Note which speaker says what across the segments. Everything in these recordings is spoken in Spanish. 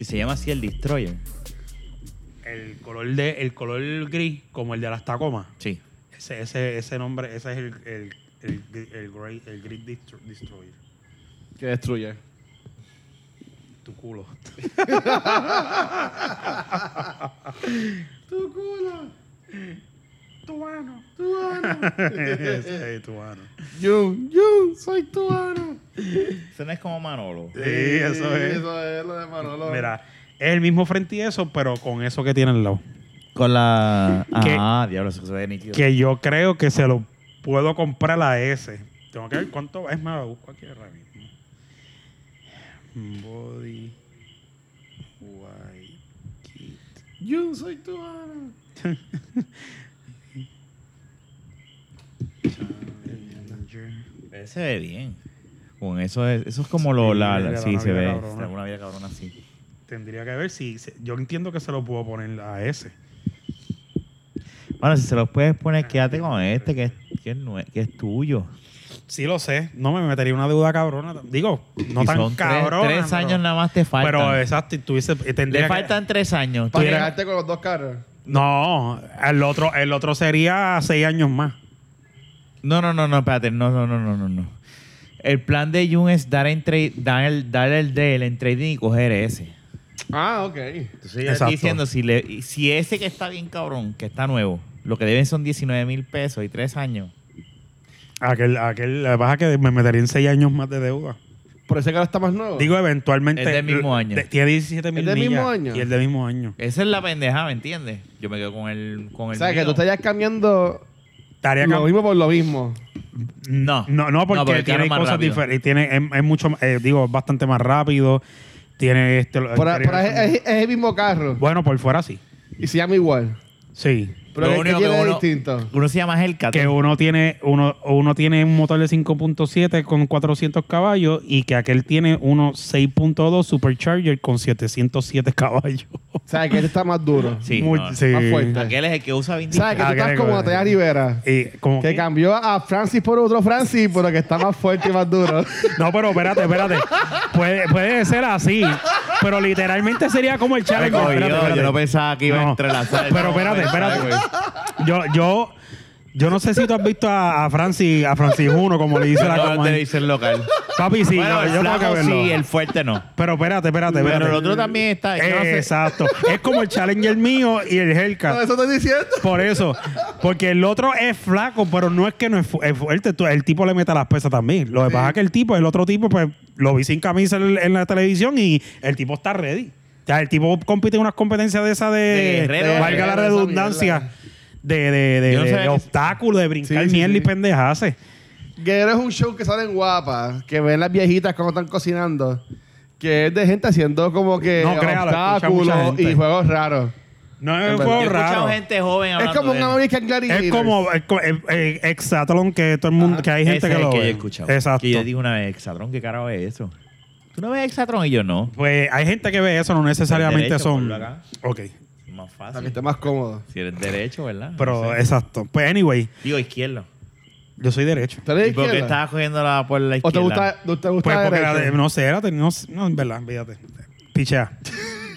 Speaker 1: se llama así el Destroyer.
Speaker 2: El color de, el color gris, como el de las Tacomas.
Speaker 1: Sí.
Speaker 2: Ese, ese, ese nombre, ese es el, el, el, el, Grey- el Grid Destro- Destroyer.
Speaker 3: Que destruye.
Speaker 2: Tu culo.
Speaker 3: Tu culo.
Speaker 2: Tu mano.
Speaker 3: Tu ano.
Speaker 2: Ese es tu mano.
Speaker 3: Yo, yo, soy tu ano.
Speaker 1: Ese no es como Manolo.
Speaker 2: Sí, eso es.
Speaker 3: Eso es lo de Manolo.
Speaker 2: Mira, es el mismo frente y eso, pero con eso que tiene al lado.
Speaker 1: Con la.
Speaker 2: Que-
Speaker 1: Ah, diablo, eso se ve nítido.
Speaker 2: Que yo creo que se lo puedo comprar a ese. Tengo que ver cuánto va. Es más, lo busco aquí ahora mismo. Body White Kit.
Speaker 3: Yo soy tu ano.
Speaker 2: Challenger.
Speaker 1: Ese se ve bien. Con eso es, eso es como lo.
Speaker 2: Sí,
Speaker 1: La,
Speaker 2: mira,
Speaker 1: la-
Speaker 2: la
Speaker 1: sí,
Speaker 2: novia
Speaker 1: se ve.
Speaker 2: cabrona.
Speaker 1: se ve Una vida cabrona así.
Speaker 2: Tendría que ver si. se- Yo entiendo que se lo puedo poner a ese.
Speaker 1: Bueno, si se los puedes poner, quédate con este, que es, que es, nue- que es tuyo.
Speaker 2: Sí, lo sé. No me metería una deuda cabrona. Digo, no
Speaker 1: Y
Speaker 2: tan
Speaker 1: son tres-
Speaker 2: cabrona.
Speaker 1: Tres,
Speaker 2: pero-
Speaker 1: años nada más te faltan.
Speaker 2: Pero exacto, y tú dices, eh, tendría
Speaker 1: Le
Speaker 2: que-
Speaker 1: faltan tres años.
Speaker 3: Para
Speaker 1: Tuviera-
Speaker 3: llegarte con los dos carros.
Speaker 2: No, el otro, el otro sería seis años más.
Speaker 1: No, no, no, no, espérate. No, no, no, no, no, no. El plan de Jun es dar, en tra- dar el, dar el de él en trading y coger ese.
Speaker 3: Ah, ok.
Speaker 1: Entonces yo le estoy
Speaker 2: Exacto.
Speaker 1: diciendo, si, le- y si ese que está bien cabrón, que está nuevo, lo que deben son 19 mil pesos y tres años.
Speaker 2: Aquel, aquel, la baja que me metería en seis años más de deuda.
Speaker 3: Por ese carro está más nuevo.
Speaker 2: Digo, eventualmente.
Speaker 1: Es del mismo año.
Speaker 2: de- tiene 17 mil
Speaker 3: ¿Es del
Speaker 2: millas.
Speaker 3: mismo año?
Speaker 2: Y el del mismo año.
Speaker 1: Esa es la pendejada, ¿me entiendes? Yo me quedo con el. Con
Speaker 3: o
Speaker 1: el
Speaker 3: sea, que
Speaker 1: mío.
Speaker 3: tú estarías cambiando
Speaker 2: Estaría
Speaker 3: lo
Speaker 2: cam-
Speaker 3: mismo por lo mismo.
Speaker 1: No.
Speaker 2: No, no, porque
Speaker 1: el carro
Speaker 2: tiene
Speaker 1: es más
Speaker 2: cosas
Speaker 1: rápido.
Speaker 2: diferentes. Tiene, es, es mucho, más- eh, digo, es bastante más rápido. Tiene este. lo-
Speaker 3: Por,
Speaker 2: el
Speaker 3: por ahí es,
Speaker 2: interior-
Speaker 3: es el mismo carro.
Speaker 2: Bueno, por fuera sí.
Speaker 3: Y se llama igual.
Speaker 2: Sí.
Speaker 3: Pero
Speaker 1: Lo
Speaker 3: es que
Speaker 1: único que
Speaker 3: tiene
Speaker 1: uno-
Speaker 3: distinto.
Speaker 1: Uno se llama Hellcat.
Speaker 2: que uno tiene uno, uno tiene un motor de 5.7 con 400 caballos y que aquel tiene uno 6.2 supercharger con 707 caballos.
Speaker 3: O sea, que este está más duro.
Speaker 1: Sí.
Speaker 2: Muy-
Speaker 1: no.
Speaker 2: sí.
Speaker 3: Más fuerte.
Speaker 1: Aquel es el que usa
Speaker 3: O
Speaker 1: 20.
Speaker 3: sea, que tú
Speaker 2: Ah,
Speaker 3: estás
Speaker 2: que-
Speaker 3: como Natalia Rivera.
Speaker 2: Y como
Speaker 3: Que
Speaker 2: que-
Speaker 3: cambió a Francis por otro Francis, pero que está más fuerte y más duro.
Speaker 2: no, pero espérate, espérate. Puede, puede ser así, pero literalmente sería como el
Speaker 1: Ay,
Speaker 2: Challenger.
Speaker 1: coño,
Speaker 2: Espérate, espérate.
Speaker 1: Yo no pensaba que iba
Speaker 2: No.
Speaker 1: a entrelazar.
Speaker 2: Pero espérate, espérate. Yo, yo, yo no sé si tú has visto a, a Francis, a Francis 1, como le dice la
Speaker 1: No, te
Speaker 2: comanda.
Speaker 1: dicen local.
Speaker 2: Papi, sí,
Speaker 1: bueno,
Speaker 2: yo-
Speaker 1: el
Speaker 2: yo tengo que
Speaker 1: flaco
Speaker 2: verlo.
Speaker 1: sí, el fuerte no.
Speaker 2: Pero espérate, espérate, espérate.
Speaker 1: Pero el otro también está. yo no sé.
Speaker 2: Exacto. es como el Challenger mío y el
Speaker 3: No,
Speaker 2: Hellcat.
Speaker 3: eso estoy diciendo.
Speaker 2: Por eso. Porque el otro es flaco, pero no es que no es, fu- es fuerte. Tú- El tipo le mete las pesas también. Lo que pasa es que el tipo, el otro tipo, pues lo vi sin camisa en, en la televisión y el tipo está ready. O sea, el tipo compite en unas competencias de esa de.
Speaker 1: De guerrero.
Speaker 2: valga la
Speaker 3: De guerrero, esa
Speaker 2: redundancia.
Speaker 3: mierda.
Speaker 2: De, de, de,
Speaker 1: Yo no
Speaker 2: de-
Speaker 1: sabía
Speaker 2: de
Speaker 1: que-
Speaker 2: obstáculos, de brincar
Speaker 3: Sí, sí,
Speaker 2: mierda
Speaker 3: sí.
Speaker 2: y pendejaces.
Speaker 3: Guerrero es un show que salen guapas, que ven las viejitas cómo están cocinando, que es de gente haciendo como que
Speaker 2: No, créalo, escucha mucha
Speaker 3: obstáculos
Speaker 2: gente.
Speaker 3: y juegos raros.
Speaker 2: No
Speaker 3: Es
Speaker 2: es un
Speaker 1: Yo
Speaker 2: juego
Speaker 1: he escuchado
Speaker 2: raro.
Speaker 1: gente joven
Speaker 3: Es
Speaker 1: hablando
Speaker 3: como un
Speaker 1: de él.
Speaker 3: American Gladiator.
Speaker 2: Es como el, el- el hexatlón que todo el mundo, que hay gente
Speaker 1: Ah, Ese es
Speaker 2: que
Speaker 1: el
Speaker 2: lo
Speaker 1: que
Speaker 2: ve.
Speaker 1: yo he escuchado.
Speaker 2: Exacto.
Speaker 1: Que yo digo una vez, Exatron, ¿qué carajo es eso? ¿Tú no ves Exatron? Y yo no.
Speaker 2: Pues hay gente que ve eso, no necesariamente
Speaker 1: Pues, derecho,
Speaker 2: son.
Speaker 1: ponlo acá.
Speaker 2: Ok,
Speaker 1: Es más
Speaker 3: Para que
Speaker 1: fácil.
Speaker 3: esté más cómodo.
Speaker 1: Si eres derecho, ¿verdad?
Speaker 2: pero
Speaker 1: No sé.
Speaker 2: exacto. Pues anyway,
Speaker 1: Digo izquierdo.
Speaker 2: yo soy derecho.
Speaker 3: ¿Tú eres
Speaker 1: ¿Y por qué
Speaker 3: izquierda?
Speaker 1: estabas cogiendo la por la
Speaker 3: ¿O te
Speaker 1: izquierda?
Speaker 3: gusta, no te gusta
Speaker 2: Pues porque
Speaker 3: derecho?
Speaker 2: era de- no sé, era de- no, sé- no, en verdad, fíjate. Pichea.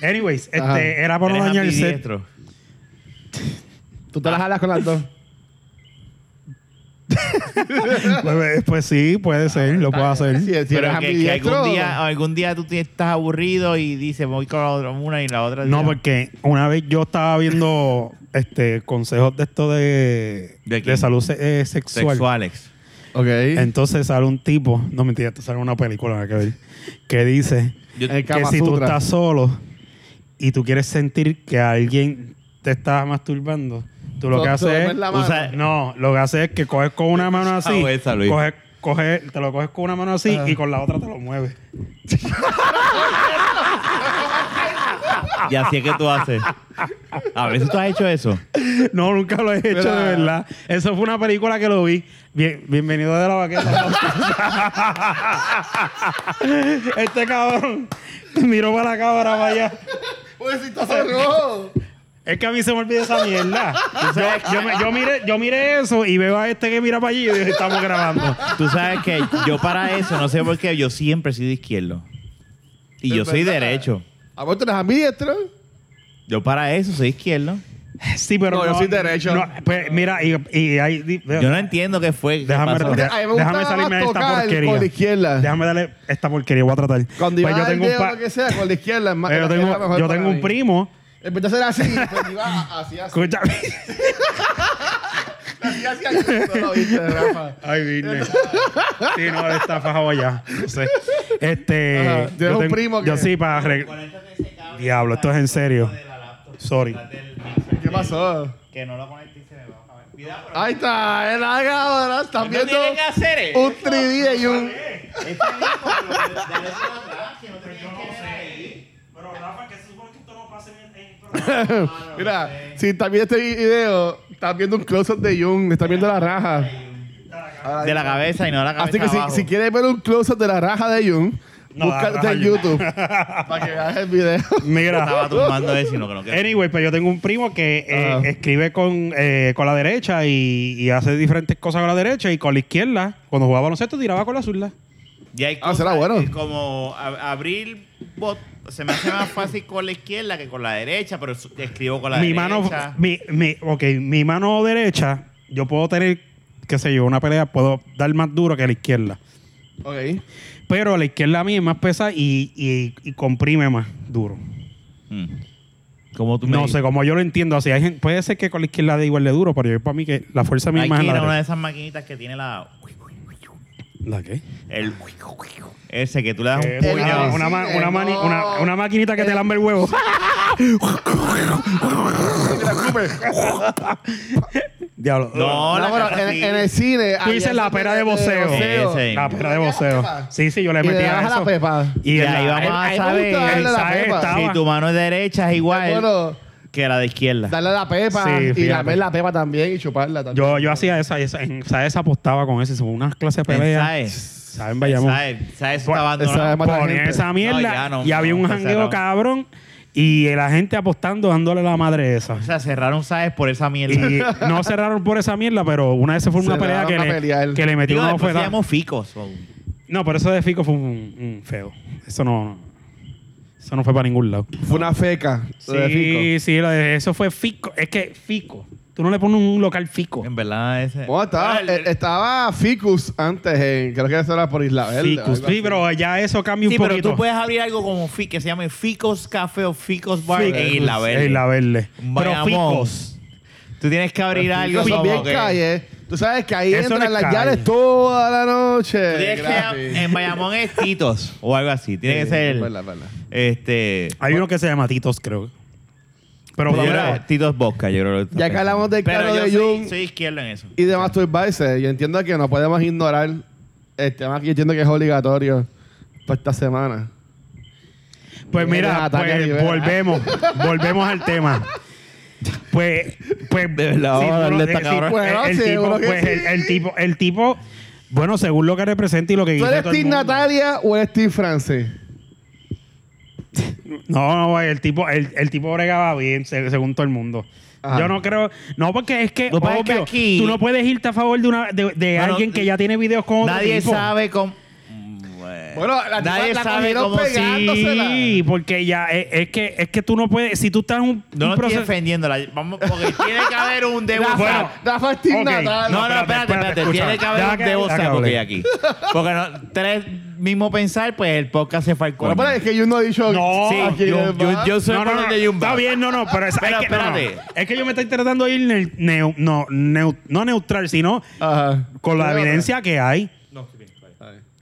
Speaker 2: Anyways,
Speaker 3: Ajá.
Speaker 2: este, era para no
Speaker 1: Eres
Speaker 2: dañar el set.
Speaker 1: ambidiestro.
Speaker 3: Tú te las jalas con las dos.
Speaker 2: Pues, pues sí, puede
Speaker 1: Ah,
Speaker 2: ser, lo puedo hacer.
Speaker 3: Si, si eres
Speaker 1: Pero que, que
Speaker 3: ambidiestro,
Speaker 1: algún día, algún día tú te- estás aburrido y dices voy con la otra- una y la otra.
Speaker 2: No,
Speaker 1: ya.
Speaker 2: porque una vez yo estaba viendo este consejos de esto de,
Speaker 1: ¿De
Speaker 2: ¿De,
Speaker 1: quién?
Speaker 2: salud se- eh, sexual.
Speaker 1: Sexuales.
Speaker 3: Ok.
Speaker 2: Entonces sale un tipo, no mentira, esto sale una película nada que ver, que dice
Speaker 1: Yo-
Speaker 3: El
Speaker 2: que
Speaker 3: Kama
Speaker 2: si tú
Speaker 3: Sutra.
Speaker 2: estás solo y tú quieres sentir que alguien te está masturbando, tú lo
Speaker 3: Tú-
Speaker 2: que
Speaker 3: tú
Speaker 2: haces
Speaker 3: ves
Speaker 2: es-
Speaker 3: la mano.
Speaker 1: usa-
Speaker 2: no, lo que haces es que coges con una mano así,
Speaker 1: Ah, esa, Luis.
Speaker 2: coges- coges- te lo coges con una mano así y con la otra te lo mueves.
Speaker 1: Y así es que tú haces. A veces tú has hecho eso.
Speaker 2: No, nunca lo he hecho
Speaker 3: Mira.
Speaker 2: de verdad. Eso fue una película que lo vi. Bien- bienvenido de la vaqueta. este cabrón miró para la cámara para allá.
Speaker 3: Pues si estás cerrado.
Speaker 2: Es que a mí se me olvida esa mierda. yo, yo, me- yo miré, yo miré eso y veo a este que mira para allí y dije, estamos grabando.
Speaker 1: Tú sabes que yo para eso, no sé por qué, yo siempre he sido izquierdo. Y
Speaker 3: ¿Es
Speaker 1: yo soy
Speaker 3: verdad?
Speaker 1: derecho.
Speaker 3: A vos tú eres ambidiestro.
Speaker 1: Yo para eso soy izquierdo.
Speaker 2: Sí, pero.
Speaker 3: No, yo soy derecho.
Speaker 2: no, pues mira, y, y ahí. di-
Speaker 1: Yo no entiendo qué fue. qué
Speaker 2: Déjame,
Speaker 1: pasó.
Speaker 2: de-
Speaker 3: A mí
Speaker 2: déjame
Speaker 3: me gustaba
Speaker 2: salirme de
Speaker 3: más
Speaker 2: esta
Speaker 3: tocar
Speaker 2: porquería.
Speaker 3: con la izquierda.
Speaker 2: Déjame darle esta porquería, voy a tratar.
Speaker 3: Cuando
Speaker 2: Pues
Speaker 3: iba
Speaker 2: yo
Speaker 3: al
Speaker 2: tengo un,
Speaker 3: dedo,
Speaker 2: pa- pues,
Speaker 3: lo que sea, con la izquierda es más.
Speaker 2: yo
Speaker 3: era-
Speaker 2: tengo-
Speaker 3: era mejor
Speaker 2: yo
Speaker 3: para
Speaker 2: tengo un
Speaker 3: mí.
Speaker 2: primo.
Speaker 3: En vez de hacer así, pues iba así, así.
Speaker 2: Escucha.
Speaker 3: Así, así, así. No lo viste, Rafa.
Speaker 2: Ay, vine. sí, no, él está fajado allá. No sé. Este.
Speaker 3: Ajá. Tienes un primo que-
Speaker 2: Yo sí, para. arreg- Diablo, esto es en serio. Sorry.
Speaker 3: ¿Qué pasó?
Speaker 1: Que no lo conecté y se me va. a ver. Cuidado, pero-
Speaker 3: Ahí está, el ahora están
Speaker 1: ¿Qué
Speaker 3: viendo
Speaker 1: tiene que hacer? eh?
Speaker 3: un 3D y un.
Speaker 1: Este disco, pero de- de eso atrás, que no te tienes que ver ahí.
Speaker 2: Pero Rafa, que se supone que esto no pasa en el
Speaker 3: Mira, si están viendo este video, están viendo un close-up de Jung, están viendo la raja.
Speaker 1: De la cabeza y no de
Speaker 2: Ah,
Speaker 1: la cabeza
Speaker 3: Así que si,
Speaker 1: abajo.
Speaker 3: si quieres ver un close-up de la raja de Jung,
Speaker 2: No, la
Speaker 3: búscate
Speaker 2: raja
Speaker 3: en
Speaker 2: de Jung.
Speaker 3: YouTube para que veas el video.
Speaker 2: Mira.
Speaker 1: Estaba tumbando eso y no creo que...
Speaker 2: Anyway, pues yo tengo un primo que eh,
Speaker 3: Ajá.
Speaker 2: escribe con, eh, con la derecha y, y hace diferentes cosas con la derecha y con la izquierda. Cuando jugaba baloncesto tiraba con la zurda.
Speaker 1: Y hay
Speaker 3: Ah, será bueno.
Speaker 1: que Como a- abrir... bot- se me hace más fácil con la izquierda que con la derecha, pero su- escribo con la
Speaker 2: mi
Speaker 1: derecha.
Speaker 2: mano, mi, mi, ok, mi mano derecha, yo puedo tener, qué sé yo, una pelea, puedo dar más duro que la izquierda.
Speaker 3: Ok.
Speaker 2: Pero la izquierda mía es más pesada y, y- y comprime más duro.
Speaker 1: Mm. Como tú me
Speaker 2: No
Speaker 1: dices.
Speaker 2: sé, como yo lo entiendo, así hay gen- puede ser que con la izquierda de igual de duro, pero yo para mí que la fuerza
Speaker 1: Hay
Speaker 2: mía es más
Speaker 1: que
Speaker 2: en
Speaker 1: ir
Speaker 2: la
Speaker 1: a una de
Speaker 2: derecha.
Speaker 1: esas maquinitas que tiene la...
Speaker 2: ¿La qué?
Speaker 1: El... Ese que tú le das
Speaker 2: Eh,
Speaker 1: un
Speaker 3: pues,
Speaker 2: una,
Speaker 1: puño.
Speaker 3: sí,
Speaker 2: una ma-
Speaker 3: eh,
Speaker 2: una mani-
Speaker 3: no.
Speaker 2: una- una maquinita que te lambe el huevo.
Speaker 3: Mira, Cooper.
Speaker 2: Diablo.
Speaker 1: No,
Speaker 3: No,
Speaker 1: la
Speaker 3: pero
Speaker 1: casa
Speaker 3: en,
Speaker 1: sí.
Speaker 3: en el cine.
Speaker 2: Tú dices la pera de voceo.
Speaker 1: Ese.
Speaker 2: La pera de voceo. Sí, sí, yo le
Speaker 3: Y le
Speaker 2: metí a
Speaker 3: das a la
Speaker 2: eso.
Speaker 3: pepa.
Speaker 1: eh. Y ahí
Speaker 2: el-
Speaker 1: vamos a
Speaker 2: el-
Speaker 1: saber.
Speaker 2: el
Speaker 3: Darle la
Speaker 2: sabe
Speaker 3: pepa.
Speaker 2: estaba-
Speaker 1: Si tu mano es derecha es igual
Speaker 3: Bueno,
Speaker 1: que la de izquierda.
Speaker 3: darle a la pepa
Speaker 2: Sí,
Speaker 3: y
Speaker 2: fíjate.
Speaker 3: lamer la pepa también y chuparla también.
Speaker 2: Yo, yo hacía esa, esa, en SAES apostaba con eso, hicimos unas clases de
Speaker 3: pues,
Speaker 1: En
Speaker 2: pelea.
Speaker 1: SAES.
Speaker 2: ¿Saben? Bayamón.
Speaker 1: ¿Sabes? ¿Sabes?
Speaker 2: Bueno,
Speaker 1: Estaba
Speaker 3: esa es
Speaker 1: abandonado.
Speaker 3: más- mata
Speaker 2: Ponían
Speaker 3: gente.
Speaker 2: esa
Speaker 1: No,
Speaker 2: mierda
Speaker 1: ya no,
Speaker 2: y había
Speaker 1: no,
Speaker 2: un
Speaker 1: está
Speaker 2: jangueo
Speaker 1: cerrado.
Speaker 2: cabrón y la gente apostando dándole la madre esa.
Speaker 1: O sea, cerraron ¿sabes? por esa mierda.
Speaker 2: Y no cerraron por esa mierda, pero una vez se fue una pelea
Speaker 3: Cerraron
Speaker 2: que
Speaker 3: a
Speaker 2: le,
Speaker 3: pelear.
Speaker 2: que le metió
Speaker 1: Digo,
Speaker 2: una
Speaker 1: después se
Speaker 2: bofetada.
Speaker 1: llamó Ficos. o-
Speaker 2: No, pero eso de Fico fue un, un feo. Eso no, eso no fue para ningún lado.
Speaker 3: Fue una feca.
Speaker 2: Sí,
Speaker 3: lo de Fico.
Speaker 2: sí, lo de- eso fue Fico. Es que Fico. Tú no le pones un local Fico.
Speaker 1: En verdad, ese.
Speaker 3: Bueno, estaba,
Speaker 1: Bueno, el-
Speaker 3: eh, estaba Ficus antes en, creo que eso era por Isla Verde.
Speaker 2: Fico.
Speaker 3: algo así.
Speaker 2: Sí, pero ya eso cambia un
Speaker 1: Sí, pero
Speaker 2: poquito.
Speaker 1: tú puedes abrir algo como Fi, que se llame Ficos Café o Ficos Bar en
Speaker 2: Ficus,
Speaker 1: Isla Verde.
Speaker 2: Isla Verde. Pero
Speaker 1: Vayamos.
Speaker 2: Ficos.
Speaker 1: Tú tienes que abrir algo
Speaker 3: Ficus son
Speaker 1: como
Speaker 3: bien
Speaker 1: que-
Speaker 3: calle. Tú sabes que ahí
Speaker 2: Eso no es
Speaker 3: entran las
Speaker 2: calle.
Speaker 3: llaves toda la noche.
Speaker 1: Tú tienes
Speaker 3: Gratis.
Speaker 1: que en Bayamón es Titos o algo así. Tiene que
Speaker 3: Sí,
Speaker 1: ser
Speaker 3: verdad, verdad.
Speaker 1: este
Speaker 2: Hay uno que se llama Titos, creo.
Speaker 3: Pues
Speaker 2: Pero
Speaker 1: yo
Speaker 2: mira,
Speaker 1: creo- Titos Bosca, yo creo.
Speaker 3: Ya que hablamos del
Speaker 1: Pero
Speaker 3: carro
Speaker 1: yo
Speaker 3: de
Speaker 1: soy-
Speaker 3: Jung.
Speaker 1: soy izquierdo en eso.
Speaker 3: Y de masturbarse. Yo entiendo que no podemos ignorar el tema que yo entiendo que es obligatorio para esta semana.
Speaker 2: pues
Speaker 3: Mira,
Speaker 2: mira,
Speaker 3: Natalia
Speaker 2: pues,
Speaker 3: Rivera.
Speaker 2: volvemos, volvemos al tema. Pues, pues,
Speaker 1: De verdad, vamos a
Speaker 2: uno-
Speaker 1: darle esta
Speaker 2: sí,
Speaker 1: cabrona.
Speaker 3: Bueno,
Speaker 2: el, el
Speaker 3: seguro
Speaker 2: tipo,
Speaker 3: que
Speaker 2: pues,
Speaker 3: sí.
Speaker 2: el, el tipo, el tipo, bueno, según lo que representa y lo que
Speaker 3: ¿Tú
Speaker 2: dice
Speaker 3: eres
Speaker 2: todo el
Speaker 3: Team
Speaker 2: mundo.
Speaker 3: Natalia o eres Team Francis?
Speaker 2: No, no, güey, el tipo, el, el tipo bregaba bien, se- según todo el mundo.
Speaker 3: Ajá.
Speaker 2: Yo no creo, no porque es que,
Speaker 1: Lo que pasa es que
Speaker 2: obvio,
Speaker 1: aquí-
Speaker 2: tú no puedes irte a favor de una, de, de
Speaker 1: Bueno,
Speaker 2: alguien que ya tiene videos con otro
Speaker 1: Nadie
Speaker 2: tipo.
Speaker 1: sabe cómo.
Speaker 3: Bueno, la tipa
Speaker 1: nadie
Speaker 3: la
Speaker 1: sabe
Speaker 3: cogieron
Speaker 1: cómo
Speaker 3: pegada.
Speaker 1: sí.
Speaker 3: Dándosela.
Speaker 2: Sí, porque ya es, es que es que tú no puedes, si tú estás en un,
Speaker 1: No
Speaker 2: un
Speaker 1: lo estoy defendiéndola. Vamos, porque tiene que haber un debo.
Speaker 2: Rafa,
Speaker 1: Bueno,
Speaker 3: Rafa es Team
Speaker 2: Ok.
Speaker 1: no,
Speaker 3: Natalia.
Speaker 1: no,
Speaker 2: espérate,
Speaker 1: espérate,
Speaker 2: espérate,
Speaker 1: espérate. Tiene que
Speaker 2: escucha.
Speaker 1: haber
Speaker 2: Ya
Speaker 1: un
Speaker 2: que-
Speaker 1: debo
Speaker 2: ya que
Speaker 1: saco que hay
Speaker 2: hablé.
Speaker 1: aquí. Porque no, tres mismo pensar, pues el podcast se fue al
Speaker 3: Bueno,
Speaker 1: coño.
Speaker 3: pero es que Ah, yo no he dicho.
Speaker 2: No,
Speaker 1: Sí,
Speaker 3: aquí en
Speaker 1: yo,
Speaker 3: el
Speaker 1: yo,
Speaker 3: bar.
Speaker 1: yo soy
Speaker 2: no, no,
Speaker 1: por
Speaker 2: no,
Speaker 1: donde Jumba.
Speaker 2: está bien, no, no, pero es,
Speaker 1: Pero
Speaker 2: es que, no, no.
Speaker 1: espérate.
Speaker 2: es que yo me estoy tratando de ir neu- neu- no, neu- no neutral, sino
Speaker 3: Ajá.
Speaker 2: con la
Speaker 3: No, no,
Speaker 2: evidencia que hay.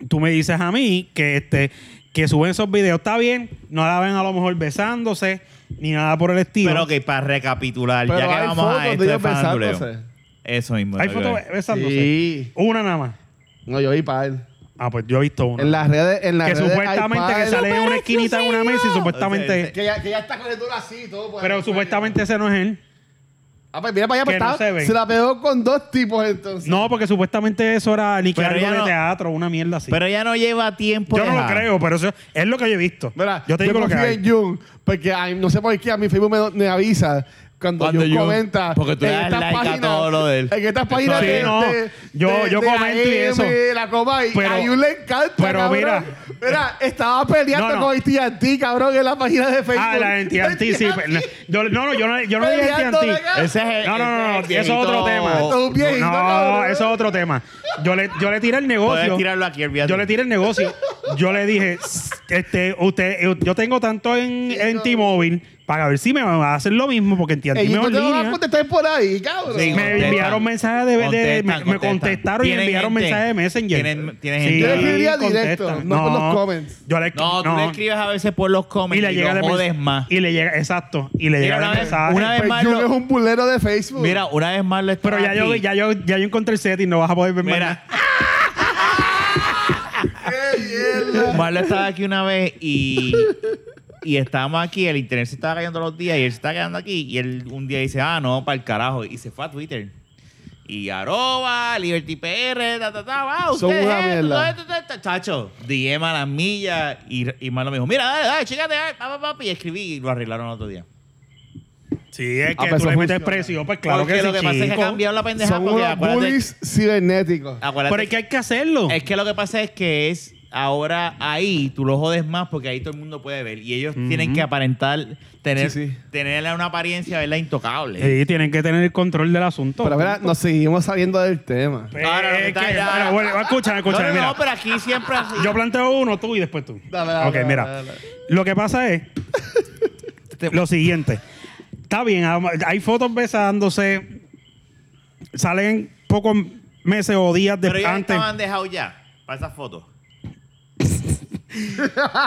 Speaker 2: Tú me dices a mí que este que suben esos videos, está bien, no la ven a lo mejor besándose ni nada por el estilo.
Speaker 1: Pero que para recapitular,
Speaker 3: Pero
Speaker 1: ya que
Speaker 3: hay
Speaker 1: vamos
Speaker 3: fotos
Speaker 1: a
Speaker 3: de
Speaker 1: esto de
Speaker 3: ellos
Speaker 1: faranduleo.
Speaker 3: besándose.
Speaker 1: Eso mismo.
Speaker 2: hay
Speaker 1: lo que
Speaker 2: fotos
Speaker 1: voy.
Speaker 2: besándose.
Speaker 3: Sí.
Speaker 2: Una nada más.
Speaker 3: No, yo vi para él.
Speaker 2: Ah, pues yo he visto una.
Speaker 3: En las redes. En las
Speaker 2: que
Speaker 3: redes hay
Speaker 2: supuestamente
Speaker 3: par.
Speaker 2: que sale en una esquinita en una mesa y supuestamente.
Speaker 1: O
Speaker 3: Que ya, que ya está con el duro así todo. por
Speaker 2: Pero
Speaker 3: ahí.
Speaker 2: supuestamente ese no es él.
Speaker 3: Ah, pues mira para allá, pues
Speaker 2: que no
Speaker 3: está-
Speaker 2: se ven.
Speaker 3: se la pegó con dos tipos entonces.
Speaker 2: No, porque supuestamente eso era ni que
Speaker 1: Pero
Speaker 2: algo
Speaker 1: ya
Speaker 2: de
Speaker 1: no-
Speaker 2: teatro, una mierda así.
Speaker 1: Pero ya no lleva tiempo.
Speaker 2: yo no lo
Speaker 1: dejada.
Speaker 2: creo, pero eso es lo que yo he visto.
Speaker 3: Mira,
Speaker 2: yo te digo lo que
Speaker 3: confío
Speaker 2: hay.
Speaker 3: en Jung, porque a mí- no sé por qué a mi Facebook me, me avisa cuando,
Speaker 1: Cuando
Speaker 3: Jun
Speaker 1: Jun-
Speaker 3: comenta
Speaker 1: porque tú le
Speaker 3: en
Speaker 1: das
Speaker 3: estas
Speaker 1: like a
Speaker 3: páginas
Speaker 1: todo lo de él.
Speaker 3: en estas páginas
Speaker 2: Sí,
Speaker 3: de,
Speaker 2: no.
Speaker 3: de-
Speaker 2: Yo-
Speaker 3: de-
Speaker 2: yo
Speaker 3: de
Speaker 2: comento y
Speaker 3: AM,
Speaker 2: eso.
Speaker 3: la copa y
Speaker 2: Pero-
Speaker 3: a Jun le encanta
Speaker 2: pero
Speaker 3: cabrón.
Speaker 2: mira.
Speaker 3: Mira, estaba peleando
Speaker 2: No, no.
Speaker 3: con AT&T cabrón en la página de Facebook
Speaker 2: Ah, la entidad
Speaker 3: AT&T.
Speaker 2: sí. No, yo- no, no, yo no, yo no dije
Speaker 3: Peleando
Speaker 2: anti.
Speaker 3: legal.
Speaker 1: Ese es el-
Speaker 2: No, no, no, no,
Speaker 1: ese
Speaker 2: eso es otro
Speaker 1: viejito-
Speaker 2: tema.
Speaker 3: Esto es un viejito,
Speaker 2: No,
Speaker 3: cabrón.
Speaker 2: eso es otro tema. Yo le, yo le tiré el negocio.
Speaker 1: Puedes tirarlo aquí, olvídate.
Speaker 2: Yo le tiré el negocio. Yo le dije, este, usted, yo- yo tengo tanto en, en T-Mobile para ver si me van a hacer lo mismo porque en
Speaker 3: Ey,
Speaker 2: T-Mobile
Speaker 3: ¿tú
Speaker 2: en
Speaker 3: te vas a
Speaker 2: línea.
Speaker 3: contestar por ahí cabrón Pues
Speaker 1: Sí,
Speaker 2: Me
Speaker 1: contestan.
Speaker 2: enviaron mensajes de, de-
Speaker 1: Contestan,
Speaker 2: me- me,
Speaker 1: contestan.
Speaker 2: contestaron y
Speaker 1: Tienen
Speaker 2: enviaron
Speaker 1: gente.
Speaker 2: mensajes de Messenger.
Speaker 1: Tienen- tienen gente. Yo le
Speaker 3: escribiría
Speaker 2: contestan.
Speaker 3: directo, no por los comments.
Speaker 2: Yo le,
Speaker 1: No, tú le escribes a veces por los
Speaker 2: y
Speaker 1: comments
Speaker 2: le
Speaker 1: y,
Speaker 2: llega
Speaker 1: lo
Speaker 2: el
Speaker 1: jodes
Speaker 2: mensaje-
Speaker 1: más.
Speaker 2: Y le llega, exacto. Y
Speaker 1: Mira,
Speaker 2: le llega
Speaker 1: una
Speaker 2: el
Speaker 1: vez-
Speaker 2: mensaje.
Speaker 1: una vez
Speaker 3: Pues
Speaker 1: más
Speaker 3: Jun
Speaker 1: lo-
Speaker 3: es un bulero de Facebook
Speaker 1: Mira, una vez más lo estaba
Speaker 2: Pero ya yo,
Speaker 1: aquí.
Speaker 2: ya, yo, ya yo encontré el setting, no vas a poder ver más nada.
Speaker 1: Mira,
Speaker 3: Qué mierda.
Speaker 1: Marlo estaba aquí una vez y, y estábamos aquí, el internet se estaba cayendo los días y él se estaba quedando aquí y él un día dice, ah, no, para el carajo, y se fue a Twitter. Y arroba, LibertyPR, ta, ta, ta, va,
Speaker 3: Son
Speaker 1: usted,
Speaker 3: una
Speaker 1: eh,
Speaker 3: mierda.
Speaker 1: ta, ta, ta, ta, chacho, DM a las millas y, y Marlo me dijo, mira, eh, dale, dale, chícate, dale, pa, pa, pa, pa", y escribí y lo arreglaron otro día.
Speaker 2: Sí, es
Speaker 3: Ah,
Speaker 2: que
Speaker 3: pero
Speaker 2: tú
Speaker 3: eso
Speaker 2: le metes
Speaker 3: funciona.
Speaker 2: precio, pues claro
Speaker 1: Porque
Speaker 2: que sí,
Speaker 1: lo que pasa es que
Speaker 2: chico.
Speaker 1: cambiaron la pendeja
Speaker 3: Son
Speaker 1: porque
Speaker 3: unos
Speaker 1: acuérdate, Ah,
Speaker 3: bullies cibernéticos.
Speaker 1: acuérdate
Speaker 2: Pero es que hay que hacerlo.
Speaker 1: Es que lo que pasa es que es ahora ahí tú lo jodes más porque ahí todo el mundo puede ver y ellos tienen que aparentar tener
Speaker 3: Sí, sí.
Speaker 1: tener una apariencia verdad intocable.
Speaker 2: Sí, tienen que tener el control del asunto.
Speaker 3: Pero mira, nos seguimos saliendo del tema.
Speaker 2: Eh,
Speaker 1: Ahora,
Speaker 2: es
Speaker 1: está
Speaker 2: que-
Speaker 1: ya.
Speaker 2: pero bueno, escúchame,
Speaker 1: No,
Speaker 2: escúchame,
Speaker 1: no,
Speaker 2: mira.
Speaker 1: no, pero aquí siempre así.
Speaker 2: Yo planteo uno, tú y después tú.
Speaker 3: Dale, dale,
Speaker 2: ok,
Speaker 3: dale,
Speaker 2: mira.
Speaker 3: dale, dale.
Speaker 2: Lo que pasa es lo siguiente. Está bien, ama- hay fotos besándose. Salen pocos meses o días de
Speaker 1: pero ellos
Speaker 2: antes.
Speaker 1: estaban dejados ya para esas fotos.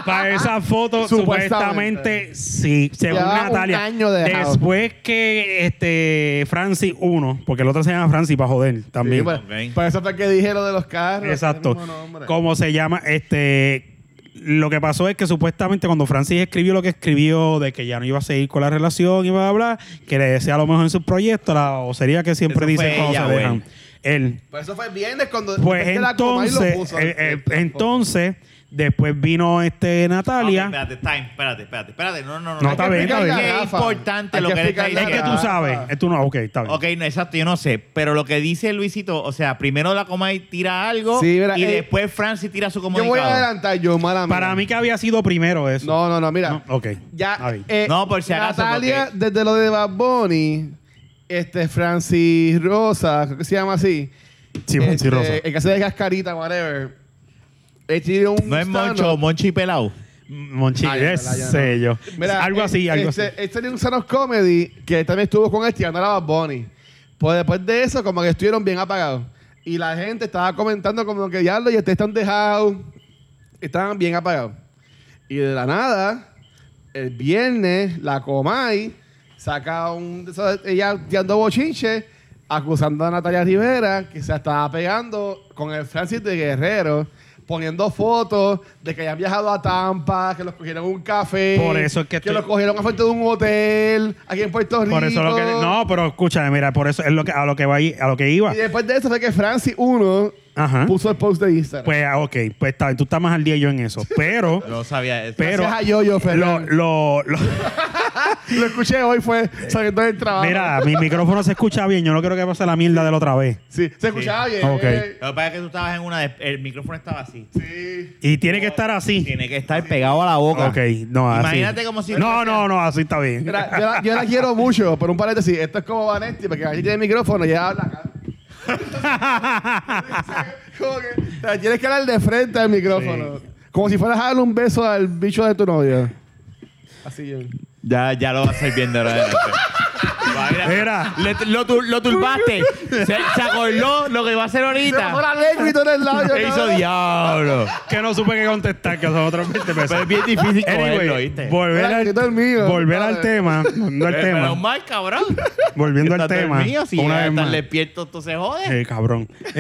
Speaker 2: Para esa foto,
Speaker 3: Supuestamente.
Speaker 2: supuestamente, sí, según
Speaker 3: Llevaba un
Speaker 2: Natalia.
Speaker 3: año de house.
Speaker 2: después que este Francis uno, porque el otro se llama Francis para joder también.
Speaker 3: Sí, bueno,
Speaker 1: Ok.
Speaker 3: Por eso fue que dije lo de los carros.
Speaker 2: Exacto.
Speaker 3: tiene el mismo nombre.
Speaker 2: Como se llama, este. Lo que pasó es que supuestamente cuando Francis escribió lo que escribió de que ya no iba a seguir con la relación y bla, bla, bla, que le desea lo mejor en sus proyectos, la osería que siempre
Speaker 1: Eso
Speaker 2: dicen
Speaker 1: fue
Speaker 2: cuando
Speaker 1: ella
Speaker 2: se
Speaker 1: o
Speaker 2: dejan. Él.
Speaker 3: Por eso fue el viernes cuando.
Speaker 2: Pues
Speaker 3: después que la coma y lo
Speaker 2: entonces,
Speaker 3: puso.
Speaker 2: eh, eh, entonces, después vino este Natalia.
Speaker 1: Ok, espérate, time, espérate, espérate, espérate. No, no, no.
Speaker 2: No,
Speaker 1: Hay
Speaker 2: está
Speaker 1: que
Speaker 2: bien,
Speaker 1: explicar
Speaker 2: está
Speaker 1: qué
Speaker 3: bien.
Speaker 1: Es importante
Speaker 3: Hay
Speaker 1: lo
Speaker 3: que
Speaker 1: que, le está
Speaker 3: explicarle
Speaker 2: es
Speaker 1: diciendo.
Speaker 2: que tú sabes. es tú no, ok, está bien.
Speaker 1: Ok, no, exacto, yo no sé. Pero lo que dice Luisito, o sea, primero la coma y tira algo
Speaker 3: Sí, mira,
Speaker 1: y
Speaker 3: eh,
Speaker 1: después Francis tira su
Speaker 3: Yo
Speaker 1: comunicado.
Speaker 3: voy a adelantar yo, mala mía.
Speaker 2: Para mí que había sido primero eso.
Speaker 3: No, no, no, mira.
Speaker 2: No, ok. Está
Speaker 3: Ya.
Speaker 2: bien.
Speaker 3: eh,
Speaker 1: No, por si acaso,
Speaker 3: Natalia, desde lo de Bad Bunny, este Francis Rosa, creo que se llama así.
Speaker 2: Sí, Monchi
Speaker 3: este,
Speaker 2: Rosa.
Speaker 3: El que hace de cascarita, whatever. Él tiene un
Speaker 1: No es
Speaker 3: gusano-
Speaker 1: Moncho, Monchi Pelao.
Speaker 2: Monchi,
Speaker 3: Ay, verdad, ya no.
Speaker 2: ese yo.
Speaker 3: Mira,
Speaker 2: algo
Speaker 3: eh,
Speaker 2: así, algo
Speaker 3: este,
Speaker 2: así.
Speaker 3: Él tenía un Sonos Comedy que también estuvo con él tirando a la Bad Bunny. Pues después de eso, como que estuvieron bien apagados. Y la gente estaba comentando como que ya los ustedes están dejados. Estaban bien apagados. Y de la nada, el viernes, la Comay saca un... de esos- Ella tirando bochinche, acusando a Natalia Rivera, que se estaba pegando con el Francis de Guerrero, poniendo fotos de que habían viajado a Tampa, que los cogieron en un café.
Speaker 2: Por eso es que estoy-
Speaker 3: los cogieron a frente de un hotel, aquí en Puerto Rico.
Speaker 2: Por eso lo que no, pero escúchame, mira, por eso es lo que a lo que va ahí- a lo que iba.
Speaker 3: Y después de eso fue que Francis uno
Speaker 2: Ajá.
Speaker 3: puso el post de Instagram.
Speaker 2: ¿Ah? Pues ah, ok, pues está, bien, tú estás más al día yo en eso, pero
Speaker 1: No sabía eso.
Speaker 2: pero
Speaker 3: Gracias a Yoyo,
Speaker 2: lo,
Speaker 3: Fernan.
Speaker 2: lo, lo-
Speaker 3: Lo escuché hoy, fue saliendo del trabajo.
Speaker 2: mira, mi micrófono se escucha bien, yo no creo que pase la mierda de la otra vez.
Speaker 3: Sí, se escuchaba bien.
Speaker 1: Lo
Speaker 2: Ok.
Speaker 1: que pasa es que tú estabas en una. de- el micrófono estaba así.
Speaker 3: Sí.
Speaker 2: Y tiene que estar así.
Speaker 1: Tiene que estar pegado a la boca.
Speaker 2: Ok, no, así.
Speaker 1: Imagínate como si.
Speaker 2: No, no, no, así está bien.
Speaker 3: Mira, yo, la, yo la quiero mucho, pero un paréntesis, esto es como Vanetti, porque Vanetti tiene el micrófono y ella habla acá. como que, o sea, tienes que hablar de frente al micrófono. Como si fueras a darle un beso al bicho de tu novio. Así yo.
Speaker 1: Ya, ya lo va a hacer bien de ahora en este. adelante. Va, mira,
Speaker 2: Mira.
Speaker 1: Eh, le- lo, tur- lo turbaste. Se, se acordó lo que va a hacer
Speaker 3: Se me fue
Speaker 1: ahorita.
Speaker 3: la lengua y todo en el labio.
Speaker 1: E hizo
Speaker 3: cabrón.
Speaker 1: diablo.
Speaker 2: Que no supe qué contestar, que son otros 20 pesos.
Speaker 1: Pero es bien difícil cogerlo,
Speaker 2: Anyway,
Speaker 1: ¿viste?
Speaker 2: volver
Speaker 3: Mira, que todo el
Speaker 2: al,
Speaker 3: mío.
Speaker 2: volver al
Speaker 3: Vale.
Speaker 2: tema, volviendo al
Speaker 1: Eh, Pero
Speaker 2: tema,
Speaker 1: mal, cabrón.
Speaker 2: volviendo al
Speaker 1: Estás
Speaker 2: tema,
Speaker 1: dormido, si
Speaker 2: una
Speaker 1: ya
Speaker 2: vez
Speaker 1: estás
Speaker 2: más.
Speaker 1: despierto, tú se jode.
Speaker 2: Eh, cabrón.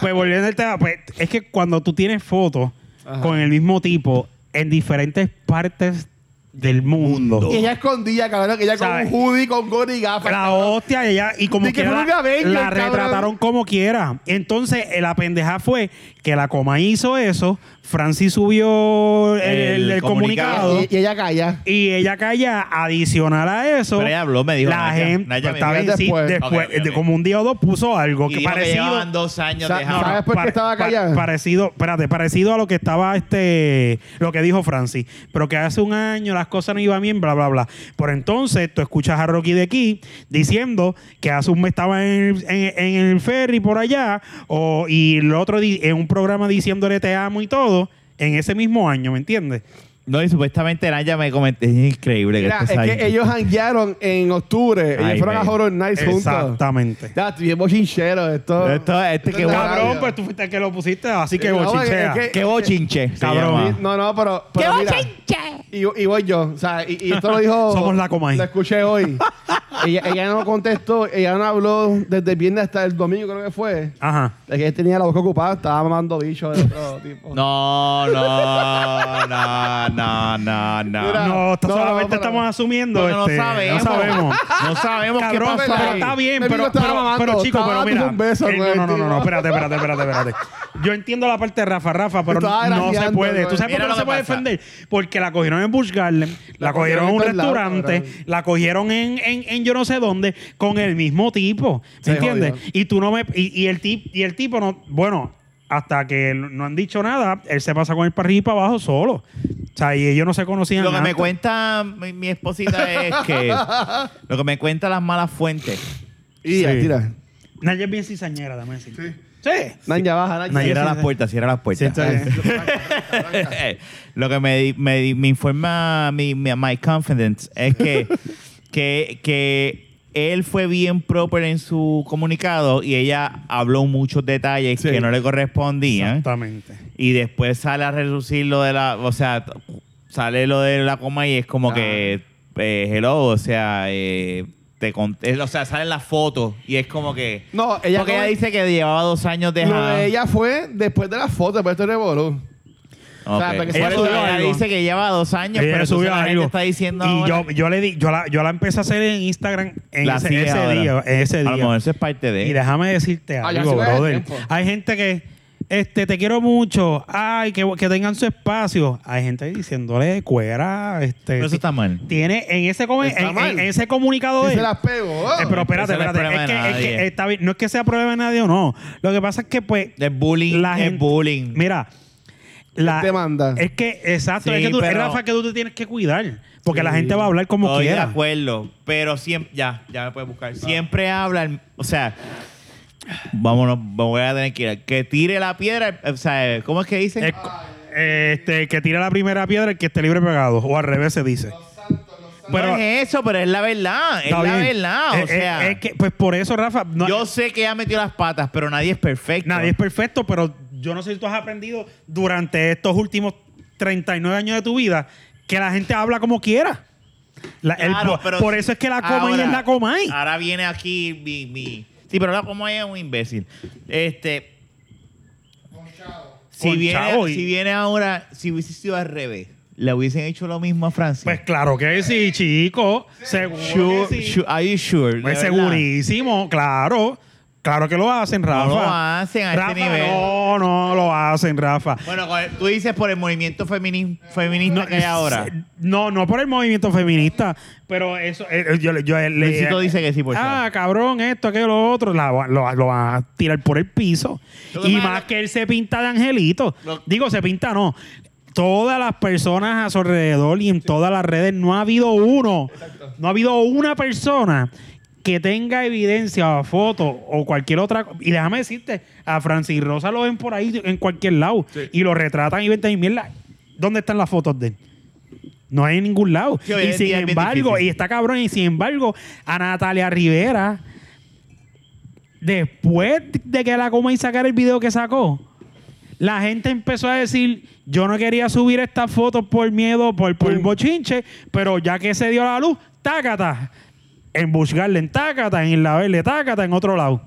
Speaker 2: pues volviendo al tema, pues, es que cuando tú tienes fotos
Speaker 3: Ajá.
Speaker 2: con el mismo tipo en diferentes partes del mundo.
Speaker 3: Y ella escondía, cabrón, que ella con
Speaker 2: ¿Sabes?
Speaker 3: un hoodie, con gorri y gafas.
Speaker 2: La hostia, ella, y como
Speaker 3: Ni que
Speaker 2: quiera,
Speaker 3: fuera un Avenger,
Speaker 2: la
Speaker 3: cabrón.
Speaker 2: retrataron como quiera. Entonces, eh, la pendeja fue que la coma hizo eso Francis subió el,
Speaker 1: El
Speaker 2: el
Speaker 1: comunicado.
Speaker 2: comunicado.
Speaker 3: Y, y ella calla.
Speaker 2: Y ella calla adicional a eso.
Speaker 1: Pero ella habló, me dijo
Speaker 2: La
Speaker 1: Naya.
Speaker 2: gente,
Speaker 1: Naya me
Speaker 2: está
Speaker 1: dijo.
Speaker 2: bien, sí,
Speaker 3: Después.
Speaker 2: después,
Speaker 1: Ok, ok,
Speaker 2: de-
Speaker 1: ok.
Speaker 2: como un día o dos puso algo
Speaker 1: Y
Speaker 2: que
Speaker 1: dijo que
Speaker 2: parecido.
Speaker 1: llevaban dos años
Speaker 3: Sa-
Speaker 1: de
Speaker 3: no,
Speaker 1: Java.
Speaker 3: ¿Sabes por qué Ah, estaba callada?
Speaker 2: parecido, espérate, parecido a lo que estaba este, lo que dijo Francis. Pero que hace un año las cosas no iban bien, bla, bla, bla. Por entonces tú escuchas a Rocky de aquí diciendo que hace un mes estaba en, el- en- en el ferry por allá o, y el otro di- en un programa diciéndole te amo y todo en ese mismo año, ¿me entiendes?
Speaker 1: No, y supuestamente Naya me comentó. Es increíble que
Speaker 3: Mira,
Speaker 1: estés
Speaker 3: es
Speaker 1: ahí.
Speaker 3: que ellos hanguearon en octubre.
Speaker 1: Este Ay,
Speaker 3: ellos fueron
Speaker 1: baby.
Speaker 3: a Horror Nights juntos.
Speaker 2: Exactamente.
Speaker 3: Ya, estoy bien bochinchero esto.
Speaker 1: Esto- este que
Speaker 3: es
Speaker 1: va-
Speaker 2: Cabrón,
Speaker 3: rabia.
Speaker 2: pues tú fuiste el que lo pusiste, así que
Speaker 3: No, porque
Speaker 2: bochinchea.
Speaker 3: es que-
Speaker 1: Qué bochinche,
Speaker 2: Cabrón.
Speaker 1: cabrón.
Speaker 3: Sí, No, no, pero. pero mira, y, y voy yo. O sea, y, y esto lo dijo.
Speaker 2: Somos la Comay.
Speaker 3: Lo escuché hoy. ella, ella no contestó, ella no habló desde el viernes hasta el domingo, creo que fue.
Speaker 2: Ajá.
Speaker 3: De que tenía la boca ocupada, estaba mamando bichos de otro tipo.
Speaker 1: No, no, no, no, no, no.
Speaker 3: Mira,
Speaker 2: No, esto
Speaker 3: no,
Speaker 2: solamente
Speaker 3: pero-
Speaker 2: estamos asumiendo.
Speaker 1: Porque no
Speaker 2: este,
Speaker 1: sabemos.
Speaker 2: No sabemos.
Speaker 1: No sabemos qué
Speaker 2: Cabrón,
Speaker 1: pasó
Speaker 2: pero
Speaker 1: ahí.
Speaker 2: está bien,
Speaker 3: El
Speaker 2: pero,
Speaker 3: mismo estaba
Speaker 2: pero-
Speaker 3: mamando,
Speaker 2: pero, chico, pero
Speaker 3: estaba dando
Speaker 2: mira.
Speaker 3: un beso,
Speaker 2: eh,
Speaker 3: güey,
Speaker 2: no, no, no, no,
Speaker 3: tío.
Speaker 2: espérate, espérate, espérate, espérate. Yo entiendo la parte de Rafa, Rafa, pero
Speaker 3: Estaba
Speaker 2: no se
Speaker 3: grajeando,
Speaker 2: puede.
Speaker 3: güey.
Speaker 2: ¿Tú sabes por
Speaker 1: Mira
Speaker 2: qué no
Speaker 1: lo
Speaker 2: se
Speaker 1: que
Speaker 2: puede
Speaker 1: pasa.
Speaker 2: defender? Porque la cogieron en Busch Garden, la
Speaker 3: La cogieron
Speaker 2: cogieron en un
Speaker 3: en todos lados,
Speaker 2: restaurante,
Speaker 3: cabrón.
Speaker 2: la cogieron en, en, en yo no sé dónde con el mismo tipo.
Speaker 3: Se
Speaker 2: ¿Me entiendes?
Speaker 3: jodió.
Speaker 2: Y tú no me. Y, y el tip, y el tipo no. Bueno, hasta que no han dicho nada, él se pasa con él para arriba y para abajo solo. O sea, y ellos no se conocían.
Speaker 1: Lo que me
Speaker 2: antes.
Speaker 1: cuenta mi, mi esposita es que lo que me cuenta las malas fuentes.
Speaker 3: Y ya,
Speaker 2: Sí.
Speaker 3: tira.
Speaker 2: Naya es bien cizañera, dame decir. Sí.
Speaker 3: Nanya, baja, Nanya.
Speaker 1: Cierra las puertas, cierra las
Speaker 2: Sí,
Speaker 1: puertas.
Speaker 2: está bien.
Speaker 1: lo que me, di- me, di- me informa mi, mi- my confidence es que, que, que él fue bien proper en su comunicado y ella habló muchos detalles
Speaker 3: Sí.
Speaker 1: que no le correspondían.
Speaker 2: Exactamente.
Speaker 1: Y después sale a reducir lo de la. O sea, t- sale lo de la coma y es como
Speaker 3: Ah.
Speaker 1: que. eh, hello, o sea, eh, te con- eh, O sea, salen las fotos y es como que.
Speaker 3: No, ella
Speaker 1: porque ella
Speaker 3: come-
Speaker 1: dice que llevaba dos años de
Speaker 3: Lo
Speaker 1: Java.
Speaker 3: de ella fue después de la foto, después de este revolú.
Speaker 1: Ok.
Speaker 3: sea, para que
Speaker 1: Ella
Speaker 2: se subió
Speaker 1: ella
Speaker 2: algo.
Speaker 1: dice que lleva dos años,
Speaker 2: Ella
Speaker 1: pero
Speaker 2: subió
Speaker 1: subió la gente
Speaker 2: algo.
Speaker 1: está diciendo.
Speaker 2: Y
Speaker 1: ahora-
Speaker 2: yo, yo le di, yo la, yo la empecé a hacer en Instagram en
Speaker 1: La
Speaker 2: ese,
Speaker 1: sigue
Speaker 2: ese
Speaker 1: ahora.
Speaker 2: día. Ese
Speaker 1: A lo mejor
Speaker 2: día.
Speaker 1: eso es parte de.
Speaker 2: Y déjame decirte
Speaker 3: Ah, ya
Speaker 2: algo,
Speaker 3: se ve el
Speaker 2: brother.
Speaker 3: tiempo.
Speaker 2: Hay gente que este, te quiero mucho. Ay, que, que tengan su espacio. Hay gente diciéndole cuera, este.
Speaker 1: Pero eso está mal.
Speaker 2: Tiene en ese come-
Speaker 3: Está
Speaker 2: en,
Speaker 3: mal.
Speaker 2: en- en ese comunicado
Speaker 3: Y
Speaker 2: de
Speaker 3: se las pegó.
Speaker 2: Eh, pero espérate,
Speaker 1: Eso no es
Speaker 2: espérate.
Speaker 1: problema
Speaker 2: Es
Speaker 1: de
Speaker 2: que, es que
Speaker 1: nadie.
Speaker 2: está bien. No es que sea problema de nadie o no. Lo que pasa es que, pues,
Speaker 1: Es bullying.
Speaker 2: la
Speaker 1: es
Speaker 2: gente-
Speaker 1: bullying.
Speaker 2: Mira, la,
Speaker 3: Te manda.
Speaker 2: Es que, exacto,
Speaker 1: Sí,
Speaker 2: es que tú, es,
Speaker 1: pero-
Speaker 2: Rafa, que tú te tienes que cuidar. Porque la
Speaker 3: Sí.
Speaker 2: gente va a hablar como
Speaker 1: Estoy de
Speaker 2: quiera. Ah.
Speaker 1: acuerdo, pero siempre. Ya, ya me puedes buscar. Siempre hablan. O sea, vámonos, me voy a tener que ir. al Que tire la piedra. O sea, ¿cómo es que dicen?
Speaker 2: Es- este, el que tira la primera piedra, el que esté libre pegado. O al revés se dice.
Speaker 1: no es eso, pero es la verdad. Es
Speaker 2: está
Speaker 1: la
Speaker 2: bien.
Speaker 1: verdad. O
Speaker 2: Eh, eh,
Speaker 1: sea,
Speaker 2: es que, pues por eso, Rafa, no-
Speaker 1: yo sé que ella metió las patas, pero nadie es perfecto.
Speaker 2: nadie es perfecto, pero yo no sé si tú has aprendido durante estos últimos 39 años de tu vida que la gente habla como quiera. La- el-
Speaker 1: Claro,
Speaker 2: por,
Speaker 1: pero-
Speaker 2: por eso es que la Comay
Speaker 1: Ahora-
Speaker 2: es la Comay.
Speaker 1: Ahora viene aquí mi. mi- sí, pero la Comay es un imbécil. Este. Si
Speaker 2: Conchado
Speaker 1: viene,
Speaker 2: y-
Speaker 1: si viene ahora, si hubiese sido al revés, le hubiesen hecho lo mismo a Francia.
Speaker 2: Pues claro que sí, chico. Seguro
Speaker 1: Sure,
Speaker 2: que sí.
Speaker 1: sure, are you sure? De
Speaker 2: Pues
Speaker 1: verdad.
Speaker 2: segurísimo, claro. Claro que lo hacen, Rafa.
Speaker 1: lo hacen a este
Speaker 2: Rafa,
Speaker 1: nivel.
Speaker 2: No, no lo hacen, Rafa.
Speaker 1: Bueno, con el- tú dices por el movimiento femini- feminista que hay ahora.
Speaker 2: No, no por el movimiento feminista, pero eso. eh, yo, yo- le-
Speaker 1: Luisito dice que sí, por
Speaker 2: Ah, cabrón, esto, aquello, lo otro. la va- lo, lo van a tirar por el piso.
Speaker 1: Lo que
Speaker 2: Y
Speaker 1: pasa-
Speaker 2: más que él se pinta de angelito.
Speaker 1: Lo-
Speaker 2: Digo, se pinta no. Todas las personas a su alrededor y en todas las redes no ha habido uno. No ha habido una persona que tenga evidencia o foto o cualquier otra. co- Y déjame decirte, a Francis Rosa lo ven por ahí en cualquier lado y lo retratan y venden y mierda. ¿Dónde están las fotos de él? No hay en ningún lado.
Speaker 1: Sí, hoy
Speaker 2: y
Speaker 1: en
Speaker 2: sin
Speaker 1: día es bien
Speaker 2: embargo,
Speaker 1: difícil.
Speaker 2: y está cabrón, y sin embargo, a Natalia Rivera, después de que la coma y sacar el video que sacó, la gente empezó a decir, yo no quería subir estas fotos por miedo, por, por bochinche, pero ya que se dio la luz, tácata. En Bush Garden, tácata, en La Verde, tácata, en otro lado.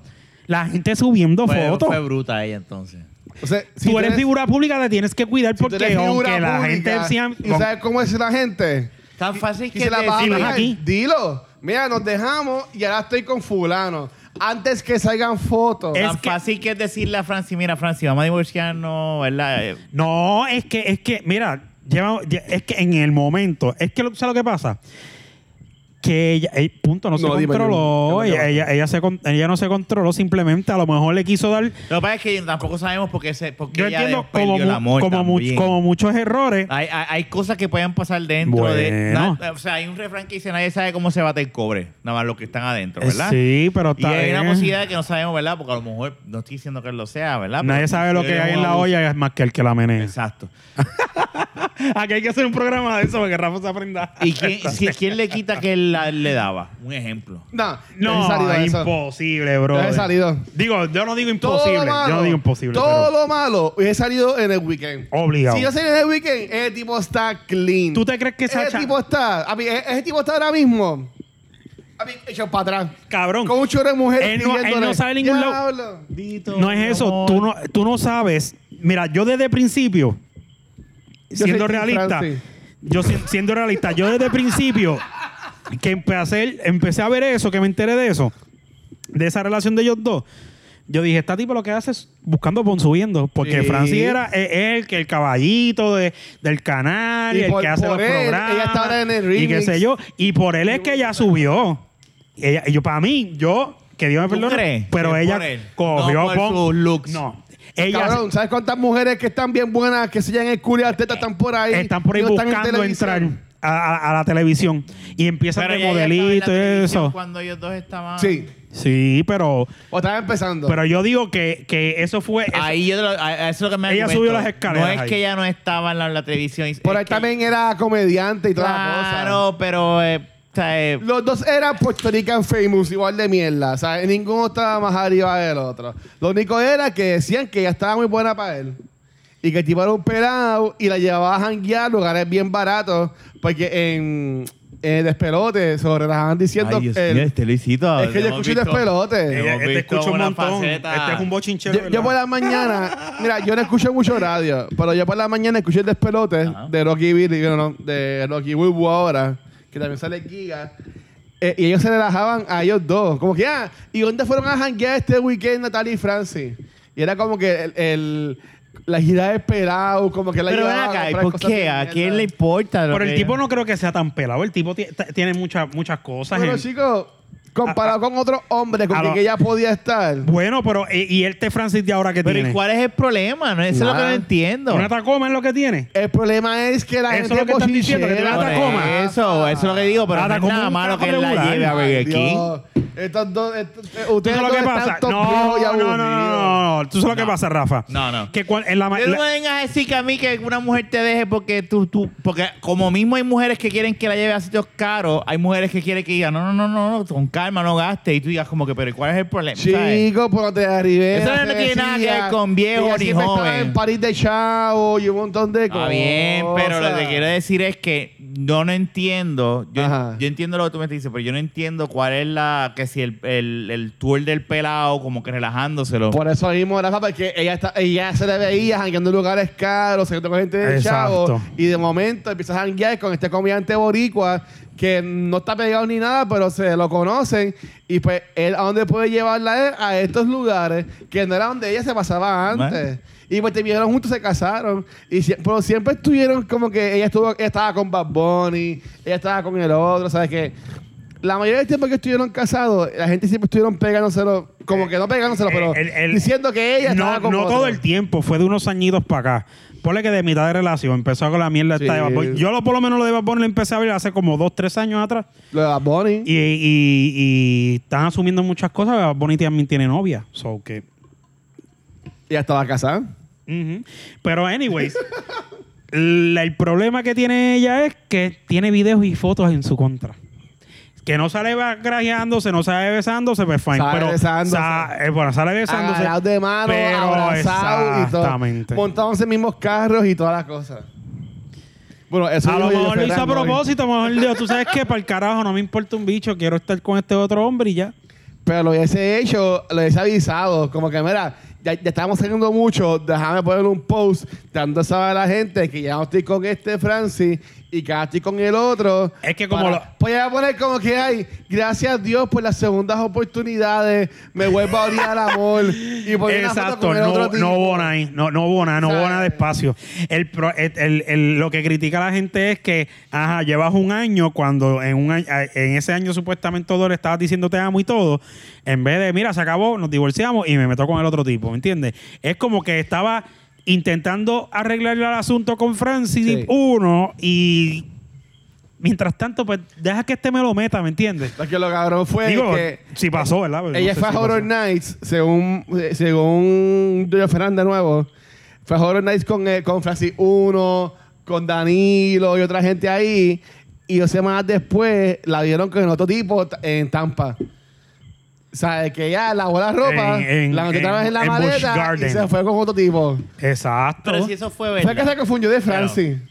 Speaker 2: La gente subiendo
Speaker 1: Fue,
Speaker 2: fotos.
Speaker 1: fue bruta ella entonces.
Speaker 3: O sea,
Speaker 2: tú eres figura pública, te tienes que cuidar
Speaker 3: si tú
Speaker 2: porque
Speaker 3: eres figura
Speaker 2: aunque la
Speaker 3: pública
Speaker 2: gente sea...
Speaker 3: ¿Y sabes cómo es la gente?
Speaker 1: Tan fácil
Speaker 3: Y
Speaker 1: que
Speaker 3: se la vas a
Speaker 2: decimos
Speaker 1: decir.
Speaker 3: pegar.
Speaker 2: aquí.
Speaker 3: Dilo. Mira, nos dejamos y ahora estoy con fulano. antes que salgan fotos.
Speaker 2: Es
Speaker 1: Tan
Speaker 2: que-
Speaker 1: fácil que es decirle a Franci, mira, Franci, vamos a divorciarnos, ¿verdad? Eh,
Speaker 2: No, es que, es que, mira, lleva, lle- es que en el momento, es que lo, ¿sabes lo que pasa? Que ella, eh, punto, no se
Speaker 3: No, dime,
Speaker 2: controló,
Speaker 3: dime,
Speaker 2: ella,
Speaker 3: dime, dime.
Speaker 2: ella, ella se, con- ella no se controló, simplemente a lo mejor le quiso dar,
Speaker 1: Lo que pasa es que tampoco sabemos por qué, se, por qué
Speaker 2: yo
Speaker 1: ella
Speaker 2: entiendo,
Speaker 1: de- perdió
Speaker 2: como,
Speaker 1: el
Speaker 2: mu-
Speaker 1: amor
Speaker 2: como, mu-
Speaker 1: también.
Speaker 2: como muchos errores,
Speaker 1: Hay, hay, hay cosas que pueden pasar dentro de...
Speaker 2: Bueno.
Speaker 1: na- o sea, hay un refrán que dice, nadie sabe cómo se bate el cobre, nada más los que están adentro, ¿verdad?
Speaker 2: Eh, sí, pero
Speaker 1: Y
Speaker 2: está
Speaker 1: hay una
Speaker 2: bien.
Speaker 1: posibilidad de que no sabemos, ¿verdad? Porque a lo mejor no estoy diciendo que él lo sea, ¿verdad?
Speaker 2: Nadie
Speaker 1: Pero
Speaker 2: sabe lo
Speaker 1: sí
Speaker 2: que
Speaker 1: es
Speaker 2: hay
Speaker 1: un
Speaker 2: en la
Speaker 1: abuso.
Speaker 2: olla es más que el que la menea.
Speaker 1: Exacto.
Speaker 2: Aquí hay que hacer un programa de eso para que Rafa se aprenda.
Speaker 1: ¿Y quién, si- quién le quita que él la- le daba? Un ejemplo.
Speaker 3: No, no
Speaker 2: No,
Speaker 3: he salido de eso.
Speaker 2: imposible, bro.
Speaker 3: No he salido.
Speaker 2: Digo, yo no digo
Speaker 3: Todo
Speaker 2: imposible.
Speaker 3: lo malo,
Speaker 2: yo no digo imposible.
Speaker 3: Todo
Speaker 2: pero-
Speaker 3: lo malo he salido en el weekend.
Speaker 2: Obligado.
Speaker 3: Si yo salí en el weekend, ese tipo está clean.
Speaker 2: ¿Tú te crees que
Speaker 3: Ese
Speaker 2: Sacha-
Speaker 3: tipo está, a mí, e-, ese tipo está ahora mismo. A mí, hecho para atrás.
Speaker 2: Cabrón.
Speaker 3: Con un chorro de mujeres.
Speaker 2: Él no- él no
Speaker 3: pidiéndole,
Speaker 2: sabe ningún lado.
Speaker 3: "Diablo".
Speaker 2: No es eso. Tú no, tú no sabes. Mira, yo desde el principio,
Speaker 3: Yo
Speaker 2: siendo
Speaker 3: soy Team
Speaker 2: realista,
Speaker 3: Francis.
Speaker 2: yo si- siendo realista, yo desde el principio que empecé a, hacer- empecé a ver eso, que me enteré de eso, de esa relación de ellos dos, yo dije, esta tipo lo que hace es buscando pon subiendo, porque
Speaker 3: Sí.
Speaker 2: Francis era eh, él, que el caballito de- del canal,
Speaker 3: Y
Speaker 2: el
Speaker 3: por-
Speaker 2: que hace
Speaker 3: por
Speaker 2: los
Speaker 3: él,
Speaker 2: programas,
Speaker 3: ella está ahora en el
Speaker 2: y qué
Speaker 3: remix.
Speaker 2: sé yo, y por él es que ella subió. Ella, y yo para mí, yo que Dios me
Speaker 1: ¿Tú
Speaker 2: perdone,
Speaker 1: crees?
Speaker 2: pero
Speaker 1: Que
Speaker 2: ella
Speaker 1: por él.
Speaker 2: cogió
Speaker 1: No por
Speaker 2: pon-
Speaker 1: sus looks.
Speaker 2: No, ella
Speaker 3: Cabrón, ¿sabes cuántas mujeres que están bien buenas, que se llaman el culo y las tetas están por ahí?
Speaker 2: están por ahí
Speaker 3: y no están en
Speaker 2: buscando
Speaker 3: televisión?
Speaker 2: entrar a, a- a la televisión y empiezan
Speaker 1: Pero
Speaker 2: de
Speaker 1: ella estaba en la
Speaker 2: modelito y
Speaker 1: televisión
Speaker 2: eso.
Speaker 1: Cuando ellos dos estaban...
Speaker 3: Sí,
Speaker 2: Sí, pero
Speaker 3: o están empezando.
Speaker 2: pero yo digo que, que eso fue eso-
Speaker 1: Ahí yo te lo- a- a eso es lo que me
Speaker 2: Ella
Speaker 1: argumento.
Speaker 2: subió las escaleras
Speaker 1: No es
Speaker 2: ahí.
Speaker 1: que ella no estaba en la, en la televisión. es
Speaker 3: por ahí
Speaker 1: que-
Speaker 3: también era comediante y toda la cosa.
Speaker 1: Claro, pero... eh, o sea, eh,
Speaker 3: Los dos eran Puerto Rican famous, igual de mierda. O sea, ninguno estaba más arriba del otro. Lo único era que decían que ella estaba muy buena para él. Y que el tipo era un pelado y la llevaba a janguear a lugares bien baratos. Porque en, en Despelote sobre las andan diciendo.
Speaker 1: Ay, Dios
Speaker 3: el-
Speaker 1: mío, este Luisito.
Speaker 3: es que yo
Speaker 1: hemos
Speaker 3: escuché
Speaker 1: visto-
Speaker 3: Despelote.
Speaker 1: hemos
Speaker 2: este
Speaker 1: visto
Speaker 2: escucha un
Speaker 1: una
Speaker 2: montón.
Speaker 1: faceta.
Speaker 2: Este es un bochinchero.
Speaker 3: Yo, yo por la mañana, mira, yo no escucho mucho radio, pero yo por la mañana escuché el despelote
Speaker 1: Ajá.
Speaker 3: de Rocky Billy, bueno, no, de Rocky Wilbu ahora, que también sale Giga. eh, y ellos se relajaban a ellos dos. Como que, ah, ¿y dónde fueron a janguear este weekend Natalia y Francis? Y era como que el, el- la gira de pelado, como que la
Speaker 1: Pero ven
Speaker 3: llevaban a
Speaker 1: acá, ¿y
Speaker 3: comprar
Speaker 1: ¿por
Speaker 3: cosas de
Speaker 1: qué? ¿A
Speaker 3: mierda.
Speaker 1: quién le importa? lo
Speaker 2: Pero el
Speaker 1: que-
Speaker 2: tipo no creo que sea tan pelado. El tipo ti- t- tiene muchas muchas cosas.
Speaker 3: Bueno,
Speaker 2: en-
Speaker 1: Ah,
Speaker 3: chicos, comparado con otros hombres con
Speaker 2: a
Speaker 3: quien
Speaker 2: lo-
Speaker 3: que ella podía estar.
Speaker 2: bueno, pero eh, y este Francis de ahora que
Speaker 1: Pero ¿y
Speaker 2: tiene.
Speaker 1: cuál es el problema? No, eso es lo que
Speaker 3: Nada.
Speaker 1: no entiendo.
Speaker 2: Una tacoma es lo que tiene.
Speaker 3: El problema es que la
Speaker 2: Eso es
Speaker 3: gente
Speaker 2: lo que están diciendo, que tiene
Speaker 3: bochinchera.
Speaker 1: Por
Speaker 2: una tacoma.
Speaker 1: Eso, eso es lo que digo, pero no
Speaker 2: Nada,
Speaker 1: es
Speaker 2: como
Speaker 1: nada
Speaker 2: un
Speaker 1: malo
Speaker 2: trabajo
Speaker 1: que él la
Speaker 2: regular.
Speaker 1: lleve a Burger King.
Speaker 3: Dios. Estos dos, estos- eh,
Speaker 2: ¿Tú
Speaker 3: ustedes
Speaker 2: sabes lo
Speaker 3: dos
Speaker 2: que
Speaker 3: están
Speaker 2: pasa?
Speaker 3: todos
Speaker 2: No,
Speaker 3: viejos y
Speaker 2: no, no, no,
Speaker 3: aburridos.
Speaker 2: no, no. ¿Tú sabes lo
Speaker 1: No.
Speaker 2: que pasa, Rafa?
Speaker 1: No, no.
Speaker 2: Que cuan- en la, ma-
Speaker 1: Tú no
Speaker 2: la-
Speaker 1: me vengas a decir que a mí que una mujer te deje porque tú, tú, porque como mismo hay mujeres que quieren que la lleve a sitios caros, hay mujeres que quieren que digan, no, no, no, no, no, con calma, no gastes. Y tú digas como que, pero ¿y ¿cuál es el problema? ¿Sabes?
Speaker 3: Chico, por donde la Rivera.
Speaker 1: Eso no
Speaker 3: se
Speaker 1: tiene nada que ver
Speaker 3: decía,
Speaker 1: con viejo
Speaker 3: ella
Speaker 1: ni
Speaker 3: siempre estaba
Speaker 1: joven.
Speaker 3: en París de Chavo y un montón de cosas.
Speaker 1: Está Ah, bien, pero lo que te quiero decir es que yo no entiendo. Yo,
Speaker 3: Ajá.
Speaker 1: yo entiendo lo que tú me dices, pero yo no entiendo cuál es la. Que si el, el, el tour del pelado, como que relajándoselo.
Speaker 3: Por eso mismo, Rafa, porque ella, está, ella se le veía jangueando en lugares caros, saliendo con gente de
Speaker 2: Exacto.
Speaker 3: Chavo. Y de momento empieza a janguear con este comediante boricua que no está pegado ni nada, pero se lo conocen. Y pues, él, ¿a dónde puede llevarla él? A estos lugares que no era donde ella se pasaba antes.
Speaker 1: Bueno.
Speaker 3: Y pues terminaron juntos, se casaron. Y sie- pero siempre estuvieron como que ella, estuvo, ella estaba con Bad Bunny, ella estaba con el otro, ¿sabes qué? La mayoría del tiempo que estuvieron casados, la gente siempre estuvieron pegándoselo, como que no pegándoselo, pero
Speaker 2: Eh, El- el-
Speaker 3: diciendo que ella
Speaker 2: no,
Speaker 3: estaba con
Speaker 2: no
Speaker 3: otro.
Speaker 2: todo el tiempo, fue de unos añitos para acá. Ponle que de mitad de relación empezó con la mierda esta
Speaker 3: Sí.
Speaker 2: de Bad Bunny. Yo lo, por lo menos lo de Bad Bunny lo empecé a ver hace como dos, tres años atrás.
Speaker 3: Lo de Bad Bunny.
Speaker 2: Y, y- y están asumiendo muchas cosas. Bad Bunny también tiene novia. So que.
Speaker 3: Ella estaba casada.
Speaker 2: ujú. Pero, anyways, la- el problema que tiene ella es que tiene videos y fotos en su contra. Que no sale grajeándose, no sale besándose, pues fine.
Speaker 3: Sale
Speaker 2: pero,
Speaker 3: besándose.
Speaker 2: sa- eh, bueno, sale besándose.
Speaker 3: Agarrados de mano,
Speaker 2: pero
Speaker 3: abrazados y todo.
Speaker 2: exactamente.
Speaker 3: Montados en mismos carros y todas las cosas. Bueno, eso
Speaker 2: A
Speaker 3: es
Speaker 2: lo
Speaker 3: que yo
Speaker 2: mejor lo hizo a
Speaker 3: Fernando,
Speaker 2: propósito, a lo mejor dijo, tú sabes que para el carajo no me importa un bicho, quiero estar con este otro hombre y ya.
Speaker 3: Pero lo hubiese hecho, lo hubiese avisado. Como que, mira, ya, ya estamos saliendo mucho, déjame poner un post dando a saber a la gente que ya no estoy con este Francis y que ahora estoy con el otro.
Speaker 2: Es que como
Speaker 3: para,
Speaker 2: lo-
Speaker 3: Pues ya voy a poner como que hay, gracias a Dios por las segundas oportunidades, me vuelvo a abrir al amor y poner una foto
Speaker 2: Exacto,
Speaker 3: con el
Speaker 2: no,
Speaker 3: otro tipo.
Speaker 2: no hubo nada, no, no hubo nada, no
Speaker 3: ¿Sabes?
Speaker 2: hubo nada de espacio. El, pro- el- el- el- lo que critica la gente es que, ajá, llevas un año cuando en, un año- en ese año supuestamente todo le estabas diciendo te amo y todo, en vez de, mira, se acabó, nos divorciamos y me meto con el otro tipo, ¿me entiendes? Es como que estaba intentando arreglar el asunto con Francis
Speaker 3: Sí.
Speaker 2: uno y mientras tanto, pues deja que este me lo meta, ¿me entiendes?
Speaker 3: Lo que lo cabrón fue
Speaker 2: Digo,
Speaker 3: Pues, que
Speaker 2: si pasó, ¿verdad? Pero no
Speaker 3: ella
Speaker 2: sé
Speaker 3: fue a
Speaker 2: si
Speaker 3: Horror
Speaker 2: pasó.
Speaker 3: Nights, según, eh, según Doña Fernanda de nuevo, fue a Horror Nights con, eh, con Francis Uno, con Danilo y otra gente ahí. Y dos semanas después la vieron con otro tipo t- en Tampa. O sea, que ella lavó la ropa,
Speaker 2: En- en-
Speaker 3: la metió otra
Speaker 2: en-
Speaker 3: vez en la
Speaker 2: en Busch
Speaker 3: maleta y
Speaker 2: Garden.
Speaker 3: se fue con otro tipo.
Speaker 2: Exacto.
Speaker 1: Pero si eso fue
Speaker 3: Fue que se
Speaker 1: verdad.
Speaker 3: confundió de Francis. Eh,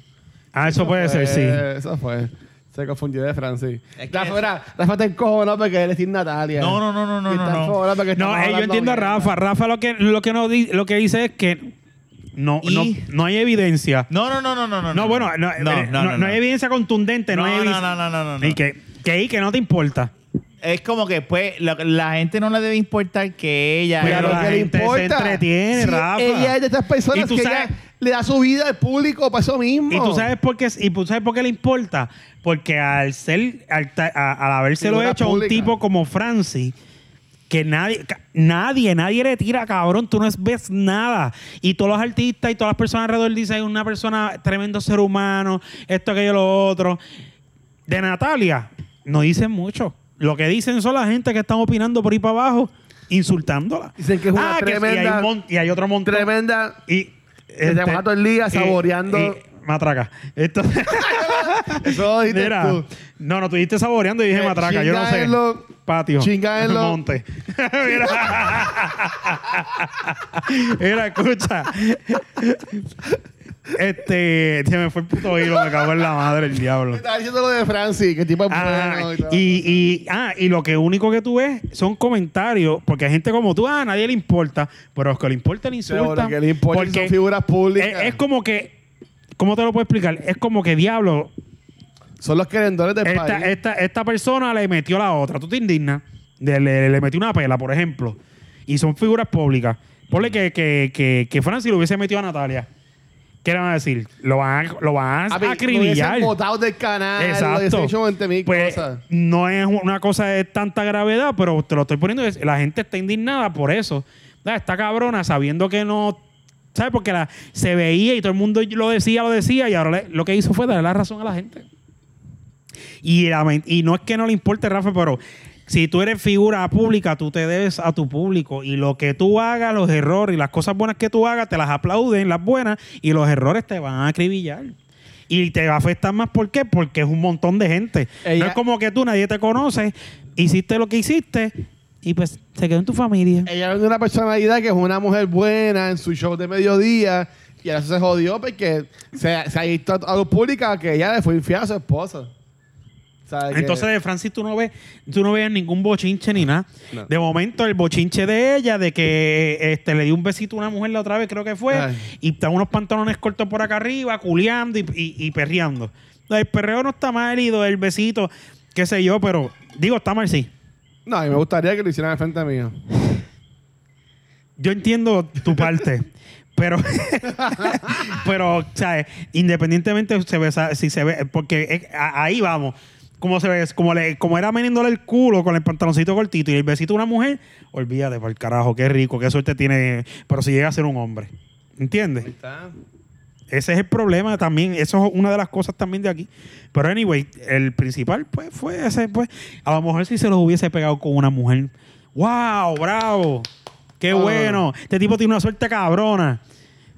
Speaker 2: Ah, eso puede ser, sí.
Speaker 1: Eh,
Speaker 3: Eso fue. Se confundió de Francis.
Speaker 1: Es que
Speaker 3: Rafa, mira, Rafa está encojonado porque él es Team Natalia.
Speaker 1: No, no, no, no, no,
Speaker 3: Y está
Speaker 1: no, no.
Speaker 3: encojonado porque
Speaker 2: No,
Speaker 3: estamos
Speaker 2: eh, yo
Speaker 3: hablando
Speaker 2: entiendo a
Speaker 3: mierda.
Speaker 2: Rafa. Rafa lo que, lo que, no di- lo que dice es que no,
Speaker 1: Y-
Speaker 2: no, no hay evidencia.
Speaker 1: No, no, no, no, no, no.
Speaker 2: No, bueno, no, eh, no, no hay evidencia contundente. No,
Speaker 1: No,
Speaker 2: hay
Speaker 1: no,
Speaker 2: evidencia.
Speaker 1: no, no, no, no, no.
Speaker 2: Y que, que ahí que no te importa.
Speaker 1: Es como que pues la, la gente no le debe importar que ella.
Speaker 2: Pero
Speaker 3: Pero
Speaker 2: la
Speaker 3: que le
Speaker 2: gente se
Speaker 3: importa.
Speaker 2: entretiene,
Speaker 3: Sí,
Speaker 2: Rafa.
Speaker 3: Ella es de estas personas
Speaker 2: Y tú
Speaker 3: que
Speaker 2: sabes-
Speaker 3: ella le da su vida al público para eso mismo.
Speaker 2: Y tú sabes por qué, y tú sabes por qué le importa. Porque al ser, al, ta- a- al habérselo
Speaker 3: Figura
Speaker 2: hecho a un
Speaker 3: pública.
Speaker 2: tipo como Francis, que nadie, ca- nadie, nadie le tira, cabrón, tú no ves nada. Y todos los artistas y todas las personas alrededor dicen, una persona, tremendo ser humano, esto, aquello, lo otro. De Natalia, no dicen mucho. Lo que dicen son la gente que están opinando por ahí para abajo, insultándola. Ah,
Speaker 3: Dicen que es una
Speaker 2: sí, y hay
Speaker 3: tremenda-
Speaker 2: un mon- y hay otro montón.
Speaker 3: Tremenda.
Speaker 2: Y
Speaker 3: te
Speaker 2: este,
Speaker 3: mata todo el día
Speaker 2: y-
Speaker 3: saboreando.
Speaker 2: y- matraca. Entonces,
Speaker 3: Eso lo dijiste
Speaker 2: mira,
Speaker 3: tú.
Speaker 2: no, no, tú dijiste saboreando y dije
Speaker 3: Eh,
Speaker 2: matraca. Yo no sé.
Speaker 3: chingaenlo,
Speaker 2: Patio.
Speaker 3: chingaenlo.
Speaker 2: Monte. mira. mira, escucha. Este, se me fue el puto hilo, me cago en la madre el diablo.
Speaker 3: Estaba diciendo lo de Francis, que tipo es
Speaker 2: Ah,
Speaker 3: bueno. todo.
Speaker 2: y, y, ah, y lo que único que tú ves son comentarios, porque hay gente como tú, ah, a nadie le importa, pero a los que le importa le
Speaker 3: Pero
Speaker 2: insultan.
Speaker 3: que le importan
Speaker 2: porque
Speaker 3: son figuras públicas.
Speaker 2: Eh, es, es como que, ¿cómo te lo puedo explicar? Es como que, diablo,
Speaker 3: Son los querendores del
Speaker 2: esta,
Speaker 3: país.
Speaker 2: esta, esta persona le metió la otra, tú te indignas, de- le, le metió una pela, por ejemplo, y son figuras públicas. Ponle que, que, que, que Francis le hubiese metido a Natalia. ¿Qué le van a decir? Lo van a, lo van a
Speaker 3: Papi, lo hubiesen
Speaker 2: acribillar.
Speaker 3: botado del canal. Exacto. Lo hubiesen
Speaker 2: Exacto.
Speaker 3: hecho 20.000
Speaker 2: Pues,
Speaker 3: cosas.
Speaker 2: No es una cosa de tanta gravedad, pero te lo estoy poniendo. es- La gente está indignada por eso. Ah, Está cabrona sabiendo que no. ¿Sabes? Porque la, se veía y todo el mundo lo decía, lo decía, y ahora le- lo que hizo fue darle la razón a la gente. Y, la men- y no es que no le importe, Rafa, pero si tú eres figura pública, tú te debes a tu público. Y lo que tú hagas, los errores y las cosas buenas que tú hagas, te las aplauden, las buenas, y los errores te van a acribillar. Y te va a afectar más, ¿por qué? Porque es un montón de gente.
Speaker 3: Ella-
Speaker 2: No es como que tú, nadie te conoce, hiciste lo que hiciste, y pues se quedó en tu familia.
Speaker 3: Ella es una personalidad que es una mujer buena en su show de mediodía y ahora se jodió porque se, se ha visto a luz pública que ella le fue infiel a su esposa. O sea, que-
Speaker 2: Entonces de Francis tú no ves, tú no veas ningún bochinche ni nada.
Speaker 3: No.
Speaker 2: De momento el bochinche de ella, de que este, le dio un besito a una mujer la otra vez, creo que fue,
Speaker 3: Ay.
Speaker 2: y está unos pantalones cortos por acá arriba, culeando y, y- y perreando. El perreo no está mal y el besito, qué sé yo, pero digo, está mal sí.
Speaker 3: No, a mí me gustaría que lo hicieran al frente mío.
Speaker 2: Yo entiendo tu parte. Pero, pero, ¿sabes? Independientemente se ve, sa- si se ve, porque es- a- ahí vamos. Como se ve, como, le, como era menéndole el culo con el pantaloncito cortito y el besito de una mujer, olvídate, por el carajo, qué rico, qué suerte tiene. Pero si llega a ser un hombre, ¿entiendes? Ese es el problema también. Eso es una de las cosas también de aquí. Pero anyway, el principal pues fue ese. Pues, a lo mejor si se los hubiese pegado con una mujer. ¡Wow! ¡Bravo! ¡Qué
Speaker 3: No, no,
Speaker 2: bueno!
Speaker 3: no.
Speaker 2: Este tipo tiene una suerte cabrona.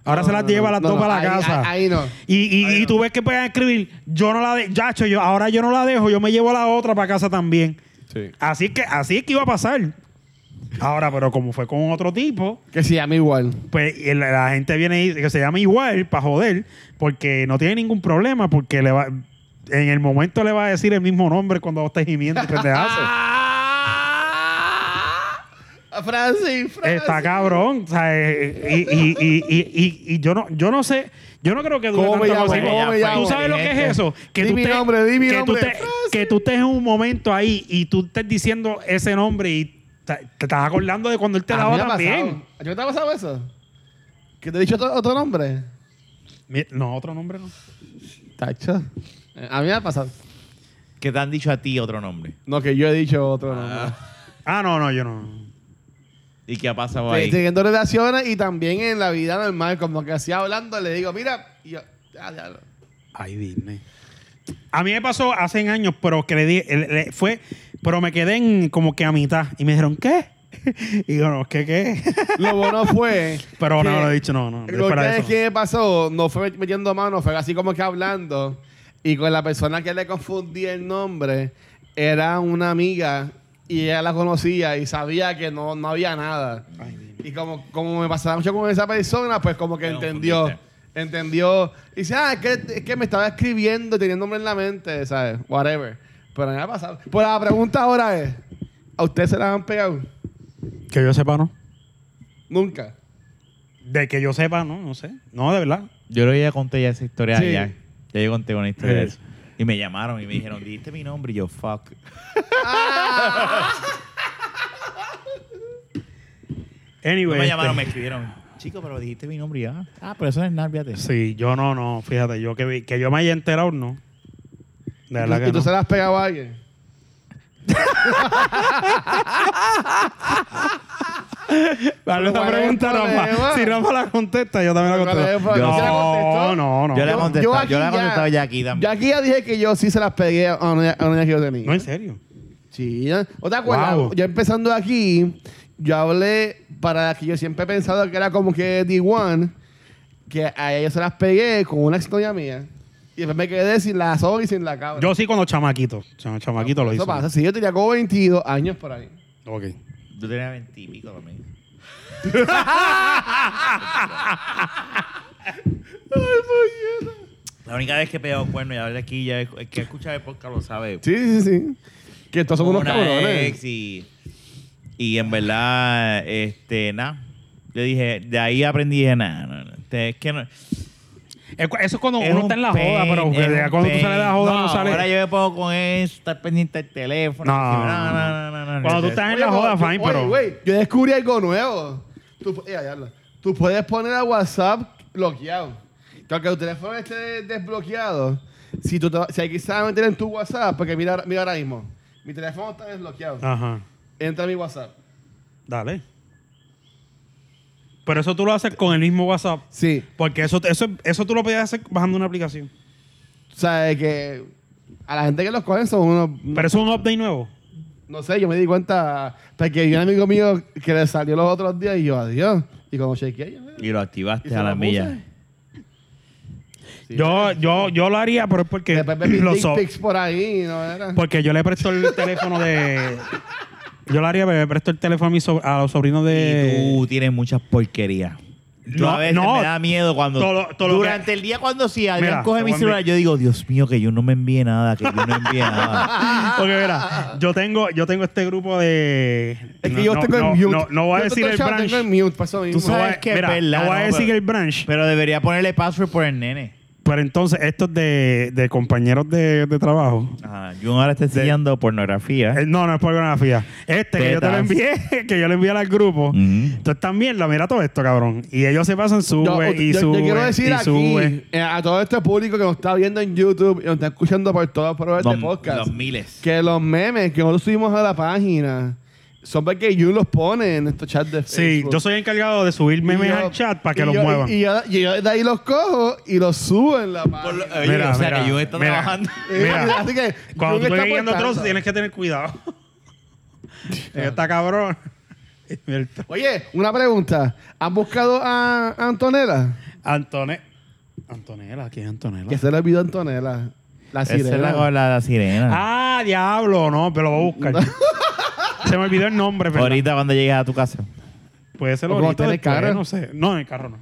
Speaker 2: Ahora
Speaker 3: No,
Speaker 2: se las
Speaker 3: no,
Speaker 2: lleva
Speaker 3: no,
Speaker 2: las
Speaker 3: no,
Speaker 2: dos
Speaker 3: no,
Speaker 2: para la
Speaker 3: ahí-
Speaker 2: casa.
Speaker 3: ahí- ahí no.
Speaker 2: Y, y-
Speaker 1: Ahí
Speaker 2: y
Speaker 1: no.
Speaker 2: tú ves que pueden escribir, yo no la dejo, yo, ahora yo no la dejo, yo me llevo la otra para casa también.
Speaker 3: Sí.
Speaker 2: Así es que, así es que iba a pasar. Ahora, pero como fue con otro tipo,
Speaker 3: Que sí, a mí igual.
Speaker 2: pues y la, la gente viene y dice que se llama igual para joder, porque no tiene ningún problema, porque le va, en el momento le va a decir el mismo nombre cuando vos estés gimiendo y pendejazo.
Speaker 3: A Ah, Francis, Francis.
Speaker 2: Está cabrón. o sea, eh, y, y- y- y- y- y yo no, yo no sé, yo no creo que dure
Speaker 3: ¿Cómo me
Speaker 2: tanto
Speaker 3: llamo?
Speaker 2: conseguir.
Speaker 3: ¿Cómo me
Speaker 2: ¿Tú
Speaker 3: llamo?
Speaker 2: sabes lo que es eso? Que
Speaker 3: Di
Speaker 2: tú
Speaker 3: mi
Speaker 2: te-
Speaker 3: nombre, di mi
Speaker 2: que tú
Speaker 3: nombre.
Speaker 2: te-
Speaker 3: Francis.
Speaker 2: que tú estés en un momento ahí y tú estés diciendo ese nombre y ta- te estás acordando de cuando él te
Speaker 3: A mí
Speaker 2: daba
Speaker 3: me ha
Speaker 2: también.
Speaker 3: pasado. ¿A ti no te ha pasado eso? ¿Que te he dicho otro, otro nombre?
Speaker 2: Mi- No, otro nombre no.
Speaker 3: Tacho. Eh, A mí me ha pasado.
Speaker 1: ¿Qué te han dicho a ti otro nombre?
Speaker 3: No, que yo he dicho otro nombre.
Speaker 2: Ah, no, no, yo no.
Speaker 1: ¿Y qué ha pasado
Speaker 3: Te-
Speaker 1: ahí?
Speaker 3: Teniendo relaciones y también en la vida normal, como que así hablando, le digo, mira, y yo, ah, diablo.
Speaker 2: Ay, Disney. A mí me pasó hace años, pero que le di, le- le- fue, pero me quedé en como que a mitad y me dijeron, ¿qué? Y yo, no, ¿qué qué?
Speaker 3: Lo bueno fue.
Speaker 2: Pero no,
Speaker 3: que
Speaker 2: lo he dicho, no, no.
Speaker 3: Lo
Speaker 2: fuera de
Speaker 3: que,
Speaker 2: eso,
Speaker 3: que me pasó no fue metiendo mano, fue así como que hablando. Y con la persona que le confundí el nombre, era una amiga y ella la conocía y sabía que no, no había nada.
Speaker 2: no. Ay, Disney.
Speaker 3: Y como, como me pasaba mucho con esa persona, pues como que
Speaker 1: Te
Speaker 3: entendió.
Speaker 1: confundiste.
Speaker 3: Entendió. Y dice, ah, es que, es que me estaba escribiendo, tenía el nombre en la mente, ¿sabes? Whatever. Pero me ha pasado. Pues la pregunta ahora es, ¿a ustedes se las han pegado?
Speaker 2: Que yo sepa, no.
Speaker 3: Nunca.
Speaker 2: De que yo sepa, no, no sé. No, de verdad.
Speaker 1: Yo le ya conté ya esa historia
Speaker 3: Sí.
Speaker 1: ya. Ya yo conté una historia de
Speaker 2: Eh.
Speaker 1: eso. Y me llamaron y me dijeron, dijiste mi nombre y yo, fuck. No
Speaker 2: Anyway.
Speaker 1: me
Speaker 2: este-
Speaker 1: llamaron, me escribieron. Chico, pero dijiste mi nombre y ya. Ah, pero eso no es nada, fíjate.
Speaker 2: Sí, yo no, no. Fíjate, yo que, vi- que yo me haya enterado, no. De
Speaker 3: ¿Y
Speaker 2: verdad
Speaker 3: tú-
Speaker 2: que
Speaker 3: y tú
Speaker 2: no.
Speaker 3: se las has pegado a alguien?
Speaker 2: Dale esta
Speaker 3: ¿Cuál es el
Speaker 2: pregunta,
Speaker 3: problema?
Speaker 2: Rafa. Si Rafa la contesta, yo también la
Speaker 3: ¿Cuál es el
Speaker 2: contesto.
Speaker 3: problema?
Speaker 1: ¿Yo la
Speaker 2: No,
Speaker 3: contestó?
Speaker 2: no, no.
Speaker 1: Yo le he
Speaker 3: Yo-
Speaker 1: contestado,
Speaker 3: yo aquí
Speaker 1: yo le he contestado
Speaker 3: ya-
Speaker 1: ya aquí también.
Speaker 3: Yo aquí ya dije que yo sí se las pegué a una, a una que yo tenía.
Speaker 2: No, en serio.
Speaker 3: Sí, ¿no? ¿O te acuerdas?
Speaker 2: Wow.
Speaker 3: Yo empezando aquí, yo hablé para la que yo siempre he pensado que era como que D1, que a ella se las pegué con una historia mía. Y después me quedé sin la soga y sin la cabra.
Speaker 2: Yo sí cuando chamaquito. Chama- Chamaquito lo hizo.
Speaker 3: Eso pasa, sí, yo tenía como 22 años por ahí.
Speaker 2: Ok.
Speaker 1: Tú tenías veintipico también. La única vez que he pegado cuerno y ahora aquí ya el que escucha el podcast lo sabe.
Speaker 3: Sí, sí, sí. Que estos son unos
Speaker 1: Una
Speaker 3: cabrones.
Speaker 1: ex y, y en verdad, este, nada. Yo dije, de ahí aprendí, dije, nada, no, no, este, es que no.
Speaker 2: Es cu- Eso es cuando
Speaker 1: es
Speaker 2: uno
Speaker 1: un
Speaker 2: está en la joda,
Speaker 1: pain,
Speaker 2: pero
Speaker 1: es
Speaker 2: que
Speaker 1: un
Speaker 2: ya cuando tú
Speaker 1: pain.
Speaker 2: sales de la joda no,
Speaker 1: Ahora
Speaker 2: sales.
Speaker 1: yo me puedo con eso, estar pendiente del teléfono.
Speaker 2: No.
Speaker 1: decir, No, no, no, no, no.
Speaker 2: Cuando tú estás en la
Speaker 3: Oye,
Speaker 2: joda,
Speaker 3: yo-
Speaker 2: fine,
Speaker 3: oye,
Speaker 2: pero.
Speaker 3: güey, yo descubrí algo nuevo. Tú, pu- ya, ya, ya. Tú puedes poner a WhatsApp bloqueado. Que aunque tu teléfono esté desbloqueado, si, tú te- si hay que se va a meter en tu WhatsApp, porque mira, mira ahora mismo, mi teléfono está desbloqueado.
Speaker 2: Ajá.
Speaker 3: Entra a mi WhatsApp.
Speaker 2: Dale. Pero eso tú lo haces con el mismo WhatsApp.
Speaker 3: Sí.
Speaker 2: Porque eso, eso, eso tú lo podías hacer bajando una aplicación.
Speaker 3: O sea, de que a la gente que los cogen son unos...
Speaker 2: Pero eso es un update nuevo.
Speaker 3: No sé, yo me di cuenta, porque hay un amigo mío que le salió los otros días y yo, adiós. Y como chequeé, yo, eh,
Speaker 1: Y lo activaste
Speaker 3: y se
Speaker 1: a la
Speaker 3: lo
Speaker 1: milla.
Speaker 3: puse. Sí.
Speaker 2: Yo, yo, yo lo haría, pero es porque
Speaker 3: Después me vi
Speaker 2: lo
Speaker 3: dick
Speaker 2: so- Pues,
Speaker 3: pics por ahí, ¿no era?
Speaker 2: porque yo le presto el teléfono de. Yo lo haría, pero le presto el teléfono a, mi so- a los sobrinos de.
Speaker 1: Y tú tienes muchas porquerías. Yo
Speaker 2: No,
Speaker 1: a veces
Speaker 2: no.
Speaker 1: me da miedo cuando.
Speaker 2: Todo lo- todo lo
Speaker 1: durante el día, cuando sí, alguien
Speaker 2: Mira,
Speaker 1: coge
Speaker 2: te
Speaker 1: mi
Speaker 2: voy a
Speaker 1: celular,
Speaker 2: enviar-
Speaker 1: yo digo, Dios mío, que yo no me envíe nada, que yo no envíe nada.
Speaker 2: Porque mira, yo tengo, yo tengo este grupo de.
Speaker 3: Es que
Speaker 2: no,
Speaker 3: yo
Speaker 2: no,
Speaker 3: tengo
Speaker 2: no,
Speaker 3: el mute.
Speaker 2: No, no voy a
Speaker 3: Yo
Speaker 2: decir
Speaker 3: todo
Speaker 2: el
Speaker 3: chavo
Speaker 2: branch.
Speaker 3: Tengo el mute, por eso mismo.
Speaker 1: Tú sabes
Speaker 2: no voy a-
Speaker 1: que es
Speaker 2: mira,
Speaker 1: verdad,
Speaker 2: no voy a
Speaker 1: no,
Speaker 2: decir
Speaker 1: pero-
Speaker 2: el branch.
Speaker 1: Pero debería ponerle password por el nene.
Speaker 2: Pero entonces, estos de, de compañeros de, de trabajo.
Speaker 1: Ajá. Yo ahora está enseñando pornografía.
Speaker 2: Eh, No, no es pornografía. Este que yo te lo
Speaker 1: Tetas.
Speaker 2: envié, que yo le envié al grupo.
Speaker 1: Ujú.
Speaker 2: Entonces también lo mira todo esto, cabrón. Y ellos se pasan, sube
Speaker 3: Yo-
Speaker 2: y
Speaker 3: yo- yo
Speaker 2: sube.
Speaker 3: quiero decir
Speaker 2: y
Speaker 3: aquí
Speaker 2: sube.
Speaker 3: eh, a todo este público que nos está viendo en YouTube y nos está escuchando por todas por este
Speaker 1: Los-
Speaker 3: podcast
Speaker 1: los miles.
Speaker 3: que los memes que nosotros subimos a la página son porque you los pone en estos chats de
Speaker 2: Sí,
Speaker 3: Facebook.
Speaker 2: yo soy encargado de subir
Speaker 3: Y
Speaker 2: memes
Speaker 3: yo-
Speaker 2: al chat para
Speaker 3: y
Speaker 2: que los
Speaker 3: yo-
Speaker 2: muevan.
Speaker 3: Y yo, y yo de ahí los cojo y los subo en la
Speaker 1: Por lo-
Speaker 3: página.
Speaker 1: oye,
Speaker 2: Mira,
Speaker 1: o sea
Speaker 2: mira,
Speaker 1: que yo estoy
Speaker 2: mira.
Speaker 1: trabajando.
Speaker 2: Mira,
Speaker 3: Así que
Speaker 2: Cuando
Speaker 3: Jun
Speaker 2: tú
Speaker 3: está
Speaker 2: estés guiando
Speaker 3: aportando.
Speaker 2: otros, tienes que tener cuidado. Está cabrón. Es cierto.
Speaker 3: Oye, una pregunta. ¿Han buscado a Antonella?
Speaker 2: Antone... Antonella, ¿quién es Antonella?
Speaker 3: Que se le olvidó a Antonella. La
Speaker 1: Esa es la,
Speaker 3: sirena.
Speaker 1: la- la sirena.
Speaker 2: Ah, diablo, no, pero lo voy a buscar. Se me olvidó el nombre, pero
Speaker 1: Ahorita cuando llegues a tu casa.
Speaker 2: puede ser
Speaker 3: ¿O cómo
Speaker 2: ahorita
Speaker 3: está en el
Speaker 2: después,
Speaker 3: carro?
Speaker 2: no sé. No, en el carro no.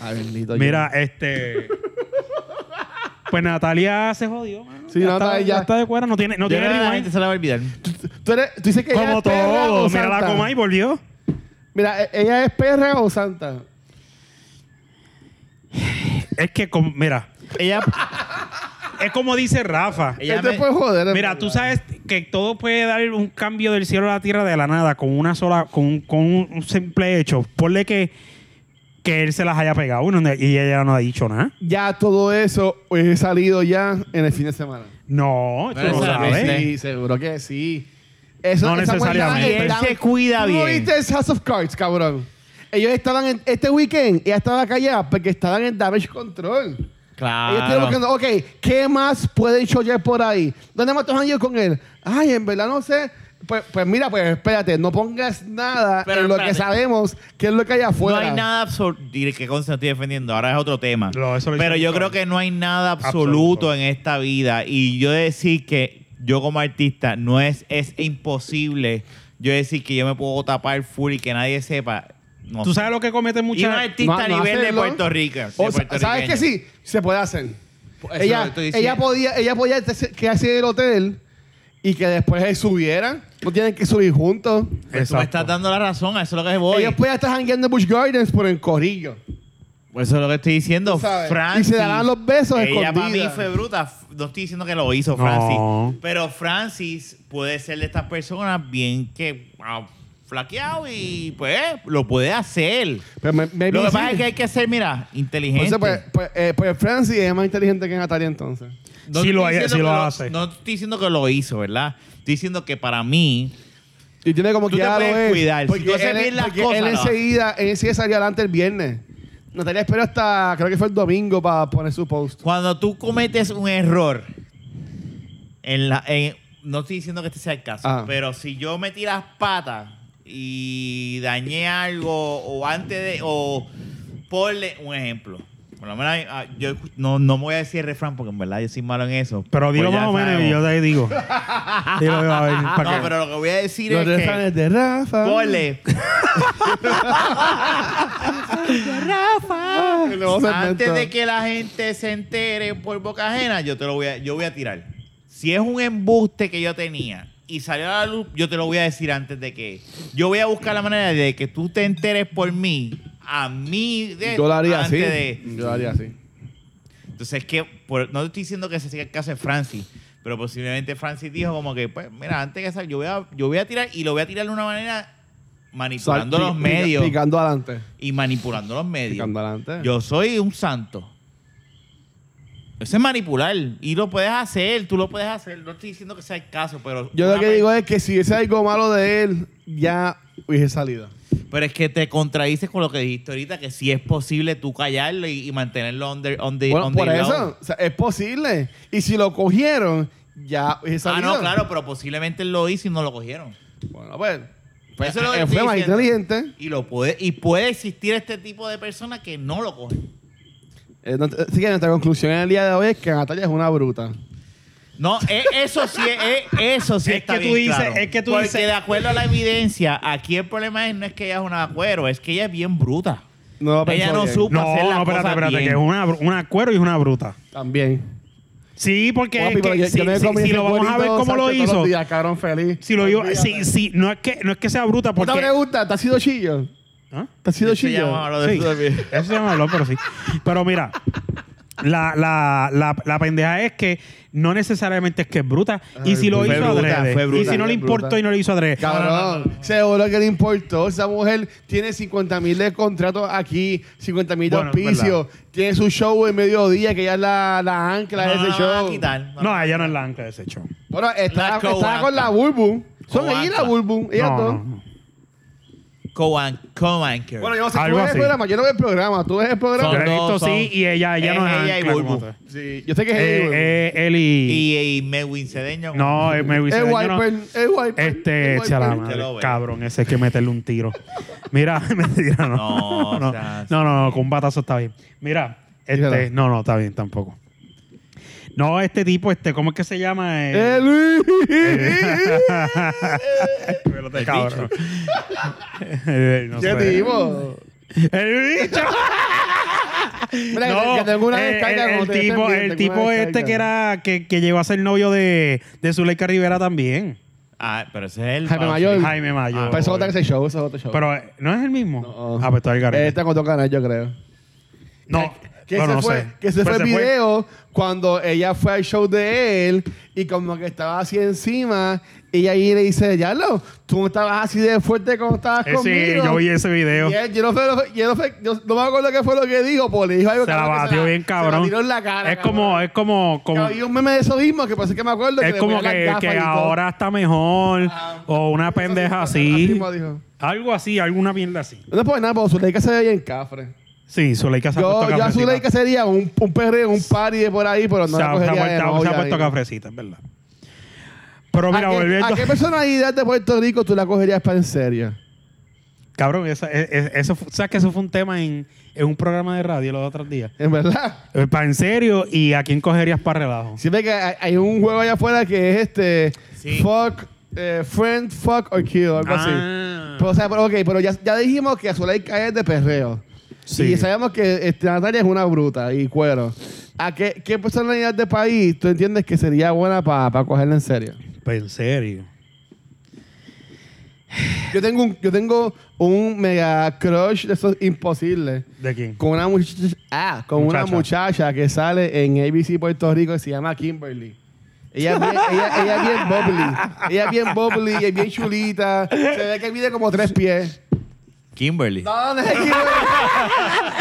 Speaker 3: Ay, bendito
Speaker 2: Mira, este. Pues Natalia se jodió, mano.
Speaker 3: Sí,
Speaker 2: ya,
Speaker 3: Natalia
Speaker 2: está, ya
Speaker 3: ya-
Speaker 2: está de cuerda, no tiene, no
Speaker 1: Yo
Speaker 2: tiene
Speaker 1: creo que la
Speaker 2: rewind.
Speaker 1: gente se la va a olvidar.
Speaker 3: Tú, eres, tú dices que ella
Speaker 2: Como
Speaker 3: es perra
Speaker 2: todo.
Speaker 3: o
Speaker 2: Mira la
Speaker 3: santa.
Speaker 2: coma y volvió.
Speaker 3: Mira, e- ella es perra o santa.
Speaker 2: Es que, com- mira,
Speaker 1: Ella,
Speaker 2: es como dice Rafa.
Speaker 1: Ella
Speaker 3: Este
Speaker 1: me-
Speaker 3: fue joder. en
Speaker 2: Mira,
Speaker 3: verdad.
Speaker 2: tú sabes que todo puede dar un cambio del cielo a la tierra de la nada con una sola, con, con un simple hecho. Ponle que, que él se las haya pegado y no- y ella no ha dicho nada.
Speaker 3: Ya todo eso he salido ya en el fin de semana.
Speaker 2: No, tú
Speaker 1: No
Speaker 2: no
Speaker 1: necesariamente.
Speaker 2: sabes.
Speaker 3: Sí, seguro que sí. Eso,
Speaker 2: No
Speaker 3: esa
Speaker 2: necesariamente.
Speaker 1: Y
Speaker 3: guayada
Speaker 1: él
Speaker 3: están-
Speaker 1: se cuida
Speaker 3: ¿Tú no
Speaker 1: bien.
Speaker 3: viste House of Cards, cabrón? Ellos estaban en, este weekend, ella estaba callada porque estaban en damage control. Ellos estuvieron
Speaker 1: Claro.
Speaker 3: buscando, ok, ¿qué más pueden choyer por ahí? ¿Dónde más están ellos con él? Ay, en verdad no sé. Pues, pues mira, pues espérate, no pongas nada
Speaker 1: Pero
Speaker 3: en lo
Speaker 1: espérate.
Speaker 3: que sabemos que es lo que hay
Speaker 1: No
Speaker 3: afuera.
Speaker 1: hay nada absoluto. Que conste, no estoy defendiendo. Ahora es otro tema.
Speaker 2: No, eso lo
Speaker 1: Pero yo
Speaker 2: hicimos claro.
Speaker 1: creo que no hay nada absoluto,
Speaker 2: Absoluto.
Speaker 1: en esta vida. Y yo decir que yo como artista no es, es imposible yo decir que yo me puedo tapar full y que nadie sepa. No
Speaker 2: Tú
Speaker 1: sé.
Speaker 2: sabes lo que comete
Speaker 1: Y un
Speaker 2: mucha
Speaker 1: artista
Speaker 3: No-
Speaker 1: a pues
Speaker 3: no
Speaker 1: nivel de
Speaker 3: hacerlo.
Speaker 1: Puerto Rico. de
Speaker 3: O sea, ¿Sabes
Speaker 1: puertorriqueño. Pues
Speaker 3: que sí? Se puede hacer.
Speaker 1: Eso es lo que
Speaker 3: Ella,
Speaker 1: estoy diciendo.
Speaker 3: ella podía, ella podía te- quedarse en el hotel y que después se subieran. No tienen que subir juntos.
Speaker 1: Pues tú me estás dando la razón, a eso es lo que voy.
Speaker 3: Ellos podían estar jangueando en Bush Gardens por el corillo.
Speaker 1: Pues eso es lo que estoy diciendo,
Speaker 3: Tú sabes.
Speaker 1: Francis.
Speaker 3: Y se darán los besos
Speaker 1: Ella para mí
Speaker 3: escondidas.
Speaker 1: fue bruta. F- No estoy diciendo que lo hizo
Speaker 2: No.
Speaker 1: Francis. Pero Francis puede ser de estas personas bien que ah, flaqueado y pues lo puede hacer.
Speaker 3: Pero me, me-
Speaker 1: Lo que
Speaker 3: sí.
Speaker 1: pasa es que hay que ser, mira, inteligente.
Speaker 3: Entonces, pues, pues, eh, pues Francis es más inteligente que Natalia entonces.
Speaker 1: No
Speaker 2: Si
Speaker 1: estoy
Speaker 2: lo-
Speaker 1: diciendo
Speaker 2: si
Speaker 1: que
Speaker 2: lo hace.
Speaker 1: No estoy diciendo que lo hizo, ¿verdad? Estoy diciendo que para mí
Speaker 3: Y tiene como
Speaker 1: Tú
Speaker 3: que
Speaker 1: te
Speaker 3: ya lo
Speaker 1: puedes
Speaker 3: es.
Speaker 1: cuidar.
Speaker 3: Porque
Speaker 1: Si tú haces
Speaker 3: él,
Speaker 1: bien las
Speaker 3: porque
Speaker 1: cosas,
Speaker 3: él
Speaker 1: lo haces.
Speaker 3: enseguida, él enseguida salió adelante el viernes. Natalia esperó hasta, creo que fue el domingo para poner su post.
Speaker 1: Cuando tú cometes un error, en la, en- no estoy diciendo que este sea el caso,
Speaker 3: Ajá.
Speaker 1: pero si yo metí las patas y dañé algo o antes de, o ponle un ejemplo. Por lo menos ah, yo escu- no, no me voy a decir el refrán porque en verdad yo soy malo en eso.
Speaker 2: Pero
Speaker 1: Pues
Speaker 2: digo
Speaker 1: ya
Speaker 2: más o menos y
Speaker 1: sabemos.
Speaker 2: yo te digo. Dilo, a ver,
Speaker 1: no,
Speaker 2: para que-
Speaker 1: pero lo que voy a decir
Speaker 3: Los
Speaker 1: es que...
Speaker 3: refranes de Rafa.
Speaker 1: Ponle.
Speaker 3: Ah, el nuevo segmento.
Speaker 1: Antes de que la gente se entere por boca ajena, yo te lo voy a, yo voy a tirar. Si es un embuste que yo tenía y salió a la luz, yo te lo voy a decir antes de que. Yo voy a buscar la manera de que tú te enteres por mí. A mí de
Speaker 3: Yo lo haría así.
Speaker 1: antes de-
Speaker 3: Yo lo haría así.
Speaker 1: Entonces es que por- no te estoy diciendo que se siga el caso de Francis, pero posiblemente Francis dijo como que, pues, mira, antes que salga, yo voy a, yo voy a tirar y lo voy a tirar de una manera manipulando
Speaker 3: Sal-
Speaker 1: los
Speaker 3: pi-
Speaker 1: medios
Speaker 3: pi- Picando adelante.
Speaker 1: y manipulando los medios.
Speaker 3: Picando adelante.
Speaker 1: Yo soy un santo. Eso es manipular. Y lo puedes hacer, tú lo puedes hacer. No estoy diciendo que sea el caso, pero.
Speaker 3: Yo lo
Speaker 1: una
Speaker 3: que
Speaker 1: vez-
Speaker 3: digo es que si hubiese algo malo de él, ya hubiese salido.
Speaker 1: Pero es que te contradices con lo que dijiste ahorita, que sí es posible tú callarlo y, y mantenerlo on the, on the-
Speaker 3: Bueno,
Speaker 1: on the
Speaker 3: por
Speaker 1: low.
Speaker 3: eso, o sea, es posible. Y si lo cogieron, ya hubiese
Speaker 1: Ah,
Speaker 3: salido.
Speaker 1: no, claro, pero posiblemente él lo hizo y no lo cogieron.
Speaker 3: Bueno, pues,
Speaker 1: Eso es lo que
Speaker 3: eh,
Speaker 1: estoy
Speaker 3: fue más
Speaker 1: diciendo.
Speaker 3: inteligente.
Speaker 1: Y lo puede, y puede existir este tipo de personas que no lo cogen.
Speaker 3: Eh, no- Así que nuestra conclusión en el día de hoy es que Natalia es una bruta.
Speaker 1: No, e- eso sí, e- eso sí
Speaker 2: Es
Speaker 1: está
Speaker 2: que tú
Speaker 1: bien
Speaker 2: dices-
Speaker 1: claro.
Speaker 2: es que tú
Speaker 1: Porque
Speaker 2: dices-
Speaker 1: de acuerdo a la evidencia, aquí el problema es no es que ella es una cuero, es que ella es bien bruta.
Speaker 3: No lo
Speaker 1: Ella
Speaker 3: pensó
Speaker 1: no
Speaker 3: bien.
Speaker 1: supo
Speaker 2: no,
Speaker 1: hacer las
Speaker 2: no, espérate,
Speaker 1: cosas
Speaker 2: espérate,
Speaker 1: bien.
Speaker 2: que es una, br- una cuero y una bruta.
Speaker 3: También.
Speaker 2: Sí, porque
Speaker 3: Papi,
Speaker 2: es
Speaker 3: pero
Speaker 2: que
Speaker 3: yo-
Speaker 2: si,
Speaker 3: yo me
Speaker 2: si-
Speaker 3: comí
Speaker 2: si
Speaker 3: ese
Speaker 2: lo vamos a ver
Speaker 3: cuerito,
Speaker 2: cómo lo
Speaker 3: Sánchez, todos los
Speaker 2: hizo.
Speaker 3: días, cabrón, feliz.
Speaker 2: Si lo iba,
Speaker 3: Olvídate.
Speaker 2: sí, sí, no es que no es que sea bruta porque
Speaker 3: Otra pregunta, ¿te has sido chillo?
Speaker 2: ¿Ah?
Speaker 3: ¿Te has sido
Speaker 1: Eso ya
Speaker 3: chillo?
Speaker 1: vamos a hablar de
Speaker 2: Sí.
Speaker 1: eso también.
Speaker 2: Eso ya me habló, pero sí. Pero mira, la, la, la, la pendeja es que no necesariamente es que es bruta.
Speaker 3: Ay,
Speaker 2: y si lo
Speaker 1: fue
Speaker 2: hizo
Speaker 1: bruta,
Speaker 2: adrede.
Speaker 1: fue
Speaker 2: y
Speaker 1: bruta,
Speaker 2: si no le
Speaker 3: fue
Speaker 2: importó
Speaker 3: bruta.
Speaker 2: y no le hizo adrede.
Speaker 3: Cabrón, seguro que le importó. Esa mujer tiene 50 mil de contratos aquí, 50 mil de
Speaker 2: Bueno, es
Speaker 3: auspicios. Tiene su show en mediodía, que ella es la, la ancla
Speaker 1: No,
Speaker 3: de ese
Speaker 1: no, no,
Speaker 3: show.
Speaker 1: a quitar, no, no.
Speaker 2: No, ella no es la ancla de ese show.
Speaker 3: Bueno,
Speaker 1: La
Speaker 3: está, está
Speaker 1: co-ancla.
Speaker 3: con la Bulbu. Son
Speaker 1: Co-ancla.
Speaker 3: ella y la Bulbu. Ellas
Speaker 2: No,
Speaker 3: dos.
Speaker 2: no, no.
Speaker 1: Co-an- Co-anchor.
Speaker 3: Bueno, yo no sé,
Speaker 2: Algo
Speaker 3: tú ves
Speaker 2: así.
Speaker 3: el programa. Yo no veo el programa. ¿Tú ves el programa?
Speaker 2: Yo
Speaker 1: Son
Speaker 2: la he
Speaker 1: dos,
Speaker 2: visto,
Speaker 1: son-
Speaker 2: sí, y ella, ella no es
Speaker 1: Es ella y
Speaker 2: ancla como
Speaker 1: Bulbu.
Speaker 2: tal.
Speaker 3: Sí, yo sé que es
Speaker 2: Eh,
Speaker 3: el
Speaker 2: eh, él y...
Speaker 1: y, y Mewin Cedeño.
Speaker 2: No, eh, me
Speaker 3: Es
Speaker 2: hubiese- yo no-
Speaker 3: Wiper. Es Wiper.
Speaker 2: Este,
Speaker 3: es
Speaker 2: echa la
Speaker 3: Wiper.
Speaker 2: madre,
Speaker 1: Te lo veo.
Speaker 2: cabrón, ese hay que meterle un tiro. Mira, mentira, no.
Speaker 1: No,
Speaker 2: No,
Speaker 1: o
Speaker 2: no,
Speaker 1: sea,
Speaker 2: no, no, con un batazo está bien. Mira, este,
Speaker 3: Dígalo.
Speaker 2: no, no, está bien tampoco. No, este tipo, este, ¿cómo es que se llama? Eh,
Speaker 3: El-
Speaker 2: espérate,
Speaker 1: el
Speaker 2: cabrón. Eh, no
Speaker 3: ¿Qué
Speaker 2: sé.
Speaker 3: tipo?
Speaker 2: El bicho.
Speaker 3: Mira,
Speaker 2: No,
Speaker 3: que tengo una
Speaker 2: eh,
Speaker 3: descarga
Speaker 2: el,
Speaker 3: cuando te
Speaker 2: tipo, el
Speaker 3: defendí, tengo una
Speaker 2: tipo este
Speaker 3: descarga.
Speaker 2: que era, que, que llegó a ser novio de, de Zuleika Rivera también.
Speaker 1: Ah, pero ese es el.
Speaker 3: Jaime Mayor.
Speaker 2: Jaime Mayor.
Speaker 3: Ah, Pero eso es otro ese show, eso es otro show.
Speaker 2: Pero, eh, ¿no es el mismo?
Speaker 3: No.
Speaker 2: Ah, pues está el garete.
Speaker 3: Este con dos canales, yo creo.
Speaker 2: No,
Speaker 3: Que
Speaker 2: Bueno,
Speaker 3: se
Speaker 2: no
Speaker 3: fue,
Speaker 2: sé.
Speaker 3: que se
Speaker 2: Pero
Speaker 3: fue el
Speaker 2: se fue.
Speaker 3: video cuando ella fue al show de él y como que estaba así encima. Ella ahí le dice, Yarlo, tú no estabas así de fuerte como estabas
Speaker 2: Eh, sí,
Speaker 3: conmigo.
Speaker 2: yo vi ese video.
Speaker 3: Y él, yo no sé, lo- yo no, sé- yo no me acuerdo qué fue lo que dijo, pero le dijo algo
Speaker 2: Se la
Speaker 3: como que
Speaker 2: batió bien,
Speaker 3: Se
Speaker 2: cabrón.
Speaker 3: la tiró en la cara.
Speaker 2: es como, es como, como-
Speaker 3: Había un meme de eso mismo que parece que me acuerdo.
Speaker 2: es
Speaker 3: le
Speaker 2: como
Speaker 3: ponía las
Speaker 2: que,
Speaker 3: gafas
Speaker 2: que
Speaker 3: y todo.
Speaker 2: ahora está mejor
Speaker 3: Ah,
Speaker 2: o una
Speaker 3: eso sí,
Speaker 2: pendeja
Speaker 3: eso sí,
Speaker 2: así.
Speaker 3: mismo dijo.
Speaker 2: Algo así, alguna mierda así.
Speaker 3: No pues nada, pues Zuleika se ve bien cafre.
Speaker 2: Sí, Zuleika se ha
Speaker 3: Yo,
Speaker 2: puesto
Speaker 3: yo a
Speaker 2: cafrecita.
Speaker 3: Zuleika sería un, un perreo, un party de por ahí, pero no
Speaker 2: se,
Speaker 3: la
Speaker 2: ha, se ha
Speaker 3: cogería de
Speaker 2: puesto, se ha
Speaker 3: novia
Speaker 2: puesto
Speaker 3: ni-
Speaker 2: cafrecita, es verdad. Pero mira,
Speaker 3: ¿A qué-
Speaker 2: volviendo...
Speaker 3: ¿A qué personalidad de Puerto Rico tú la cogerías para en serio?
Speaker 2: Cabrón, esa- es- es- eso, fu- ¿sabes que eso fue un tema en, en un programa de radio los otros días?
Speaker 3: En verdad.
Speaker 2: Eh, Pa' en serio, ¿y a quién cogerías para relajo?
Speaker 3: Siempre que hay, hay un juego allá afuera que es este...
Speaker 1: Sí.
Speaker 3: Fuck, eh, friend, fuck or kill, algo así. Pues,
Speaker 2: Ah,
Speaker 3: Pero, o sea, pero, ok, pero ya, ya dijimos que Zuleika es de perreo.
Speaker 2: Sí.
Speaker 3: Y sabemos que este, Natalia es una bruta y cuero. ¿A qué, qué personalidad de país tú entiendes que sería buena para cogerla en serio?
Speaker 2: pa' en serio.
Speaker 3: Yo tengo un, yo tengo un mega crush de esos imposibles.
Speaker 2: ¿De quién?
Speaker 3: Con una muchacha, ah, con
Speaker 2: Muchacha.
Speaker 3: una muchacha que sale en ABC Puerto Rico que se llama Kimberly. Ella es bien, ella, ella es bien bubbly. Ella es bien bubbly, es bien chulita. Se ve que mide como tres pies.
Speaker 1: Kimberly.
Speaker 3: No, no es Kimberly.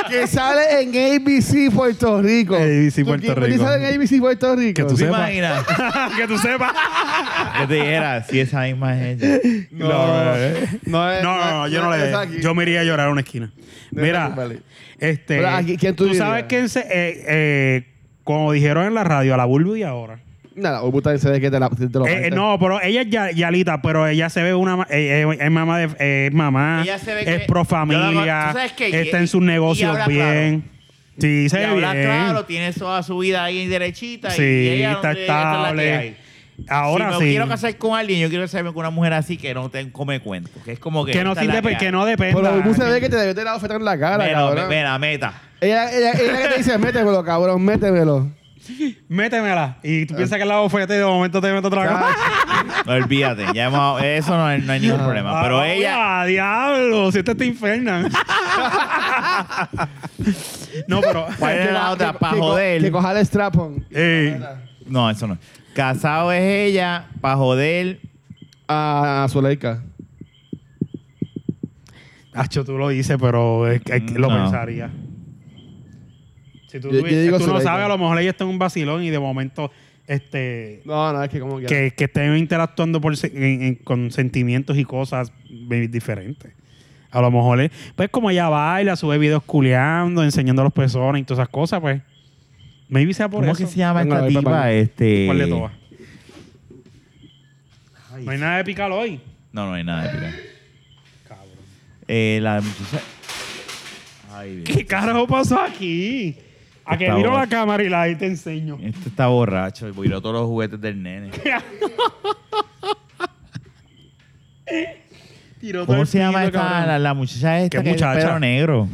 Speaker 3: que sale en ABC Puerto Rico.
Speaker 2: ABC
Speaker 3: ¿Tú,
Speaker 2: Puerto
Speaker 3: Kimberly
Speaker 2: Rico.
Speaker 3: sale en ABC Puerto Rico.
Speaker 2: Que tú
Speaker 1: ¿Te
Speaker 2: sepas.
Speaker 1: imaginas?
Speaker 2: que tú sepas.
Speaker 1: Yo te dijera si esa misma es ella.
Speaker 3: No,
Speaker 2: No, eh.
Speaker 3: no, es-
Speaker 2: No, no, no, yo no
Speaker 3: es
Speaker 2: le.
Speaker 3: aquí.
Speaker 2: Yo me iría a llorar a una esquina.
Speaker 3: No
Speaker 2: Mira,
Speaker 3: es Kimberly.
Speaker 2: este.
Speaker 3: Pero, ¿a qui- quién tú dirías?
Speaker 2: sabes que, eh, como dijeron en la radio, a la Bulbu y ahora.
Speaker 3: Nada, hoy puta se ve que te la, te lo
Speaker 2: Eh, eh,
Speaker 3: parten.
Speaker 2: no, pero ella es ya- Yalita, pero ella se ve una. ma- eh, eh, es mamá, de, eh, es, mamá
Speaker 1: Ella se ve
Speaker 2: es
Speaker 1: que- Yo
Speaker 2: pro
Speaker 1: la-
Speaker 2: familia,
Speaker 1: ¿tú sabes qué?
Speaker 2: está
Speaker 1: Y-
Speaker 2: en sus
Speaker 1: y
Speaker 2: negocios
Speaker 1: habla
Speaker 2: bien. Sí, se
Speaker 1: y
Speaker 2: ve bien.
Speaker 1: habla claro, tiene toda su vida ahí derechita. y-
Speaker 2: sí,
Speaker 1: y ella
Speaker 2: está
Speaker 1: donde ella está es la que
Speaker 2: estable.
Speaker 1: hay.
Speaker 2: Ahora
Speaker 1: si
Speaker 2: sí.
Speaker 1: me quiero casar con alguien, yo quiero casarme con una mujer así que no te come cuento. Que es como que.
Speaker 2: que, no
Speaker 1: esta es la
Speaker 2: sirve- pues,
Speaker 1: hay.
Speaker 2: que no dependa.
Speaker 3: Pero hoy se ve que te debió tirar la oferta en la cara,
Speaker 1: Mira,
Speaker 3: cabrón.
Speaker 1: mira, meta.
Speaker 3: Ella, ella, ella que te dice, métemelo, cabrón, métemelo.
Speaker 2: Métemela. Y
Speaker 3: Ah.
Speaker 2: tú piensas que la oferta y de momento te meto otra cosa.
Speaker 1: Olvídate, ya hemos- eso no, hay- no hay ningún problema. Pero
Speaker 2: Ah,
Speaker 1: ella,
Speaker 2: oye, diablo, si este te infernan. no, pero.
Speaker 1: ¿cuál era la otra? Para
Speaker 3: Que co- Que
Speaker 1: joder.
Speaker 3: coja el strap on.
Speaker 2: Eh,
Speaker 1: No, eso no. Casado es ella, para joder.
Speaker 3: A Zuleika.
Speaker 2: Hacho, tú lo dices, pero es que- es que lo
Speaker 1: No.
Speaker 2: pensaría. Si tú,
Speaker 3: Yo- yo
Speaker 2: tuvi-
Speaker 3: digo
Speaker 2: tú no
Speaker 3: Zuleika.
Speaker 2: sabes, a lo mejor ella está en un vacilón y de momento este
Speaker 3: No, no, es que como que...
Speaker 2: que, que estén interactuando por, se- en- en- con sentimientos y cosas bi- diferentes. A lo mejor es, pues como ella baila, sube videos culeando, enseñando a los personas y todas esas cosas, pues. Maybe sea por
Speaker 1: ¿Cómo
Speaker 2: eso.
Speaker 1: que se llama
Speaker 3: Venga,
Speaker 1: esta
Speaker 3: voy pa'
Speaker 1: tipa?
Speaker 3: baño.
Speaker 1: Este.
Speaker 2: ¿Cuál de todas? No hay nada de picar hoy.
Speaker 1: No, no hay nada de picar.
Speaker 2: Cabrón.
Speaker 1: Eh, la muchacha. Ay, Dios.
Speaker 2: ¿Qué carajo pasó aquí? A que
Speaker 1: Está
Speaker 2: miro la
Speaker 1: borracho.
Speaker 2: cámara y la ahí te enseño.
Speaker 1: Este está borracho y viró todos los juguetes del nene.
Speaker 2: Tiró todo
Speaker 1: ¿Cómo
Speaker 2: el
Speaker 1: se llama
Speaker 2: piso,
Speaker 1: esta?
Speaker 2: cabrón.
Speaker 1: La, la muchacha esta
Speaker 2: ¿Qué
Speaker 1: que es de
Speaker 2: muchacha?
Speaker 1: pelo negro.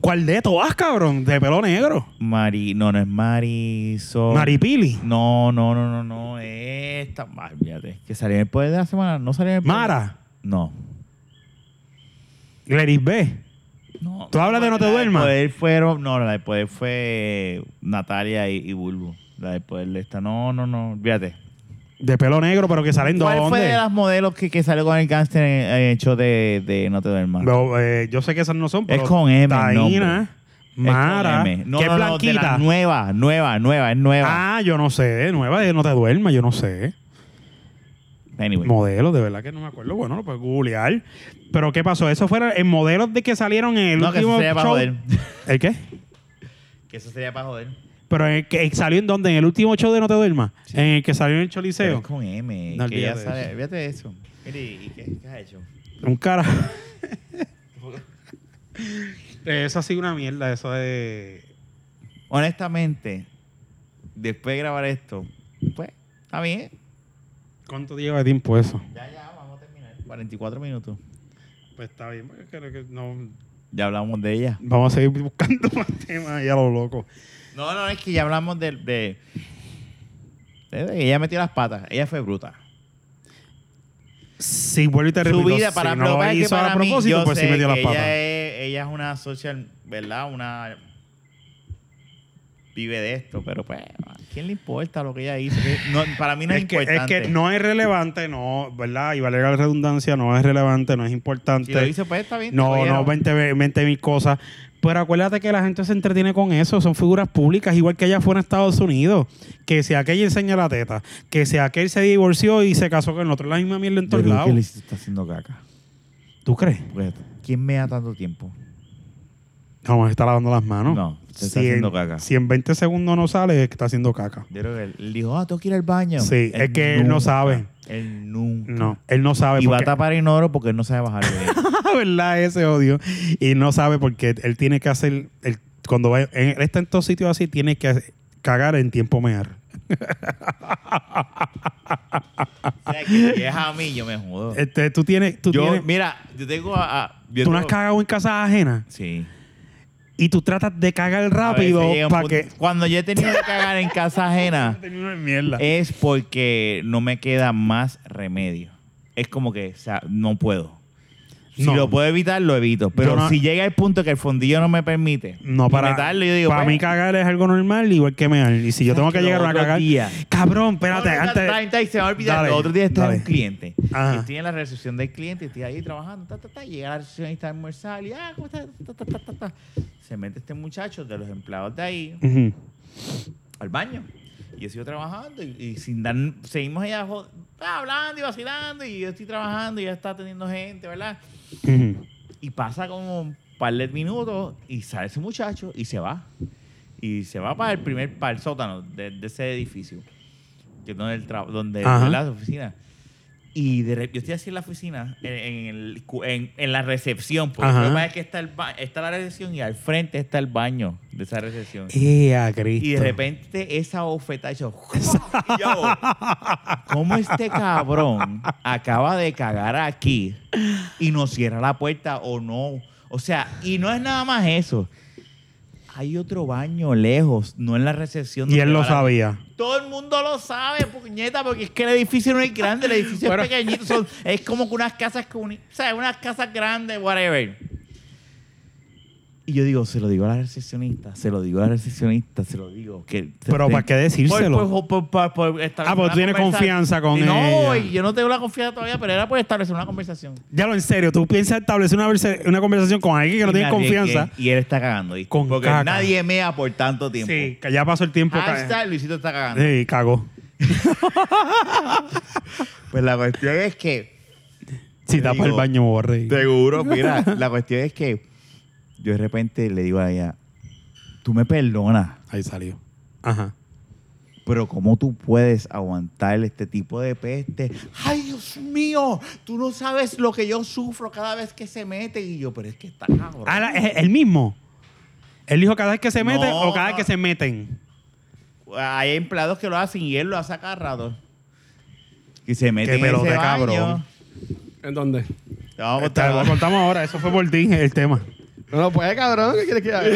Speaker 2: ¿Cuál de todas, cabrón? De pelo negro.
Speaker 1: Mari. No, no es
Speaker 2: Oh.
Speaker 1: Marisol.
Speaker 2: Maripili.
Speaker 1: No, no, no, no, no. Esta. Ah, fíjate. Que salió en el poder de la semana. No salió en el poder.
Speaker 2: Mara.
Speaker 1: No.
Speaker 2: Gleris B.
Speaker 1: no.
Speaker 2: ¿Tú hablas de No te
Speaker 1: La del
Speaker 2: duermas?
Speaker 1: Poder fueron, no, la del poder fue Natalia y, y Bulbo. La del poder de esta. No, no, no. Fíjate.
Speaker 2: De pelo negro, pero que salen
Speaker 1: ¿Cuál fue de
Speaker 2: dónde.
Speaker 1: las modelos que, que salió con el gánster en, en el show de, de No te duermas?
Speaker 2: No, eh, yo sé que esas no son, pero.
Speaker 1: Es con M el nombre.
Speaker 2: Taína,
Speaker 1: Es con
Speaker 2: Mara.
Speaker 1: M. No,
Speaker 2: que es
Speaker 1: no, no, de
Speaker 2: blanquita.
Speaker 1: las nueva, nueva, nueva, es nueva.
Speaker 2: ah, yo no sé. Nueva de No te duermas, yo no sé.
Speaker 1: anyway.
Speaker 2: Modelos, de verdad que no me acuerdo. Bueno, lo puedes googlear. Pero ¿qué pasó? Eso fueron en modelos de que salieron en el
Speaker 1: No, que eso
Speaker 2: último
Speaker 1: sería para
Speaker 2: show.
Speaker 1: joder.
Speaker 2: ¿El qué?
Speaker 1: Que eso sería para joder.
Speaker 2: Pero en el que salió en donde? En el último show de No te duermas. En el que salió en el
Speaker 1: Pero
Speaker 2: Choliseo.
Speaker 1: es con M.
Speaker 2: No,
Speaker 1: que ya
Speaker 2: olvídate de
Speaker 1: sale. Fíjate de eso. Mira, ¿y y qué, qué has hecho?
Speaker 2: Un cara. eso ha sido una mierda, eso de.
Speaker 1: Honestamente, después de grabar esto, pues, está bien.
Speaker 2: ¿Cuánto lleva de tiempo eso?
Speaker 1: Ya, ya, vamos a terminar. 44 minutos.
Speaker 2: Pues está bien, porque creo que no.
Speaker 1: Ya hablamos de ella.
Speaker 2: Vamos a seguir buscando más temas y a lo loco.
Speaker 1: No, no, es que ya hablamos de... de, de- de- ella metió las patas. Ella fue bruta.
Speaker 2: Si vuelvo y te
Speaker 1: Su
Speaker 2: repito,
Speaker 1: vida para
Speaker 2: si
Speaker 1: lo que
Speaker 2: no
Speaker 1: pasa
Speaker 2: lo
Speaker 1: es que
Speaker 2: hizo
Speaker 1: para
Speaker 2: a
Speaker 1: mí,
Speaker 2: propósito,
Speaker 1: yo
Speaker 2: pues sí
Speaker 1: sé
Speaker 2: metió las
Speaker 1: que
Speaker 2: patas.
Speaker 1: Ella es, ella es una social, ¿verdad? Una vive de esto, pero pues, ¿a quién le importa lo que ella hizo? Que no- para mí no es,
Speaker 2: es, que, es
Speaker 1: importante.
Speaker 2: que no es relevante, no, ¿verdad? Y valga la redundancia, no es relevante, no es importante.
Speaker 1: Si lo hizo, pues está bien.
Speaker 2: No,
Speaker 1: caballero.
Speaker 2: no, 20 mil cosas. Pero acuérdate que la gente se entretiene con eso. Son figuras públicas, igual que allá fuera en Estados Unidos. Que si aquel enseña la teta, que si aquel se divorció y se casó con el otro, la misma mierda en
Speaker 1: Yo
Speaker 2: todos
Speaker 1: creo que
Speaker 2: lados.
Speaker 1: le está haciendo caca.
Speaker 2: ¿Tú crees?
Speaker 1: Porque, ¿Quién me da tanto tiempo?
Speaker 2: No, se está lavando las manos.
Speaker 1: No, se está
Speaker 2: Si en-
Speaker 1: haciendo caca.
Speaker 2: Si en 20 segundos no sale, es que está haciendo caca.
Speaker 1: Yo creo que él, él dijo, ah, tengo que ir al baño.
Speaker 2: Sí, es que él no sabe.
Speaker 1: Él nunca.
Speaker 2: No, él no sabe.
Speaker 1: Y va a
Speaker 2: porque-
Speaker 1: tapar inodoro porque él no sabe bajar el dedo.
Speaker 2: ¿verdad? Ese odio. Y no sabe porque él tiene que hacer. él- cuando va, él está en todos sitios así, tiene que hacer- cagar en tiempo mear.
Speaker 1: O sea, que si es a mí, yo me jodo.
Speaker 2: Este, tú tienes. Tú,
Speaker 1: Oh. yo,
Speaker 2: tienes-
Speaker 1: mira, yo tengo a... a- yo
Speaker 2: tú no has
Speaker 1: tengo-
Speaker 2: cagado en casas ajenas
Speaker 1: Sí.
Speaker 2: y tú tratas de cagar
Speaker 1: A
Speaker 2: rápido
Speaker 1: veces llega un
Speaker 2: para
Speaker 1: punto-
Speaker 2: que.
Speaker 1: Cuando yo he tenido que cagar en casa ajena,
Speaker 2: mierda.
Speaker 1: es porque no me queda más remedio. Es como que, o sea, no puedo. Si
Speaker 2: No.
Speaker 1: lo puedo evitar, lo evito. Pero
Speaker 2: Yo no-
Speaker 1: si llega el punto que el fondillo no me permite
Speaker 2: no, para,
Speaker 1: meterlo, yo digo,
Speaker 2: para
Speaker 1: pues,
Speaker 2: mí cagar es algo normal, igual que mear. Y si yo tengo que
Speaker 1: Los
Speaker 2: llegar a
Speaker 1: otros
Speaker 2: cagar.
Speaker 1: días.
Speaker 2: Cabrón, espérate,
Speaker 1: No, no,
Speaker 2: antes.
Speaker 1: está, está, y se me va a olvidar.
Speaker 2: Dale,
Speaker 1: Los otros días estaba
Speaker 2: dale.
Speaker 1: un cliente.
Speaker 2: Ajá.
Speaker 1: Y Estoy en la recepción del cliente, y estoy ahí trabajando, ta, ta, ta, y llega la recepción y está almorzando, y ah, ¿cómo está? Ta, ta, ta, ta, ta. Se mete este muchacho de los empleados de ahí
Speaker 2: Ujú.
Speaker 1: al baño. Y yo sigo trabajando y, y sin dar, seguimos allá jo- ah, hablando y vacilando y yo estoy trabajando y ya está teniendo gente, ¿verdad?
Speaker 2: Ujú.
Speaker 1: Y pasa como un par de minutos y sale ese muchacho y se va. Y se va para el primer, para el sótano de, de ese edificio, que es donde, él tra- donde
Speaker 2: Ajá.
Speaker 1: es la oficina. Y de rep- yo estoy así en la oficina, en, en el cu- en- en la recepción, porque
Speaker 2: Ajá.
Speaker 1: lo que pasa es que está, el ba- está la recepción y al frente está el baño de esa recepción.
Speaker 2: Ea, Cristo.
Speaker 1: Y de repente esa bofeta hizo... Y yo, ¿Cómo este cabrón acaba de cagar aquí y no cierra la puerta o no? O sea, y no es nada más eso. Hay otro baño lejos, no en la recepción.
Speaker 2: Y
Speaker 1: donde
Speaker 2: él lo
Speaker 1: va la-
Speaker 2: sabía.
Speaker 1: Todo el mundo lo sabe, puñeta, porque es que el edificio no es grande, el edificio es pequeñito. son- es como que unas casas, que uni- o sea, unas casas grandes, whatever. Y yo digo, se lo digo a la recepcionista, se lo digo a la recepcionista, se lo digo. Que, pues,
Speaker 2: Pero ¿para qué decírselo?
Speaker 1: Por, por- por- por- por establecer
Speaker 2: Ah, pues tú
Speaker 1: una
Speaker 2: tienes
Speaker 1: conversa-
Speaker 2: confianza con
Speaker 1: No,
Speaker 2: ella.
Speaker 1: y yo no tengo la confianza todavía, pero era por establecer una conversación.
Speaker 2: Ya lo en serio, tú piensas establecer una, verse- una conversación con alguien que no
Speaker 1: Y me
Speaker 2: tiene confianza.
Speaker 1: arriesgué, Y él está cagando. ¿viste?
Speaker 2: Con
Speaker 1: Porque
Speaker 2: caca.
Speaker 1: nadie mea por tanto tiempo.
Speaker 2: Sí, que ya pasó el tiempo. ca-
Speaker 1: Hashtag Luisito está cagando.
Speaker 2: Sí, cagó.
Speaker 1: Pues la cuestión es que...
Speaker 2: Si
Speaker 1: Te
Speaker 2: tapas el
Speaker 1: digo,
Speaker 2: baño, borre.
Speaker 1: Seguro, mira, la cuestión es que yo de repente le digo a ella, tú me perdonas,
Speaker 2: Ahí salió. Ajá.
Speaker 1: pero ¿cómo tú puedes aguantar este tipo de peste? ¡Ay, Dios mío! Tú no sabes lo que yo sufro cada vez que se mete. Y yo, pero es que está cabrón.
Speaker 2: Ah, la- ¿es el mismo? ¿Él dijo cada vez que se meten
Speaker 1: No,
Speaker 2: o cada
Speaker 1: no.
Speaker 2: vez que se meten?
Speaker 1: Hay empleados que lo hacen y él lo hace a cada rato. Y se mete en ese
Speaker 2: pelota,
Speaker 1: baño.
Speaker 2: cabrón.
Speaker 3: ¿En dónde?
Speaker 1: Te vamos a
Speaker 2: Te Este, lo
Speaker 1: botar-
Speaker 2: contamos ahora. Eso fue por ti el tema.
Speaker 3: No, no puede, cabrón. ¿Qué quieres que haga?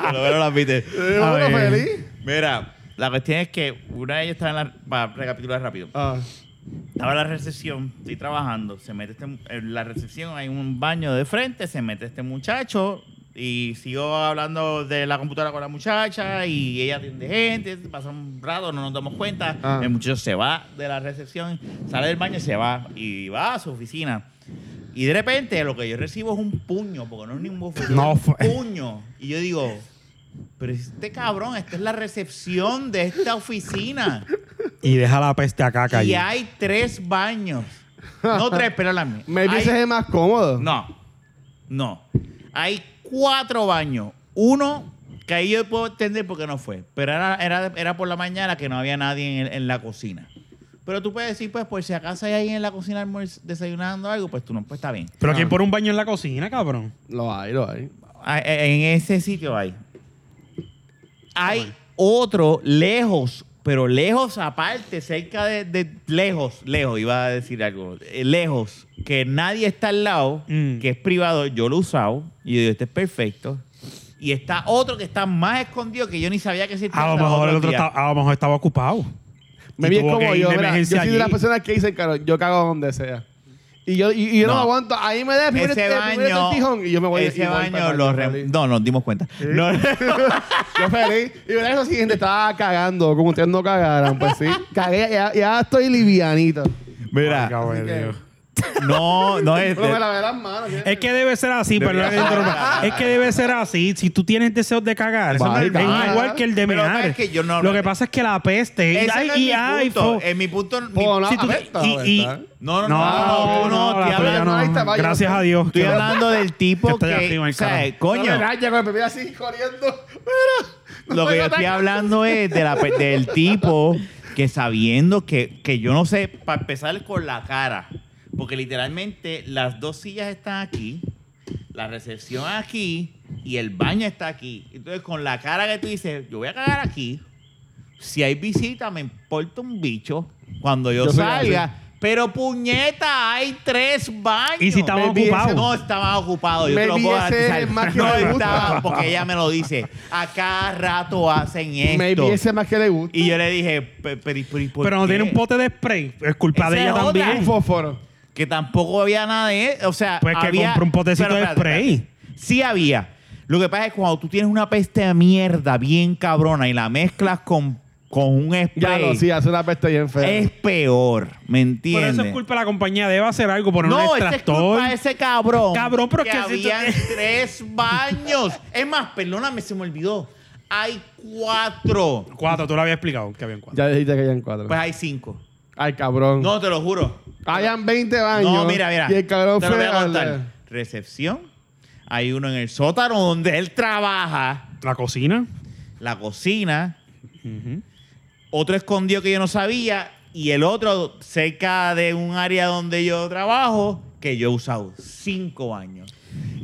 Speaker 1: Por lo menos lo admite.
Speaker 3: Eh,
Speaker 2: A
Speaker 3: bueno,
Speaker 2: ver.
Speaker 3: feliz.
Speaker 1: Mira, la cuestión es que una de ellas estaba en la... Para recapitular rápido.
Speaker 3: Ah,
Speaker 1: Estaba en la recepción, estoy trabajando, se mete este, en la recepción hay un baño de frente, se mete este muchacho y sigo hablando de la computadora con la muchacha y ella atiende gente, pasa un rato, no nos damos cuenta,
Speaker 3: Ah.
Speaker 1: el muchacho se va de la recepción, sale del baño y se va y va a su oficina. Y de repente lo que yo recibo es un puño, porque no es ningún bofetón,
Speaker 2: No
Speaker 1: es un
Speaker 2: fue-
Speaker 1: puño. Y yo digo, pero este cabrón, esta es la recepción de esta oficina.
Speaker 2: Y deja la peste acá
Speaker 1: Y
Speaker 2: caer.
Speaker 1: hay tres baños. No tres, espérame.
Speaker 3: me
Speaker 1: Hay-
Speaker 3: dices es más cómodo.
Speaker 1: No, no. Hay cuatro baños. Uno que ahí yo puedo entender porque no fue. Pero era, era, era por la mañana que no había nadie en, en la cocina. Pero tú puedes decir, pues, por si acaso hay alguien en la cocina almuerz- desayunando algo, pues tú no, pues está bien.
Speaker 2: Pero ¿quién pone un baño en la cocina, cabrón?
Speaker 3: Lo hay, lo hay.
Speaker 1: Ah, En ese sitio hay. Hay otro lejos, pero lejos aparte, cerca de, de- lejos, lejos, iba a decir algo, eh, lejos, que nadie está al lado,
Speaker 2: Mm.
Speaker 1: que es privado, yo lo he usado, y yo digo, este es perfecto. Y está otro que está más escondido que yo ni sabía que existía.
Speaker 2: A lo
Speaker 3: Ah,
Speaker 1: hasta los
Speaker 2: mejor el
Speaker 1: otros
Speaker 2: otro
Speaker 1: días.
Speaker 2: estaba, a lo mejor estaba ocupado.
Speaker 3: Me
Speaker 2: Y
Speaker 3: vi es
Speaker 2: tuvo
Speaker 3: como
Speaker 2: que ir
Speaker 3: yo.
Speaker 2: de
Speaker 3: mira, yo
Speaker 2: emergencia
Speaker 3: soy de las
Speaker 2: allí.
Speaker 3: personas que dicen, claro, yo cago donde sea. Y yo, y, y yo no,
Speaker 1: No.
Speaker 3: me aguanto. Ahí me da el primer,
Speaker 1: Ese
Speaker 3: el primer
Speaker 1: baño.
Speaker 3: estortijón y yo me voy
Speaker 1: ese
Speaker 3: y voy para
Speaker 1: baño
Speaker 3: el
Speaker 1: lo
Speaker 3: baño,
Speaker 1: rem-
Speaker 3: salí.
Speaker 1: No, nos dimos cuenta. Lo-
Speaker 3: Yo feliz. Y verás lo siguiente, estaba cagando, como ustedes no cagaran, pues sí. Cagué, ya, ya estoy livianito.
Speaker 1: Mira,
Speaker 2: Ay, cabrón,
Speaker 3: que-
Speaker 2: Dios.
Speaker 1: no, no es.
Speaker 3: Pero me lavé las manos.
Speaker 1: Eh,
Speaker 3: ¿qué?
Speaker 2: Es que debe ser así, perdón, que te interrumpa. Es que debe ser así. Si tú tienes deseos de cagar,
Speaker 3: Eso no es
Speaker 2: es
Speaker 3: cagar.
Speaker 2: igual que el de
Speaker 1: Pero
Speaker 2: mear.
Speaker 1: sabes que yo no-
Speaker 2: Lo que pasa es que la peste. y-
Speaker 1: Ese
Speaker 2: ay,
Speaker 1: no
Speaker 2: y-
Speaker 1: es mi
Speaker 2: ay,
Speaker 1: punto.
Speaker 2: fo-
Speaker 1: En mi punto. mi-
Speaker 3: Pues, no,
Speaker 2: si tú-
Speaker 3: apesta,
Speaker 2: y- y-
Speaker 3: apesta.
Speaker 1: No, no, no,
Speaker 2: No,
Speaker 1: no, no,
Speaker 2: no,
Speaker 1: estoy
Speaker 2: la tuya
Speaker 1: hablando,
Speaker 2: no.
Speaker 3: ahí está, vaya,
Speaker 2: Gracias
Speaker 3: no.
Speaker 2: a Dios.
Speaker 1: estoy
Speaker 2: que-
Speaker 1: hablando del
Speaker 2: Que
Speaker 1: tipo
Speaker 2: estoy
Speaker 1: que,
Speaker 2: arriba, el
Speaker 1: o sea,
Speaker 2: carajo.
Speaker 1: coño,
Speaker 3: No me raya con el bebé así, corriendo. Mira, no
Speaker 1: lo que
Speaker 3: tengo
Speaker 1: yo estoy
Speaker 3: tan-
Speaker 1: hablando es de la, pe- del tipo que sabiendo que, que yo no sé, para empezar con la cara, porque literalmente las dos sillas están aquí, la recepción aquí y el baño está aquí. Entonces con la cara que tú dices, yo voy a cagar aquí, si hay visita me importa un bicho cuando yo,
Speaker 3: Yo soy
Speaker 1: salga.
Speaker 3: así.
Speaker 1: Pero puñeta, hay tres baños.
Speaker 2: Y si estaban
Speaker 3: Baby, ese
Speaker 2: ocupados.
Speaker 1: No, estaba ocupado. Yo te lo
Speaker 3: Maybe
Speaker 1: puedo
Speaker 3: ese es
Speaker 1: garantizar.
Speaker 3: el más que
Speaker 1: No
Speaker 3: me gusta.
Speaker 1: estaba, porque ella me lo dice. A cada rato hacen esto.
Speaker 3: Maybe ese más que le gusta.
Speaker 1: Y yo le dije, "Pe- pero, y- pero, y por
Speaker 2: Pero no
Speaker 1: qué?".
Speaker 2: tiene un pote de spray. Es culpa de
Speaker 1: Esa
Speaker 2: ella
Speaker 1: es otra.
Speaker 2: también.
Speaker 3: Un fósforo.
Speaker 1: Que tampoco había nada de O sea,
Speaker 2: Pues que
Speaker 1: había-
Speaker 2: compró un potecito
Speaker 1: Pero
Speaker 2: de spray.
Speaker 1: espérate. Sí había. Lo que pasa es que cuando tú tienes una peste de mierda bien cabrona y la mezclas con, con un spray,
Speaker 3: Ya lo sí, hace una peste bien fea.
Speaker 1: es peor. ¿Me
Speaker 2: Por
Speaker 1: entiendes?
Speaker 2: eso es culpa de la compañía. Debe hacer algo, poner un
Speaker 1: No, ese es
Speaker 2: extractor.
Speaker 1: culpa de ese cabrón.
Speaker 2: Cabrón, pero
Speaker 1: que
Speaker 2: que si tú-
Speaker 1: habían tres baños. Es más, perdóname, se me olvidó. Hay cuatro.
Speaker 2: Cuatro, tú lo habías explicado que habían cuatro.
Speaker 3: Ya dijiste que hayan cuatro.
Speaker 1: Pues hay cinco.
Speaker 3: Ay, cabrón.
Speaker 1: No, te lo juro.
Speaker 3: Hayan 20 baños.
Speaker 1: No, mira, mira.
Speaker 3: Y el cabrón eh.
Speaker 1: te lo voy
Speaker 3: fue
Speaker 1: a
Speaker 3: al-
Speaker 1: contar. Recepción. Hay uno en el sótano donde él trabaja.
Speaker 2: La cocina.
Speaker 1: La cocina. Otro escondido que yo no sabía. Y el otro cerca de un área donde yo trabajo que yo he usado cinco años.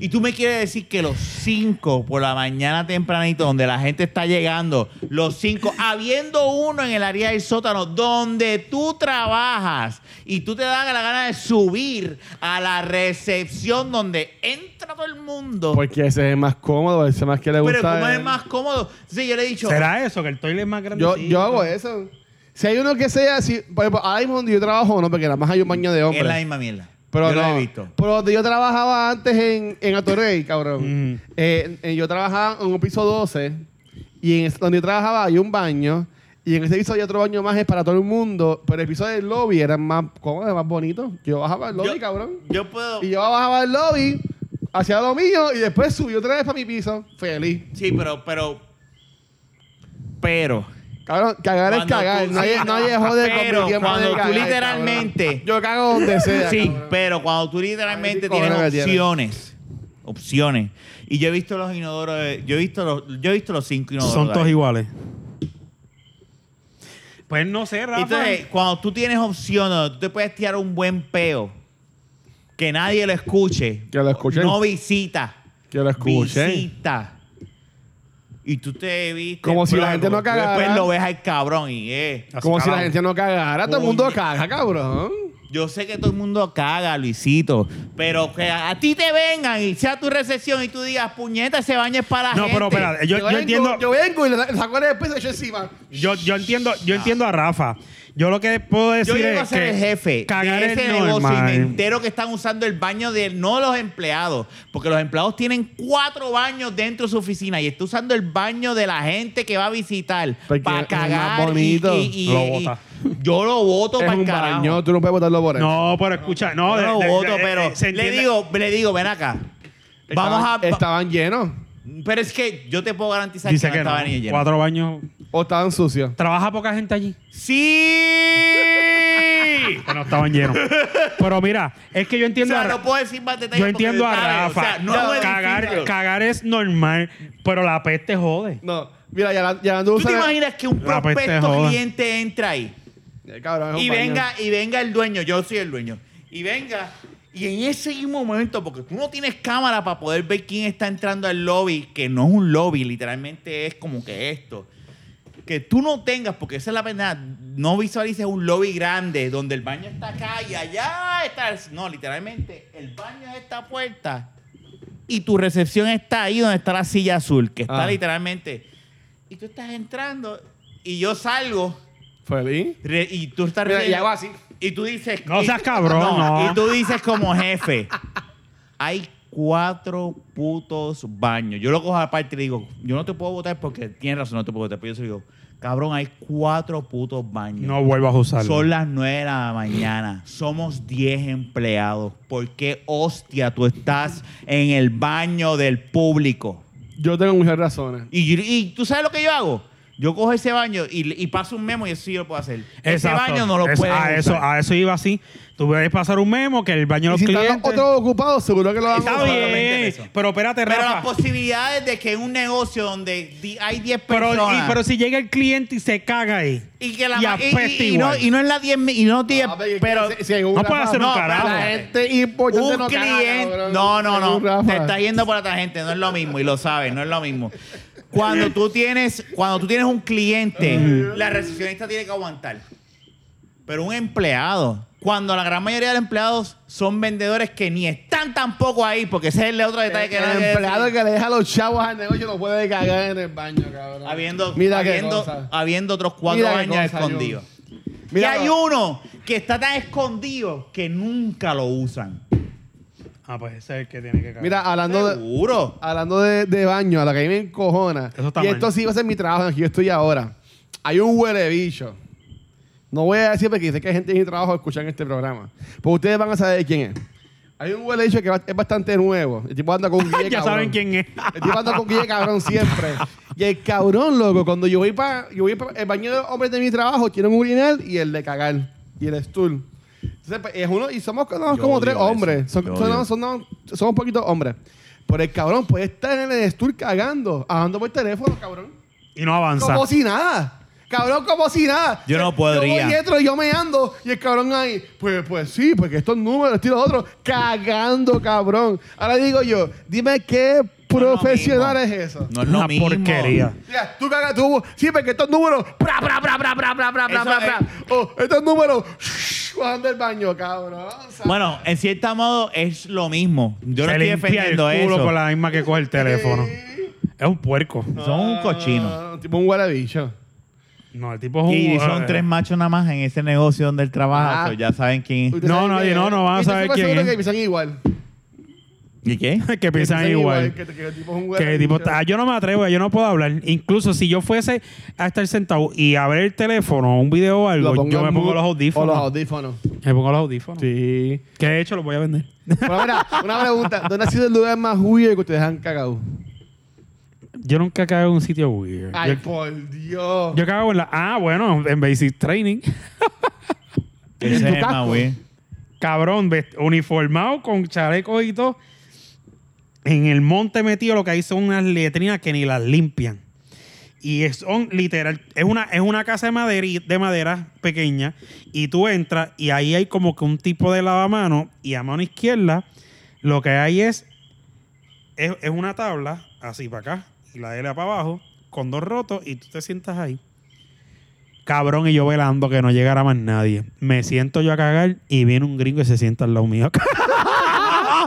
Speaker 1: Y tú me quieres decir que los cinco por la mañana tempranito, donde la gente está llegando, los cinco, habiendo uno en el área del sótano donde tú trabajas y tú te das la gana de subir a la recepción donde entra todo el mundo.
Speaker 3: Porque ese es el más cómodo, ese más que le gusta.
Speaker 1: Pero ¿cómo
Speaker 3: a
Speaker 1: es
Speaker 3: él.
Speaker 1: más cómodo? Sí, yo le he dicho.
Speaker 2: ¿Será eso? Que el toilet es más grande.
Speaker 3: Yo, yo hago eso. Si hay uno que sea si por ejemplo, ahora mismo donde yo trabajo, no, porque nada más hay un baño de
Speaker 1: Es la
Speaker 3: hombres.
Speaker 1: misma mierda.
Speaker 3: Pero
Speaker 1: yo
Speaker 3: no.
Speaker 1: lo he visto.
Speaker 3: Pero donde yo trabajaba antes en, en Atorrey, cabrón.
Speaker 2: Ujú.
Speaker 3: eh, eh, yo trabajaba en un piso 12 y en es- donde yo trabajaba hay un baño y en ese piso hay otro baño más es para todo el mundo, pero el piso del lobby era más cómodo, más bonito. Yo bajaba al lobby,
Speaker 1: Yo-
Speaker 3: cabrón.
Speaker 1: Yo puedo.
Speaker 3: Y yo bajaba al lobby, hacía lo mío y después subí otra vez para mi piso, feliz.
Speaker 1: Sí, pero, pero. Pero.
Speaker 3: Cabrón, cagar es
Speaker 1: Cuando
Speaker 3: cagar.
Speaker 1: tú-
Speaker 3: nadie,
Speaker 1: sí,
Speaker 3: nadie jode con
Speaker 1: pero
Speaker 3: mi tiempo
Speaker 1: cuando
Speaker 3: de
Speaker 1: tú
Speaker 3: cagar,
Speaker 1: literalmente-
Speaker 3: cabrón. Yo cago donde sea.
Speaker 1: Sí,
Speaker 3: cabrón.
Speaker 1: pero cuando tú literalmente
Speaker 3: Ay, sí, cojones que
Speaker 1: tienes
Speaker 3: tienes.
Speaker 1: opciones. Opciones. Y yo he visto los inodoros. de- Yo he visto los, yo he visto los cinco inodoros.
Speaker 2: Son todos
Speaker 1: de ahí.
Speaker 2: iguales. Pues no sé, Rafa.
Speaker 1: Entonces, cuando tú tienes opciones, tú te puedes tirar un buen peo. Que nadie lo escuche.
Speaker 3: Que lo escuchen.
Speaker 1: No visita.
Speaker 3: Que lo escuchen.
Speaker 1: Visita. Y tú te viste.
Speaker 3: Como si la
Speaker 1: flaco.
Speaker 3: gente no cagara.
Speaker 1: Después lo ves al cabrón y eh.
Speaker 3: Como si la
Speaker 2: Carajo.
Speaker 3: gente no cagara. Todo el mundo
Speaker 1: Puñe-
Speaker 3: caga, cabrón.
Speaker 1: Yo sé que todo el mundo caga, Luisito, pero que a, a ti te vengan y sea tu recesión y tú digas, puñeta, ese baño es para la
Speaker 2: No,
Speaker 1: gente.
Speaker 2: pero espérate, yo, yo
Speaker 3: vengo-
Speaker 2: entiendo,
Speaker 3: Yo vengo y le le saco el espeso y echo encima.
Speaker 2: yo, yo entiendo, yo entiendo a Rafa. Yo lo que puedo
Speaker 1: Yo
Speaker 2: decir
Speaker 1: llego a
Speaker 2: es
Speaker 1: ser
Speaker 2: que
Speaker 1: el jefe
Speaker 2: cagar
Speaker 1: de
Speaker 2: es
Speaker 1: ese negocio y me
Speaker 2: normal.
Speaker 1: entero que están usando el baño de no los empleados, porque los empleados tienen cuatro baños dentro de su oficina y está usando el baño de la gente que va a visitar
Speaker 2: Pues
Speaker 3: Porque
Speaker 1: para
Speaker 3: es
Speaker 1: cagar.
Speaker 3: más bonito.
Speaker 1: y- y- y-
Speaker 2: Lo
Speaker 1: y-
Speaker 2: bota.
Speaker 1: yo lo voto
Speaker 3: Es
Speaker 1: para
Speaker 3: un
Speaker 1: el carajo.
Speaker 3: baño, tú no puedes botarlo por eso.
Speaker 2: No, pero escucha, no,
Speaker 1: Yo
Speaker 2: de-
Speaker 1: lo
Speaker 2: de-
Speaker 1: voto,
Speaker 2: de- de-
Speaker 1: pero
Speaker 2: se
Speaker 1: le
Speaker 2: entiende-
Speaker 1: digo, le digo, ven acá.
Speaker 3: Estaban-
Speaker 1: Vamos a
Speaker 3: Estaban llenos
Speaker 1: Pero es que yo te puedo garantizar
Speaker 2: dice
Speaker 1: que,
Speaker 2: que
Speaker 1: no estaba
Speaker 2: no,
Speaker 1: ni lleno.
Speaker 2: cuatro baños.
Speaker 3: o estaban sucios.
Speaker 2: Trabaja poca gente allí.
Speaker 1: ¡Sí!
Speaker 2: Que no estaban llenos. pero mira, es que yo
Speaker 1: o
Speaker 2: entiendo.
Speaker 1: sea,
Speaker 2: a Ra-
Speaker 1: no puedo decir más detalles.
Speaker 2: yo
Speaker 1: porque
Speaker 2: entiendo a
Speaker 1: ¿sabes?
Speaker 2: Rafa.
Speaker 1: O sea, no hago
Speaker 2: cagar,
Speaker 1: edificios.
Speaker 2: cagar es normal, pero la peste jode.
Speaker 3: No, mira, ya, la- ya la-
Speaker 1: ¿Tú te imaginas que un
Speaker 2: La peste
Speaker 1: prospecto
Speaker 2: joda.
Speaker 1: cliente entra ahí
Speaker 3: Eh, Cabrón, es un
Speaker 1: y
Speaker 3: baño.
Speaker 1: venga, y venga el dueño? Yo soy el dueño. Y venga, y en ese mismo momento, porque tú no tienes cámara para poder ver quién está entrando al lobby, que no es un lobby, literalmente es como que esto. que tú no tengas, porque esa es la pena, no visualices un lobby grande donde el baño está acá y allá está. el- No, literalmente, el baño es esta puerta y tu recepción está ahí donde está la silla azul, que está
Speaker 3: Ah.
Speaker 1: literalmente. Y tú estás entrando y yo salgo
Speaker 3: Feliz.
Speaker 1: re- y tú estás
Speaker 3: Mira,
Speaker 1: recién-
Speaker 3: y hago así.
Speaker 1: Y tú dices.
Speaker 2: No
Speaker 1: y-
Speaker 2: seas cabrón, no.
Speaker 1: Y tú dices como jefe, hay cuatro putos baños. Yo lo cojo aparte y le digo, yo no te puedo votar porque tienes razón, no te puedo votar. Pero yo se lo digo, cabrón, hay cuatro putos baños.
Speaker 2: No vuelvas a usarlo.
Speaker 1: Son las 9 de la mañana. Somos 10 empleados. ¿Por qué hostia tú estás en el baño del público?
Speaker 3: Yo tengo muchas razones.
Speaker 1: Y, y tú sabes lo que yo hago. Yo cojo ese baño y, y paso un memo y eso sí yo lo puedo hacer. Ese
Speaker 2: Exacto.
Speaker 1: baño no lo
Speaker 2: Es-
Speaker 1: puedes
Speaker 2: a eso,
Speaker 1: usar.
Speaker 2: a eso iba así. Tú puedes pasar un memo que el baño
Speaker 3: Y
Speaker 2: de los
Speaker 3: si están
Speaker 2: clientes...
Speaker 3: los otros ocupados, seguro que lo van a
Speaker 2: Está
Speaker 3: usar.
Speaker 1: solamente
Speaker 2: bien,
Speaker 1: eso.
Speaker 2: pero espérate,
Speaker 1: Pero
Speaker 2: Rafa.
Speaker 1: las posibilidades de que en un negocio donde di- hay 10
Speaker 2: Pero, y-
Speaker 1: personas
Speaker 2: pero si llega el cliente y se caga ahí.
Speaker 1: y que la ma-
Speaker 2: y
Speaker 1: y-
Speaker 2: apesta
Speaker 1: y- y no,
Speaker 2: igual.
Speaker 1: y no en las 10 mi- y no 10,
Speaker 3: Ah, pero es que
Speaker 1: pero
Speaker 3: se- según
Speaker 2: no
Speaker 3: Rafa,
Speaker 2: puede hacer un
Speaker 1: no,
Speaker 2: carajo.
Speaker 1: pero
Speaker 3: La gente importante
Speaker 1: un
Speaker 3: no caga,
Speaker 1: cliente
Speaker 3: cabrón.
Speaker 1: no no
Speaker 3: Según
Speaker 1: no
Speaker 3: Rafa.
Speaker 1: te está yendo por la tangente no es lo mismo y lo sabes no es lo mismo cuando tú tienes cuando tú tienes un cliente la recepcionista tiene que aguantar pero un empleado cuando la gran mayoría de los empleados son vendedores que ni están tampoco ahí porque ese es el otro detalle que no hay
Speaker 3: Eh, el
Speaker 1: que
Speaker 3: empleado
Speaker 1: decir.
Speaker 3: que le deja los chavos al negocio no puede cagar en el baño, cabrón.
Speaker 1: habiendo
Speaker 3: Mira qué
Speaker 1: habiendo,
Speaker 3: cosa.
Speaker 1: habiendo otros cuatro
Speaker 3: Mira qué
Speaker 1: años
Speaker 3: cosa,
Speaker 1: escondidos
Speaker 3: Mira,
Speaker 1: y hay uno que está tan escondido que nunca lo usan
Speaker 2: Ah, pues ese es el que tiene que cagar.
Speaker 3: Mira, hablando de,
Speaker 1: seguro
Speaker 3: hablando de, de baño, a la que a mí me encojona.
Speaker 2: Eso está
Speaker 3: y esto
Speaker 2: mal.
Speaker 3: sí va a ser mi trabajo, aquí yo estoy ahora. Hay un huele bicho. No voy a decir porque sé que hay gente de mi trabajo escuchan este programa. Pero ustedes van a saber quién es. Hay un huele bicho que va- es bastante nuevo. El tipo anda con un
Speaker 2: ya saben quién es.
Speaker 3: El tipo anda con Guille cabrón siempre. Y el cabrón, loco, cuando yo voy para yo voy pa- el baño de hombres de mi trabajo, tienen un urinal y el de cagar. Y el stool. Entonces, pues, es uno, y somos somos
Speaker 1: Yo
Speaker 3: como
Speaker 1: odio
Speaker 3: tres
Speaker 1: eso.
Speaker 3: hombres. Son,
Speaker 1: Yo
Speaker 3: son-
Speaker 1: odio.
Speaker 3: son- somos poquitos hombres. Pero el cabrón puede estar en el stool cagando, hablando por teléfono, cabrón.
Speaker 2: Y no avanza.
Speaker 3: Como si nada. Cabrón, como si nada. Eh,
Speaker 1: Yo no podría.
Speaker 3: Yo voy dentro y yo me ando. Y el cabrón ahí, pues, pues sí, porque estos números, estos y los otros, cagando, cabrón. Ahora digo yo, dime qué profesional es eso.
Speaker 1: no es lo
Speaker 2: Una
Speaker 1: mismo.
Speaker 2: porquería.
Speaker 3: Mira, tú cagas tú, sí, porque estos números, pra, pra, pra, pra, pra, pra, pra, pra,
Speaker 1: Eso
Speaker 3: pra,
Speaker 1: es-
Speaker 3: pra. Oh, estos números, shh, bajando el baño, cabrón. O sea,
Speaker 1: Bueno, en cierto modo es lo mismo. Yo no
Speaker 2: Se
Speaker 1: estoy
Speaker 2: limpia el
Speaker 1: defendiendo
Speaker 2: culo
Speaker 1: eso.
Speaker 2: con la misma que coge el teléfono. Es un puerco.
Speaker 1: Son un cochino.
Speaker 3: ah, tipo un guarabicho.
Speaker 2: No, el tipo es un... eh,
Speaker 1: Y son tres machos nada más en ese negocio donde él trabaja.
Speaker 3: Ah.
Speaker 1: so ya saben quién. es.
Speaker 2: No, nadie, no, no van a saber quién
Speaker 3: es.
Speaker 2: es.
Speaker 3: que piensan igual.
Speaker 1: ¿Y qué?
Speaker 2: que piensan igual.
Speaker 3: Que, que el tipo es un
Speaker 2: Que tipo,
Speaker 3: guarabicho.
Speaker 2: ah, yo no me atrevo, yo no puedo hablar. Incluso si yo fuese a estar sentado y a ver el teléfono o un video o
Speaker 3: Lo
Speaker 2: algo,
Speaker 3: pongo
Speaker 2: yo me
Speaker 3: en
Speaker 2: pongo
Speaker 3: mute
Speaker 2: los
Speaker 3: O
Speaker 2: audífonos.
Speaker 3: los audífonos.
Speaker 2: Me pongo los audífonos.
Speaker 3: Sí.
Speaker 2: Que de hecho los voy a vender.
Speaker 3: Pero mira, una pregunta. ¿Dónde ha sido el lugar más weird que ustedes han cagado?
Speaker 2: Yo nunca cago en un sitio weird.
Speaker 3: Ay,
Speaker 2: yo,
Speaker 3: por Dios.
Speaker 2: yo cago en la. Ah, bueno, en Basic Training.
Speaker 1: Ese es
Speaker 3: tu
Speaker 1: el
Speaker 3: casco?
Speaker 1: más güey.
Speaker 2: Cabrón, vest- uniformado con chalecos y todo. En el monte metido lo que hay son unas letrinas que ni las limpian. Y es- son literal, es una, es una casa de madera, de madera pequeña y tú entras y ahí hay como que un tipo de lavamano y a mano izquierda lo que hay es, es, es una tabla así para acá y la L para abajo con dos rotos y tú te sientas ahí. Cabrón, y yo velando que no llegara más nadie. Me siento yo a cagar y viene un gringo y se sienta al lado mío.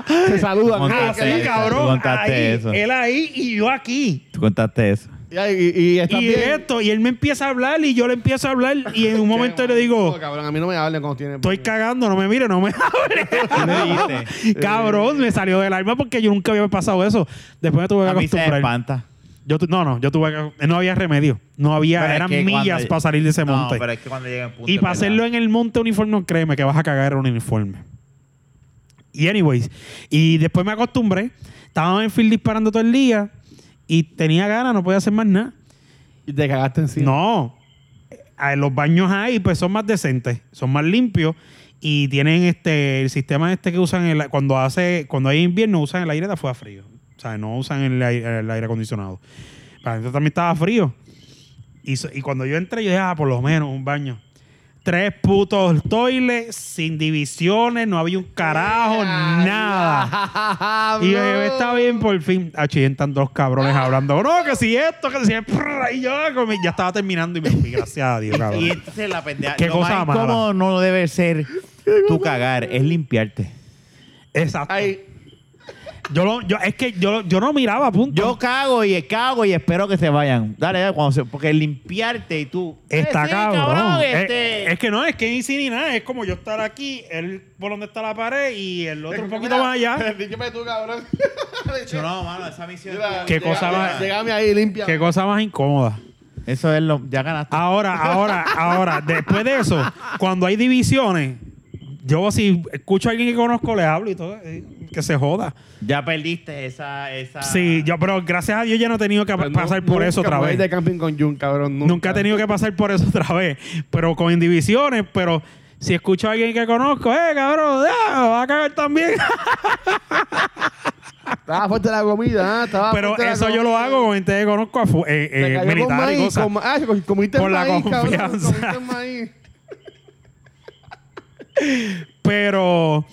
Speaker 3: Te saludan. Ah,
Speaker 1: Montaste Ah, sí,
Speaker 3: Ay,
Speaker 2: Ahí,
Speaker 3: qué
Speaker 1: tú
Speaker 2: cabrón,
Speaker 1: contaste
Speaker 2: ahí,
Speaker 1: eso.
Speaker 2: él ahí y yo aquí.
Speaker 1: Tú contaste eso.
Speaker 3: Y, y, y estás
Speaker 2: Y
Speaker 3: bien.
Speaker 2: esto, y él me empieza a hablar y yo le empiezo a hablar y en un momento le digo,
Speaker 3: No, Oh, cabrón, a mí no me hablen cuando tienen.
Speaker 2: estoy cagando, no me mire, no me
Speaker 1: ¿Qué me
Speaker 2: hable.
Speaker 1: dijiste?
Speaker 2: cabrón, me salió del alma porque yo nunca había pasado eso. Después me tuve que
Speaker 1: A mí se me
Speaker 2: acostumbrar.
Speaker 1: espanta.
Speaker 2: Yo tu- no, no, yo tuve que, no había remedio. No había,
Speaker 1: Pero es
Speaker 2: eran
Speaker 1: que
Speaker 2: millas
Speaker 1: cuando-
Speaker 2: para salir de ese
Speaker 1: No,
Speaker 2: monte.
Speaker 1: pero es que cuando llega el punto.
Speaker 2: Y para
Speaker 1: es verdad.
Speaker 2: hacerlo en el monte uniforme, créeme que vas a cagar en un uniforme. Y anyways, y después me acostumbré. Estaba en field disparando todo el día y tenía ganas, no podía hacer más nada.
Speaker 3: Y te cagaste encima.
Speaker 2: No, Eh, a- los baños ahí pues son más decentes, son más limpios y tienen este el sistema este que usan en la- cuando hace cuando hay invierno usan el aire de afuera frío, o sea no usan el, aire- el aire acondicionado. Para entonces también estaba frío y, so- y cuando yo entré yo dije ah por lo menos un baño. Tres putos toiles sin divisiones, no había un carajo, nada. Y yo, yo, está bien, por fin. Accidentan dos cabrones hablando. No, que si esto, que si. prrr, Y yo comí- ya estaba terminando y me fui. Gracias a Dios,
Speaker 1: Y
Speaker 2: cabrón.
Speaker 1: entonces la pendeja.
Speaker 2: Qué
Speaker 1: lo
Speaker 2: cosa
Speaker 1: más
Speaker 2: mala.
Speaker 1: incómodo no debe ser tú cagar, es limpiarte.
Speaker 2: Exacto.
Speaker 3: Ay,
Speaker 2: Yo, lo, yo es que yo, yo no miraba, punto.
Speaker 1: Yo cago y cago y espero que se vayan. Dale, dale cuando se- porque limpiarte y tú.
Speaker 2: Está
Speaker 1: Eh, sí,
Speaker 2: cabrón. eh,
Speaker 1: este.
Speaker 2: es, es que no, es que ni sí ni nada. Es como yo estar aquí, él por donde está la pared y el otro un poquito más allá.
Speaker 3: eh, Dígame tú, cabrón.
Speaker 1: Yo no, mano, esa misión.
Speaker 3: Mira,
Speaker 2: Qué
Speaker 3: llega-
Speaker 2: cosa
Speaker 3: llega-
Speaker 2: más-
Speaker 3: Llegame ahí, limpia.
Speaker 2: Qué cosa más incómoda.
Speaker 1: Eso es lo. Ya ganaste.
Speaker 2: Ahora, ahora, ahora, después de eso, cuando hay divisiones, yo si escucho a alguien que conozco, le hablo y todo, eh, que se joda.
Speaker 1: Ya perdiste esa. esa...
Speaker 2: Sí, yo, pero gracias a Dios ya no he tenido que
Speaker 3: Pero Pues no-
Speaker 2: pasar por eso
Speaker 3: nunca
Speaker 2: otra
Speaker 3: voy a
Speaker 2: vez.
Speaker 3: ir de camping con Jun, cabrón. Nunca.
Speaker 2: Nunca he tenido que pasar por eso otra vez. Pero con indivisiones, pero si escucho a alguien que conozco, eh, cabrón, ah, me va a cagar también.
Speaker 3: Estaba fuerte la comida, ah, estaba
Speaker 2: pero
Speaker 3: fuerte la
Speaker 2: eso yo lo
Speaker 3: comida.
Speaker 2: hago con gente que conozco a fu- eh,
Speaker 3: Te
Speaker 2: eh,
Speaker 3: cayó con
Speaker 2: militar y
Speaker 3: maíz,
Speaker 2: cosas.
Speaker 3: con ma- ah, com- comiste
Speaker 2: Por la
Speaker 3: maíz, cabrón.
Speaker 2: confianza.
Speaker 3: Comiste maíz.
Speaker 2: Pero,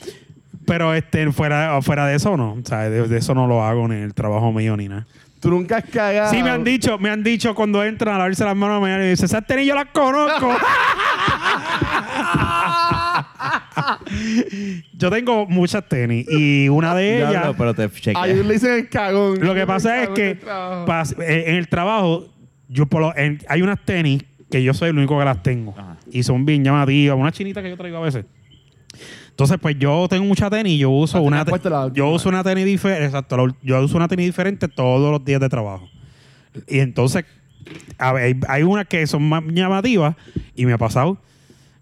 Speaker 2: pero este, fuera, fuera de eso no. O sea, de, de eso no lo hago ni en el trabajo mío ni nada.
Speaker 3: Tú nunca has cagado.
Speaker 2: Sí, me han dicho, me han dicho cuando entran a lavarse las manos mañana y dicen, esas tenis yo las conozco. yo tengo muchas tenis y una de ellas.
Speaker 1: Diablo, pero te chequeé.
Speaker 3: A Jun le dicen el cagón.
Speaker 2: Lo que
Speaker 3: El
Speaker 2: pasa es
Speaker 3: cagón
Speaker 2: que
Speaker 3: del trabajo.
Speaker 2: pas- eh, en el trabajo, yo por lo- en- hay unas tenis que yo soy el único que las tengo.
Speaker 1: Ajá.
Speaker 2: Y son bien llamativas, unas chinitas que yo traigo a veces. Entonces, pues yo tengo mucha tenis y yo uso
Speaker 3: Ah, La
Speaker 2: una
Speaker 3: tenías puesta la
Speaker 2: te-
Speaker 3: última.
Speaker 2: yo uso una tenis diferente, exacto, la ul- yo uso una tenis diferente todos los días de trabajo. Y entonces a ver, hay, hay unas que son más llamativas y me ha pasado